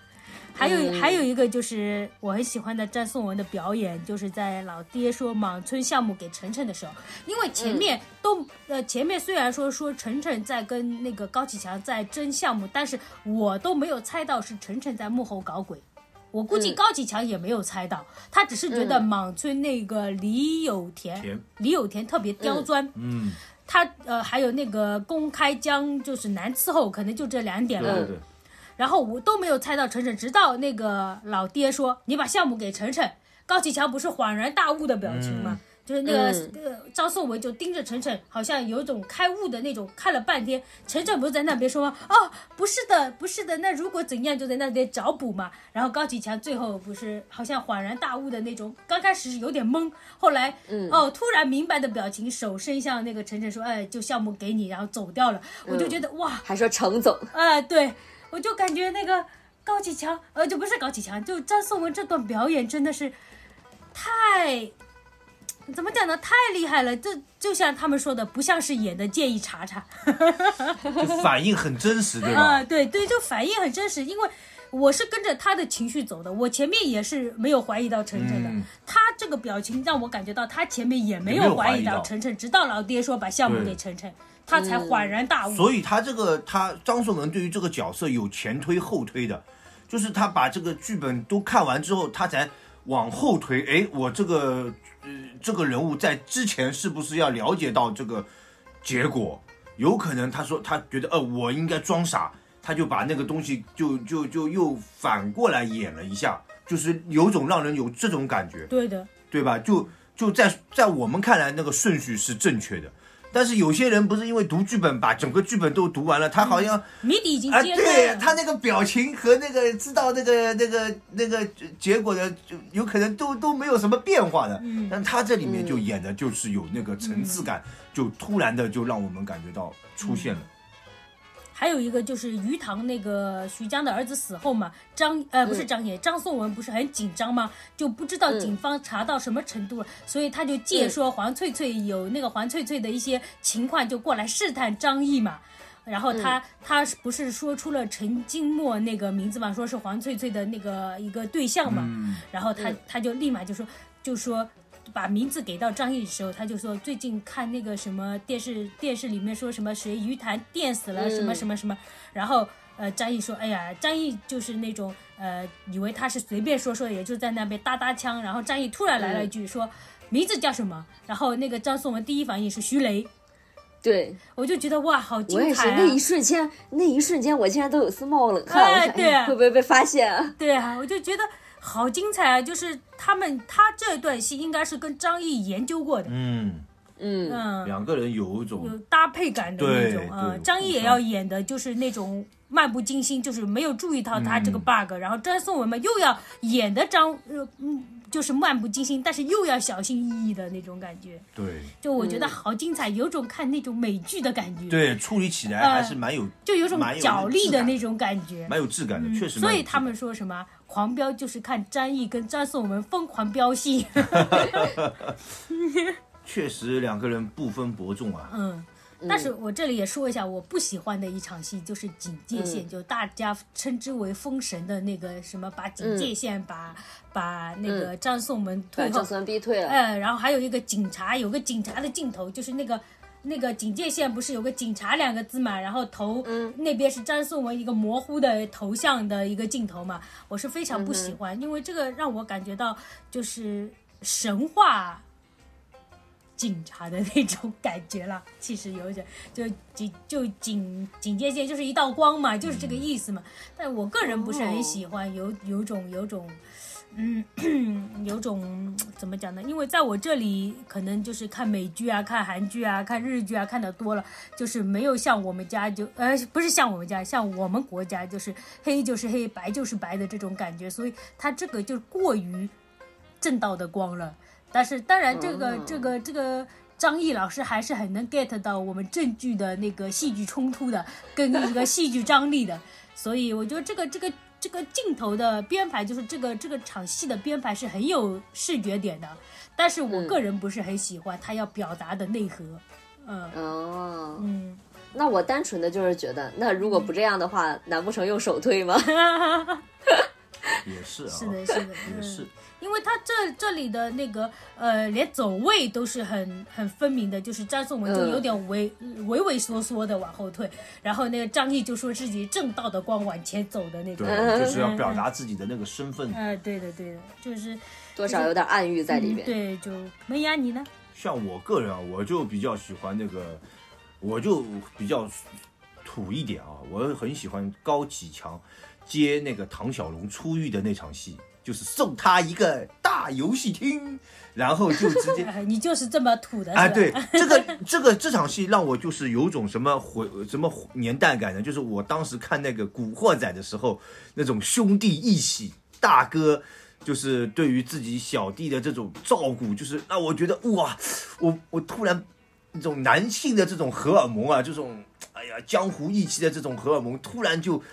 Speaker 3: 还有、还有一个就是我很喜欢的詹颂文的表演，就是在老爹说莽村项目给晨晨的时候，因为前面都、呃前面虽然说说晨晨在跟那个高启强在争项目，但是我都没有猜到是晨晨在幕后搞鬼。我估计
Speaker 1: 嗯
Speaker 3: 高启强也没有猜到，他只是觉得莽村那个李有田，
Speaker 2: 田
Speaker 3: 李有田特别刁钻，
Speaker 2: 嗯，
Speaker 3: 他呃还有那个公开江就是难伺候，可能就这两点
Speaker 2: 对
Speaker 3: 了。
Speaker 2: 对对，
Speaker 3: 然后我都没有猜到晨晨，直到那个老爹说你把项目给晨晨，高启强不是恍然大悟的表情吗？就是那个、呃张颂文就盯着晨晨，好像有一种开悟的那种，看了半天，晨晨不是在那边说吗？哦，不是的，不是的，那如果怎样就在那边找补嘛。然后高启强最后不是好像恍然大悟的那种，刚开始是有点懵，后来、哦突然明白的表情，手伸向那个晨晨说，哎，就项目给你，然后走掉了。我就觉得、哇，
Speaker 1: 还说程总，
Speaker 3: 哎，对，我就感觉那个高启强，呃，就不是高启强，就张颂文这段表演真的是太，怎么讲呢？太厉害了！就就像他们说的，不像是演的，建议查查。嗯
Speaker 2: 就反应很真实，对吧？
Speaker 3: 啊，对对，就反应很真实，因为我是跟着他的情绪走的，我前面也是没有怀疑到晨晨的，
Speaker 2: 嗯
Speaker 3: 他这个表情让我感觉到他前面也没
Speaker 2: 也没有
Speaker 3: 有怀
Speaker 2: 怀疑
Speaker 3: 到
Speaker 2: 到
Speaker 3: 晨晨，直到老爹说把项目
Speaker 2: 对
Speaker 3: 给晨晨，他才恍然大悟。
Speaker 2: 所以他这个他张颂文对于这个角色有前推后推的，就是他把这个剧本都看完之后，他才往后推。哎，我这个呃这个人物在之前是不是要了解到这个结果？有可能他说他觉得呃我应该装傻，他就把那个东西就就就又反过来演了一下，就是有种让人有这种感觉。
Speaker 3: 对的，
Speaker 2: 对吧？就就在在我们看来，那个顺序是正确的。但是有些人不是因为读剧本把整个剧本都读完了，他好像、
Speaker 3: 谜底已经
Speaker 2: 啊，
Speaker 3: 揭开了。
Speaker 2: 对他那个表情和那个知道那个那个那个结果的，就有可能都都没有什么变化的。
Speaker 3: 嗯
Speaker 2: 但他这里面就演的就是有那个层次感，就突然的就让我们感觉到
Speaker 3: 嗯
Speaker 2: 出现了。
Speaker 3: 还有一个就是鱼塘那个徐江的儿子死后嘛，张呃不是张也，张颂文不是很紧张吗？就不知道
Speaker 1: 嗯
Speaker 3: 警方查到什么程度了，所以他就借说黄翠翠有那个黄翠翠的一些情况，就过来试探张译嘛。然后他、
Speaker 1: 嗯
Speaker 3: 他是不是说出了陈金墨那个名字嘛，说是黄翠翠的那个一个对象嘛，
Speaker 2: 嗯，
Speaker 3: 然后他
Speaker 1: 嗯
Speaker 3: 他就立马就说就说把名字给到张译的时候，他就说最近看那个什么电视电视里面说什么谁鱼潭电死了
Speaker 1: 嗯
Speaker 3: 什么什么什么，然后呃张译说哎呀张译就是那种呃以为他是随便说说，也就在那边搭搭腔，然后张译突然来了一句说。名字叫什么？然后那个张颂文第一反应是徐雷，
Speaker 1: 对
Speaker 3: 我就觉得哇，好精
Speaker 1: 我也是
Speaker 3: 彩啊！
Speaker 1: 那一瞬间，那一瞬间我竟然都有丝冒冷汗，我
Speaker 3: 哎
Speaker 1: 想
Speaker 3: 对
Speaker 1: 哎呀会不会被发现啊？
Speaker 3: 对啊，我就觉得好精彩啊！就是他们他这段戏应该是跟张译研究过的，
Speaker 2: 嗯，
Speaker 1: 嗯，
Speaker 3: 嗯，
Speaker 2: 两个人有一种
Speaker 3: 有搭配感的那种
Speaker 2: 对
Speaker 3: 啊。
Speaker 2: 对
Speaker 3: 张译也要演的就是那种漫不经心，就是没有注意到
Speaker 2: 嗯
Speaker 3: 他这个 bug，、然后张呃嗯颂文嘛又要演的张呃嗯就是漫不经心，但是又要小心翼翼的那种感觉，
Speaker 2: 对
Speaker 3: 就我觉得好精彩，有种看那种美剧的感觉，
Speaker 2: 对处理起来还是蛮有、
Speaker 3: 呃就有种
Speaker 2: 蛮有
Speaker 3: 角力的
Speaker 2: 质感
Speaker 3: 那种感觉。
Speaker 2: 蛮有质感的，确实蛮有质
Speaker 3: 所
Speaker 2: 感。
Speaker 3: 以他们说什么狂飙就是看张译跟张颂文疯狂飙戏，
Speaker 2: 确实两个人不分伯仲啊。
Speaker 3: 嗯，但是我这里也说一下，我不喜欢的一场戏就是警戒线，就大家称之为封神的那个什么，把警戒线把、把那个嗯张颂文
Speaker 1: 把
Speaker 3: 退后
Speaker 1: 郑，思文逼退了，
Speaker 3: 嗯，然后还有一个警察，有个警察的镜头，就是那个。那个警戒线不是有个“警察”两个字嘛，然后头、那边是张颂文一个模糊的头像的一个镜头嘛，我是非常不喜欢，因为这个让我感觉到就是神话警察的那种感觉了。 其实有一点，就警就警警戒线就是一道光嘛，就是这个意思嘛。但我个人不是很喜欢，有有种有种，嗯， 有种怎么讲呢？因为在我这里，可能就是看美剧啊、看韩剧啊、看日剧啊看的多了，就是没有像我们家就呃不是像我们家，像我们国家就是黑就是黑，白就是白的这种感觉，所以它这个就过于正道的光了。但是当然，这个、这个这个张译老师还是很能 get 到我们正剧的那个戏剧冲突的，跟一个戏剧张力的。所以我觉得这个这个这个镜头的编排，就是这个这个场戏的编排是很有视觉点的。但是我个人不是很喜欢他要表达的内核。嗯
Speaker 1: 哦。
Speaker 3: 嗯，
Speaker 1: 那我单纯的就是觉得，那如果不这样的话，难不成用手推吗？
Speaker 2: 也是啊，
Speaker 3: 是的，是 的，
Speaker 2: 也是
Speaker 3: 嗯。因为他这这里的那个呃，连走位都是很很分明的，就是张颂文就
Speaker 1: 嗯
Speaker 3: 有点畏畏畏缩缩的往后退，然后那个张译就说自己正道的光往前走的那种。
Speaker 2: 对，就是要表达自己的那个身份。
Speaker 3: 呃，对的，对的，就是
Speaker 1: 多少有点暗喻在里
Speaker 3: 嗯
Speaker 1: 边。
Speaker 3: 对，就门牙你呢？
Speaker 2: 像我个人啊，我就比较喜欢那个，我就比较土一点啊，我很喜欢高启强接那个唐小龙出狱的那场戏，就是送他一个大游戏厅，然后就直接
Speaker 3: 哎你就是这么土的，是吧呃
Speaker 2: 哎，对， 这个这个这场戏让我就是有种什么回呃什么年代感呢？就是我当时看那个《古惑仔》的时候，那种兄弟义气，大哥就是对于自己小弟的这种照顾，就是让我觉得哇，我我突然那种男性的这种荷尔蒙啊，这种哎呀江湖义气的这种荷尔蒙，突然就。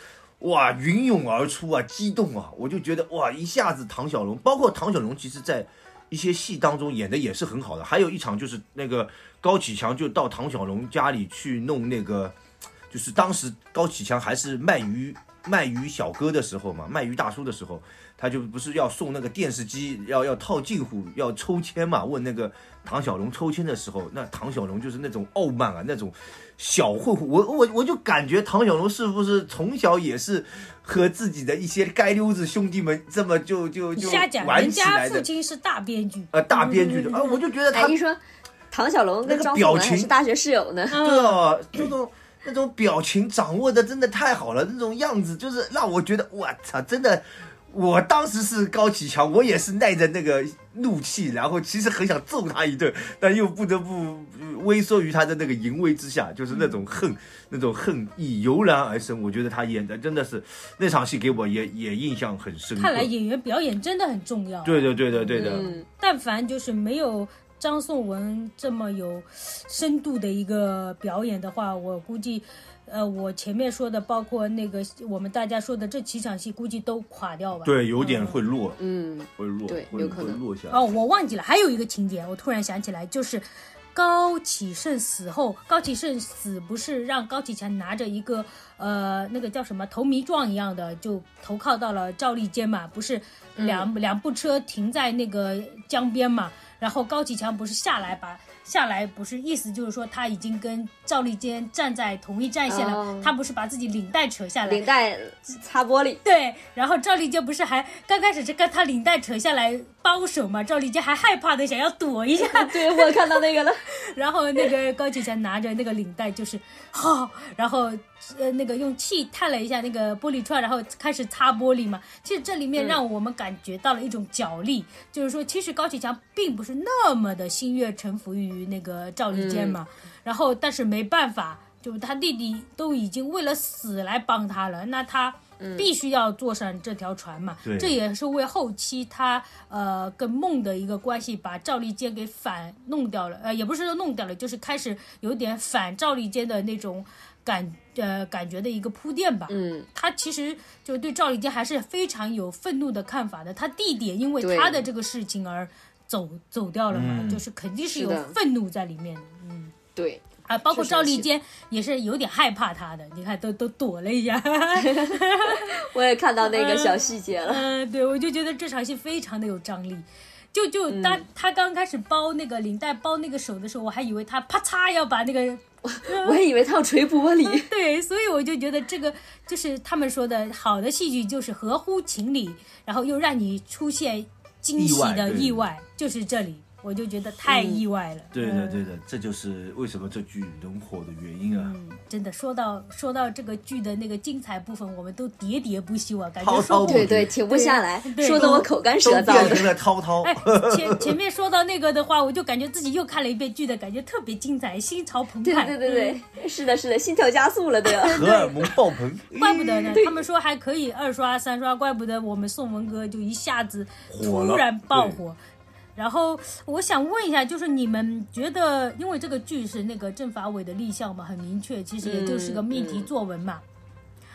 Speaker 2: 哇，云涌而出啊，激动啊！我就觉得哇，一下子唐小龙，包括唐小龙，其实在一些戏当中演的也是很好的。还有一场就是那个高启强就到唐小龙家里去弄那个，就是当时高启强还是卖鱼卖鱼小哥的时候嘛，卖鱼大叔的时候，他就不是要送那个电视机，要要套近乎，要抽签嘛。问那个唐小龙抽签的时候，那唐小龙就是那种傲慢啊，那种小混混。我我我就感觉唐小龙是不是从小也是和自己的一些街溜子兄弟们这么就就
Speaker 3: 你
Speaker 2: 就
Speaker 3: 瞎讲，
Speaker 2: 玩
Speaker 3: 人
Speaker 2: 起
Speaker 3: 家
Speaker 2: 来
Speaker 3: 父
Speaker 2: 的？
Speaker 3: 亲是大编剧，
Speaker 2: 呃，大编剧的啊，我就觉得
Speaker 1: 哎，
Speaker 2: 他
Speaker 1: 一说唐小龙
Speaker 2: 那
Speaker 1: 跟
Speaker 2: 个
Speaker 1: 张
Speaker 2: 表
Speaker 1: 颂文还是
Speaker 2: 情
Speaker 1: 大学室友呢，
Speaker 2: 对啊，这种那种表情掌握的真的太好了，那种样子就是让我觉得，我操，真的，我当时是高启强，我也是耐着那个怒气，然后其实很想揍他一顿，但又不得不呃微缩于他的那个淫威之下，就是那种
Speaker 1: 嗯
Speaker 2: 恨，那种恨意油然而生。我觉得他演的真的是那场戏给我也也印象很深刻。
Speaker 3: 看来演员表演真的很重要。
Speaker 2: 对的，对的，对的，
Speaker 1: 嗯，
Speaker 3: 但凡就是没有张颂文这么有深度的一个表演的话，我估计，呃，我前面说的，包括那个我们大家说的这几场戏，估计都垮掉吧。。
Speaker 2: 对，有点会落，
Speaker 1: 嗯，
Speaker 2: 会落，
Speaker 1: 对
Speaker 2: 会
Speaker 1: 有可能
Speaker 2: 会落下来。
Speaker 3: 哦，我忘记了，还有一个情节，我突然想起来，就是高启盛死后，高启盛死不是让高启强拿着一个呃那个叫什么投名状一样的，就投靠到了赵立坚嘛，不是两、两部车停在那个江边嘛，然后高启强不是下来把。下来不是意思就是说他已经跟赵立坚站在同一战线了，
Speaker 1: 哦
Speaker 3: 他不是把自己领带扯下来，
Speaker 1: 领带擦玻璃，
Speaker 3: 对，然后赵丽娟不是还刚开始是跟他领带扯下来帮手嘛，赵丽娟还害怕的想要躲一下，
Speaker 1: 对我看到那个了，
Speaker 3: 然后那个高启强拿着那个领带就是，哈、然后呃那个用气探了一下那个玻璃窗，然后开始擦玻璃嘛。其实这里面
Speaker 1: 嗯
Speaker 3: 让我们感觉到了一种角力，就是说其实高启强并不是那么的心悦诚服于那个赵立坚嘛，然后但是没办法，就是他弟弟都已经为了死来帮他了，那他。必须要坐上这条船嘛，
Speaker 2: 对
Speaker 3: 这也是为后期他呃跟梦的一个关系，把赵立坚给反弄掉了，呃，也不是说弄掉了，就是开始有点反赵立坚的那种感呃感觉的一个铺垫吧。
Speaker 1: 嗯，
Speaker 3: 他其实就对赵立坚还是非常有愤怒的看法的，他弟弟也因为
Speaker 1: 对
Speaker 3: 他的这个事情而走走掉了嘛，
Speaker 2: 嗯
Speaker 3: 就是肯定是
Speaker 1: 是
Speaker 3: 有
Speaker 1: 的
Speaker 3: 愤怒在里面的。
Speaker 1: 对，
Speaker 3: 啊，包括
Speaker 1: 是
Speaker 3: 赵
Speaker 1: 生
Speaker 3: 立
Speaker 1: 气
Speaker 3: 坚也是有点害怕他的，你看都都躲了一下。
Speaker 1: 我也看到那个小细节了，
Speaker 3: 嗯、对，我就觉得这场戏非常的有张力。就就
Speaker 2: 嗯
Speaker 3: 当、他刚开始包那个领带、包那个手的时候，我还以为他啪嚓要把那个
Speaker 1: 我也以为他要捶玻璃，
Speaker 3: 对，所以我就觉得这个就是他们说的好的戏剧，就是合乎情理，然后又让你出现惊
Speaker 2: 意
Speaker 3: 喜
Speaker 2: 外
Speaker 3: 的
Speaker 2: 对
Speaker 3: 意外，就是这里，我就觉得太意外了。
Speaker 2: 对的，
Speaker 3: 嗯
Speaker 2: 对的，这就是为什么这剧能火的原因啊！
Speaker 3: 嗯真的，说到说到这个剧的那个精彩部分，我们都喋喋不休啊，感觉
Speaker 2: 滔
Speaker 3: 说
Speaker 2: 滔
Speaker 3: 不
Speaker 2: 不
Speaker 1: 对对，停不下来
Speaker 3: 对，
Speaker 1: 说的我口干舌
Speaker 2: 都
Speaker 1: 燥
Speaker 2: 变
Speaker 1: 的，
Speaker 2: 成了涛涛。
Speaker 3: 哎，前前面说到那个的话，我就感觉自己又看了一遍剧的感觉，特别精彩，心潮澎
Speaker 1: 对
Speaker 3: 湃。
Speaker 1: 对对对对，是的，是的，心跳加速了，对吧？
Speaker 2: 荷尔蒙爆棚，
Speaker 3: 怪不得呢，他们说还可以二刷三刷，怪不得我们宋文哥就一下子
Speaker 2: 火了
Speaker 3: 突然爆火。然后我想问一下，就是你们觉得，因为这个剧是那个政法委的立项嘛，很明确，其实也就是个命题作文嘛。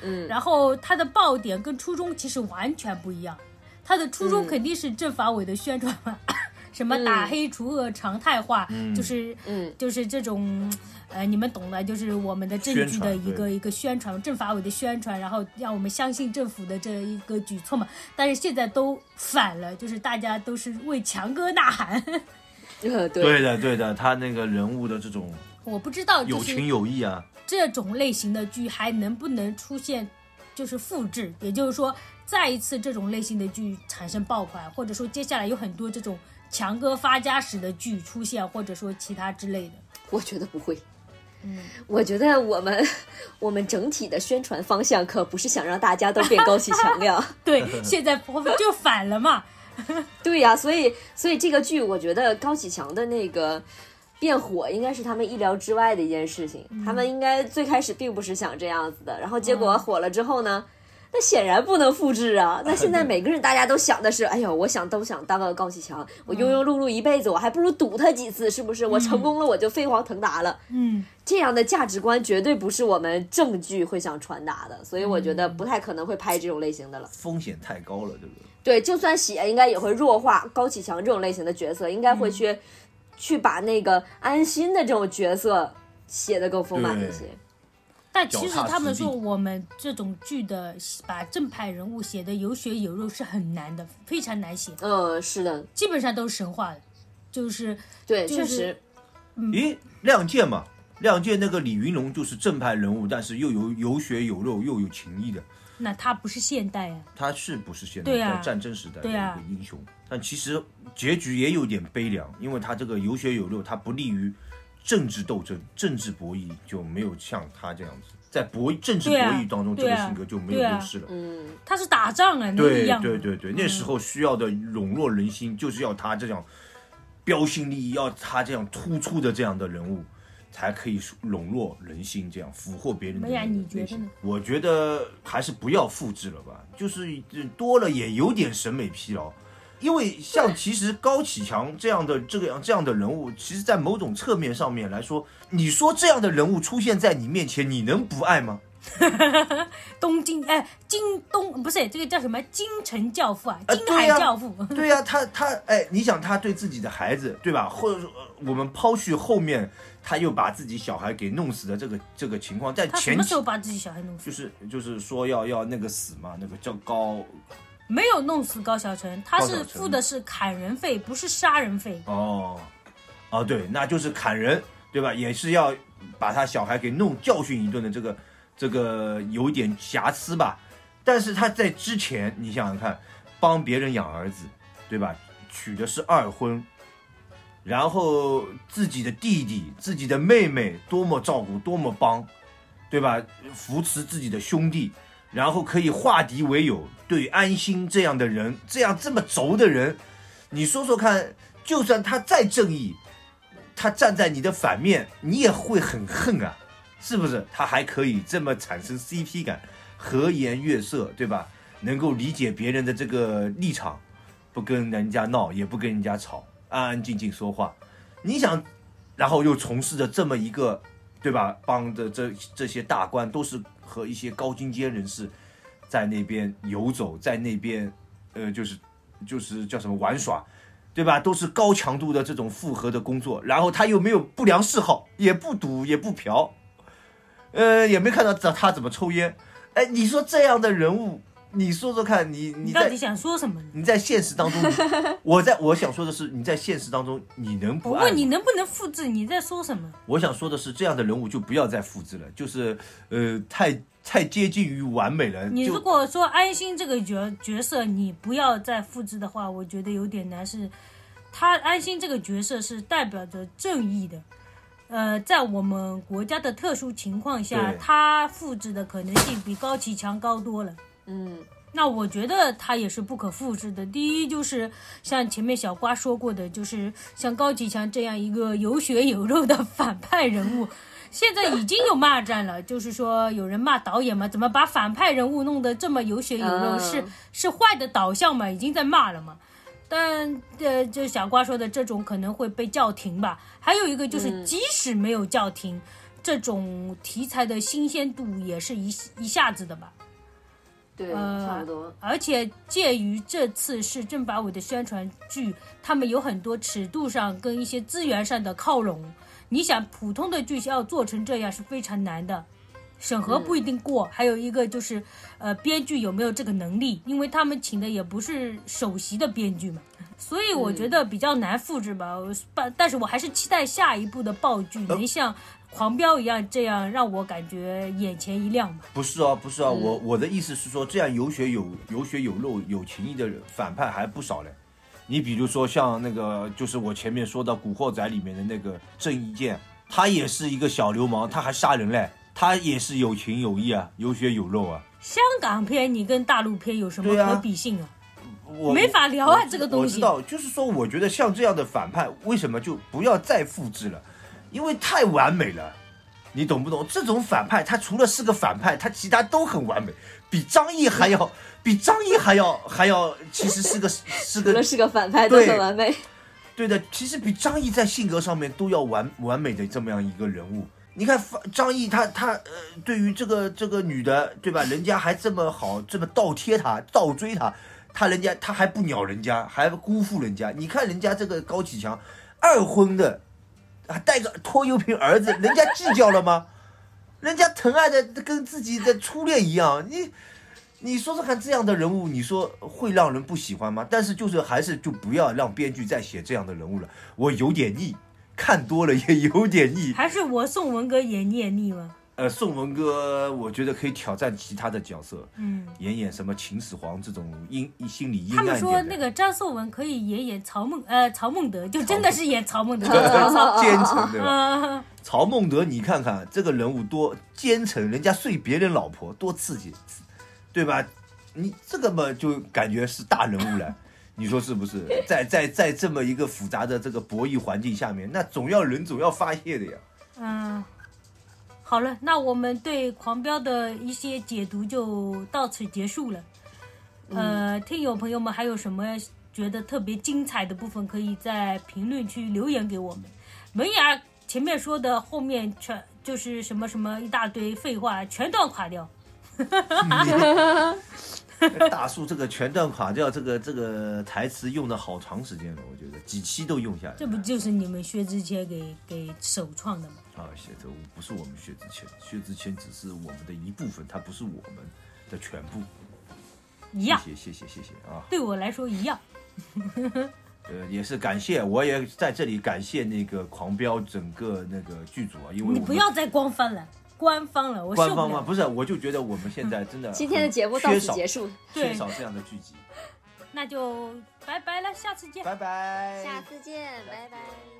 Speaker 1: 嗯
Speaker 3: 然后它的爆点
Speaker 1: 嗯
Speaker 3: 跟初衷其实完全不一样，它的初衷肯定是政法委的宣传嘛， 什么打黑除恶常态化，就是
Speaker 1: 嗯
Speaker 3: 就是这种。呃，你们懂的，就是我们的政
Speaker 2: 宣
Speaker 3: 局
Speaker 2: 传
Speaker 3: 的一个
Speaker 2: 对
Speaker 3: 一个宣传，政法委的宣传，然后让我们相信政府的这一个举措嘛。但是现在都反了，就是大家都是为强哥呐喊。
Speaker 1: 呃对
Speaker 2: 对的，对的，他那个人物的这种
Speaker 3: 我不知道，就
Speaker 2: 有
Speaker 3: 是
Speaker 2: 情有义啊，
Speaker 3: 这种类型的剧还能不能出现就是复制，也就是说再一次这种类型的剧产生爆款，或者说接下来有很多这种强哥发家史的剧出现，或者说其他之类的。
Speaker 1: 我觉得不会。
Speaker 3: 嗯，
Speaker 1: 我觉得我们 我们整体的宣传方向可不是想让大家都变高启强呀。
Speaker 3: 对，现在我们就反了嘛。
Speaker 1: 对呀、所以所以这个剧，我觉得高启强的那个变火，应该是他们意料之外的一件事情。他们应该最开始并不是想这样子的，然后结果
Speaker 3: 嗯
Speaker 1: 火了之后呢，那显然不能复制啊。那现在每个人大家都想的是，哎呦，我想都想当个高启强，我庸庸碌碌一辈子，我还不如赌他几次，是不是？我成功了，我就飞黄腾达了。
Speaker 3: 嗯，
Speaker 1: 这样的价值观绝对不是我们正剧会想传达的，所以我觉得不太可能会拍这种类型的了。
Speaker 2: 风险太高了，这个
Speaker 1: 对，就算写，应该也会弱化高启强这种类型的角色，应该
Speaker 2: 嗯
Speaker 1: 会去、去把那个安心的这种角色写得更丰满一些。
Speaker 3: 但其实
Speaker 2: 脚踏实地
Speaker 3: 他们说我们这种剧的把正派人物写的有血有肉是很难的，非常难写，
Speaker 1: 嗯，是的，
Speaker 3: 基本上都是神话的，就是
Speaker 1: 对，
Speaker 3: 就是
Speaker 1: 确实，
Speaker 3: 嗯
Speaker 2: 咦，亮剑嘛，亮剑那个李云龙就是正派人物，但是又有有血有肉又有情义的，
Speaker 3: 那它不是现代啊。
Speaker 2: 他是不是现在
Speaker 3: 对啊
Speaker 2: 在战争时代的一
Speaker 3: 对啊
Speaker 2: 个英雄？但其实结局也有点悲凉，因为他这个有血有肉，他不利于政治斗争、政治博弈，就没有像他这样子，在博弈政治博
Speaker 3: 对啊
Speaker 2: 弈当中，这
Speaker 3: 对
Speaker 2: 个
Speaker 3: 啊
Speaker 2: 性格就没有
Speaker 3: 对啊
Speaker 2: 优势了。
Speaker 1: 嗯，
Speaker 3: 它是打仗啊，能一
Speaker 2: 对
Speaker 3: 样吗？
Speaker 2: 对对对，那时候需要的笼络人心，就是要他这样标新立异，要他这样突出的这样的人物，才可以笼络人心，这样俘获别人的
Speaker 3: 梅雅
Speaker 2: 那个
Speaker 3: 你觉
Speaker 2: 内
Speaker 3: 得
Speaker 2: 心
Speaker 3: 呢？
Speaker 2: 我觉得还是不要复制了吧，就是呃多了也有点审美疲劳。因为像其实高启强这样的这个样这样的人物，其实，在某种侧面上面来说，你说这样的人物出现在你面前，你能不爱吗？
Speaker 3: 东京哎，京东不是这个叫什么京城教父啊，
Speaker 2: 啊
Speaker 3: 京
Speaker 2: 对
Speaker 3: 海
Speaker 2: 呀
Speaker 3: 教父。
Speaker 2: 对呀、他他哎，你想他对自己的孩子，对吧？或者说呃我们抛去后面他又把自己小孩给弄死的这个这个情况，在
Speaker 3: 他什
Speaker 2: 前
Speaker 3: 么
Speaker 2: 期
Speaker 3: 时候把自己小孩弄死？
Speaker 2: 就是就是说要要那个死嘛，那个叫高
Speaker 3: 没有弄死高晓晨，他
Speaker 2: 高
Speaker 3: 是
Speaker 2: 晓晨
Speaker 3: 付的是砍人费，不是杀人费。
Speaker 2: 哦哦对，那就是砍人，对吧？也是要把他小孩给弄教训一顿的这个这个有一点瑕疵吧。但是他在之前，你想想看，帮别人养儿子，对吧？娶的是二婚，然后自己的弟弟、自己的妹妹多么照顾，多么帮，对吧？扶持自己的兄弟，然后可以化敌为友，对安心这样的人，这样这么轴的人，你说说看，就算他再正义，他站在你的反面，你也会很恨啊，是不是？他还可以这么产生 CP 感，和颜悦色，对吧？能够理解别人的这个立场，不跟人家闹，也不跟人家吵，安安静静说话。你想，然后又从事着这么一个，对吧？帮着这这些大官都是和一些高精尖人士在那边游走，在那边，呃，就是就是叫什么玩耍，对吧？都是高强度的这种复合的工作，然后他又没有不良嗜好，也不赌，也不嫖，呃，也没看到他他怎么抽烟。哎，你说这样的人物，你说说看，你你
Speaker 3: 你
Speaker 2: 在
Speaker 3: 到底想说什么呢？
Speaker 2: 你在现实当 中，你我在我想说的是，你在现实当中你能不
Speaker 3: 我
Speaker 2: 爱
Speaker 3: 问你
Speaker 2: 吗？
Speaker 3: 能不能复制？你在说什么？
Speaker 2: 我想说的是，这样的人物就不要再复制了，就是呃，太太接近于完美了。
Speaker 3: 你如
Speaker 2: 就
Speaker 3: 果说安心这个角角色你不要再复制的话，我觉得有点难是。他安心这个角色是代表着正义的，呃，在我们国家的特殊情况下
Speaker 2: 对，
Speaker 3: 他复制的可能性比高启强高多了。
Speaker 1: 嗯，
Speaker 3: 那我觉得他也是不可复制的。第一就是像前面小瓜说过的，就是像高启强这样一个有血有肉的反派人物，现在已经有骂战了，就是说有人骂导演嘛，怎么把反派人物弄得这么有血有肉？
Speaker 1: 嗯
Speaker 3: 是是坏的导向嘛，已经在骂了嘛。但呃，就小瓜说的这种可能会被叫停吧。还有一个就是，即使没有叫停，这种题材的新鲜度也是一一下子的吧。
Speaker 1: 对，
Speaker 3: 呃
Speaker 1: 差不多。
Speaker 3: 而且鉴于这次是政法委的宣传剧，他们有很多尺度上跟一些资源上的靠拢。你想，普通的剧要做成这样是非常难的，审核不一定过。还有一个就是，呃，编剧有没有这个能力？因为他们请的也不是首席的编剧嘛， 所以我觉得比较难复制吧。我但但是我还是期待下一部的爆剧能像《狂飙》一样，这样让我感觉眼前一亮吧。
Speaker 2: 不是哦，不是
Speaker 3: 嗯
Speaker 2: 哦，我我的意思是说，这样有血有有血有肉有情义的反派还不少嘞。你比如说像那个，就是我前面说到《古惑仔》里面的那个郑伊健，他也是一个小流氓，他还杀人嘞，他也是有情有义啊，有血有肉啊。
Speaker 3: 香港片你跟大陆片有什么
Speaker 2: 对啊
Speaker 3: 可比性啊？
Speaker 2: 我
Speaker 3: 没法聊啊
Speaker 2: 我
Speaker 3: 这个东西
Speaker 2: 我知道，就是说，我觉得像这样的反派，为什么就不要再复制了？因为太完美了，你懂不懂？这种反派，他除了是个反派，他其他都很完美，比张译还要，比张译还要还要，其实是个是
Speaker 1: 除了
Speaker 2: 个
Speaker 1: 是个反派，都
Speaker 2: 对
Speaker 1: 很完美。
Speaker 2: 对的，其实比张译在性格上面都要完完美的这么样一个人物。你看发张译他他呃，对于这个这个女的，对吧？人家还这么好，这么倒贴她，倒追她，他人家他还不鸟人家，还辜负人家。你看人家这个高启强，二婚的，还带个拖油瓶儿子，人家计较了吗？ 人家疼爱的跟自己的初恋一样，你你说说看，这样的人物，你说会让人不喜欢吗？但是就是还是就不要让编剧再写这样的人物了，我有点腻，看多了也有点腻。
Speaker 3: 还是我宋文哥演你也腻吗？
Speaker 2: 呃，宋文哥，我觉得可以挑战其他的角色，
Speaker 3: 嗯，
Speaker 2: 演演什么秦始皇这种阴心理阴
Speaker 3: 他们
Speaker 2: 暗一
Speaker 3: 说
Speaker 2: 点
Speaker 3: 那
Speaker 2: 的。
Speaker 3: 个张颂文可以演演曹孟呃曹孟德，就真的是演 曹孟德。
Speaker 2: 奸臣对吧？
Speaker 3: 嗯，
Speaker 2: 曹孟德，你看看这个人物多奸臣，人家睡别人老婆多刺激，对吧？你这个嘛就感觉是大人物了，你说是不是？在在在这么一个复杂的这个博弈环境下面，那总要人总要发泄 的呀。
Speaker 3: 嗯，好了，那我们对《狂飙》的一些解读就到此结束了。
Speaker 2: 嗯
Speaker 3: 呃，听友朋友们还有什么觉得特别精彩的部分，可以在评论区留言给我们。门牙前面说的，后面全就是什么什么一大堆废话，全段垮掉。
Speaker 2: 大树这个全段垮掉，这个这个台词用了好长时间了，我觉得几期都用下来
Speaker 3: 这不就是你们薛之谦给给首创的吗？
Speaker 2: 啊。写这不是我们薛之谦，薛之谦只是我们的一部分，他不是我们的全部。
Speaker 3: 一
Speaker 2: 谢
Speaker 3: 样，
Speaker 2: 谢谢谢谢谢啊。
Speaker 3: 对我来说一样。
Speaker 2: 呃，也是感谢，我也在这里感谢那个狂飙整个那个剧组啊，因为我
Speaker 3: 你
Speaker 2: 们
Speaker 3: 不要再官方了，官方了，我受
Speaker 2: 官
Speaker 3: 不
Speaker 2: 方嘛，
Speaker 3: 了。
Speaker 2: 不是，我就觉得我们现在真 的
Speaker 1: 嗯今天的节目到
Speaker 2: 缺
Speaker 1: 此
Speaker 2: 少
Speaker 1: 结束，
Speaker 2: 缺
Speaker 3: 对
Speaker 2: 少这样的剧集，
Speaker 3: 那就拜拜了，下次见。
Speaker 2: 拜拜，
Speaker 1: 下次见，拜拜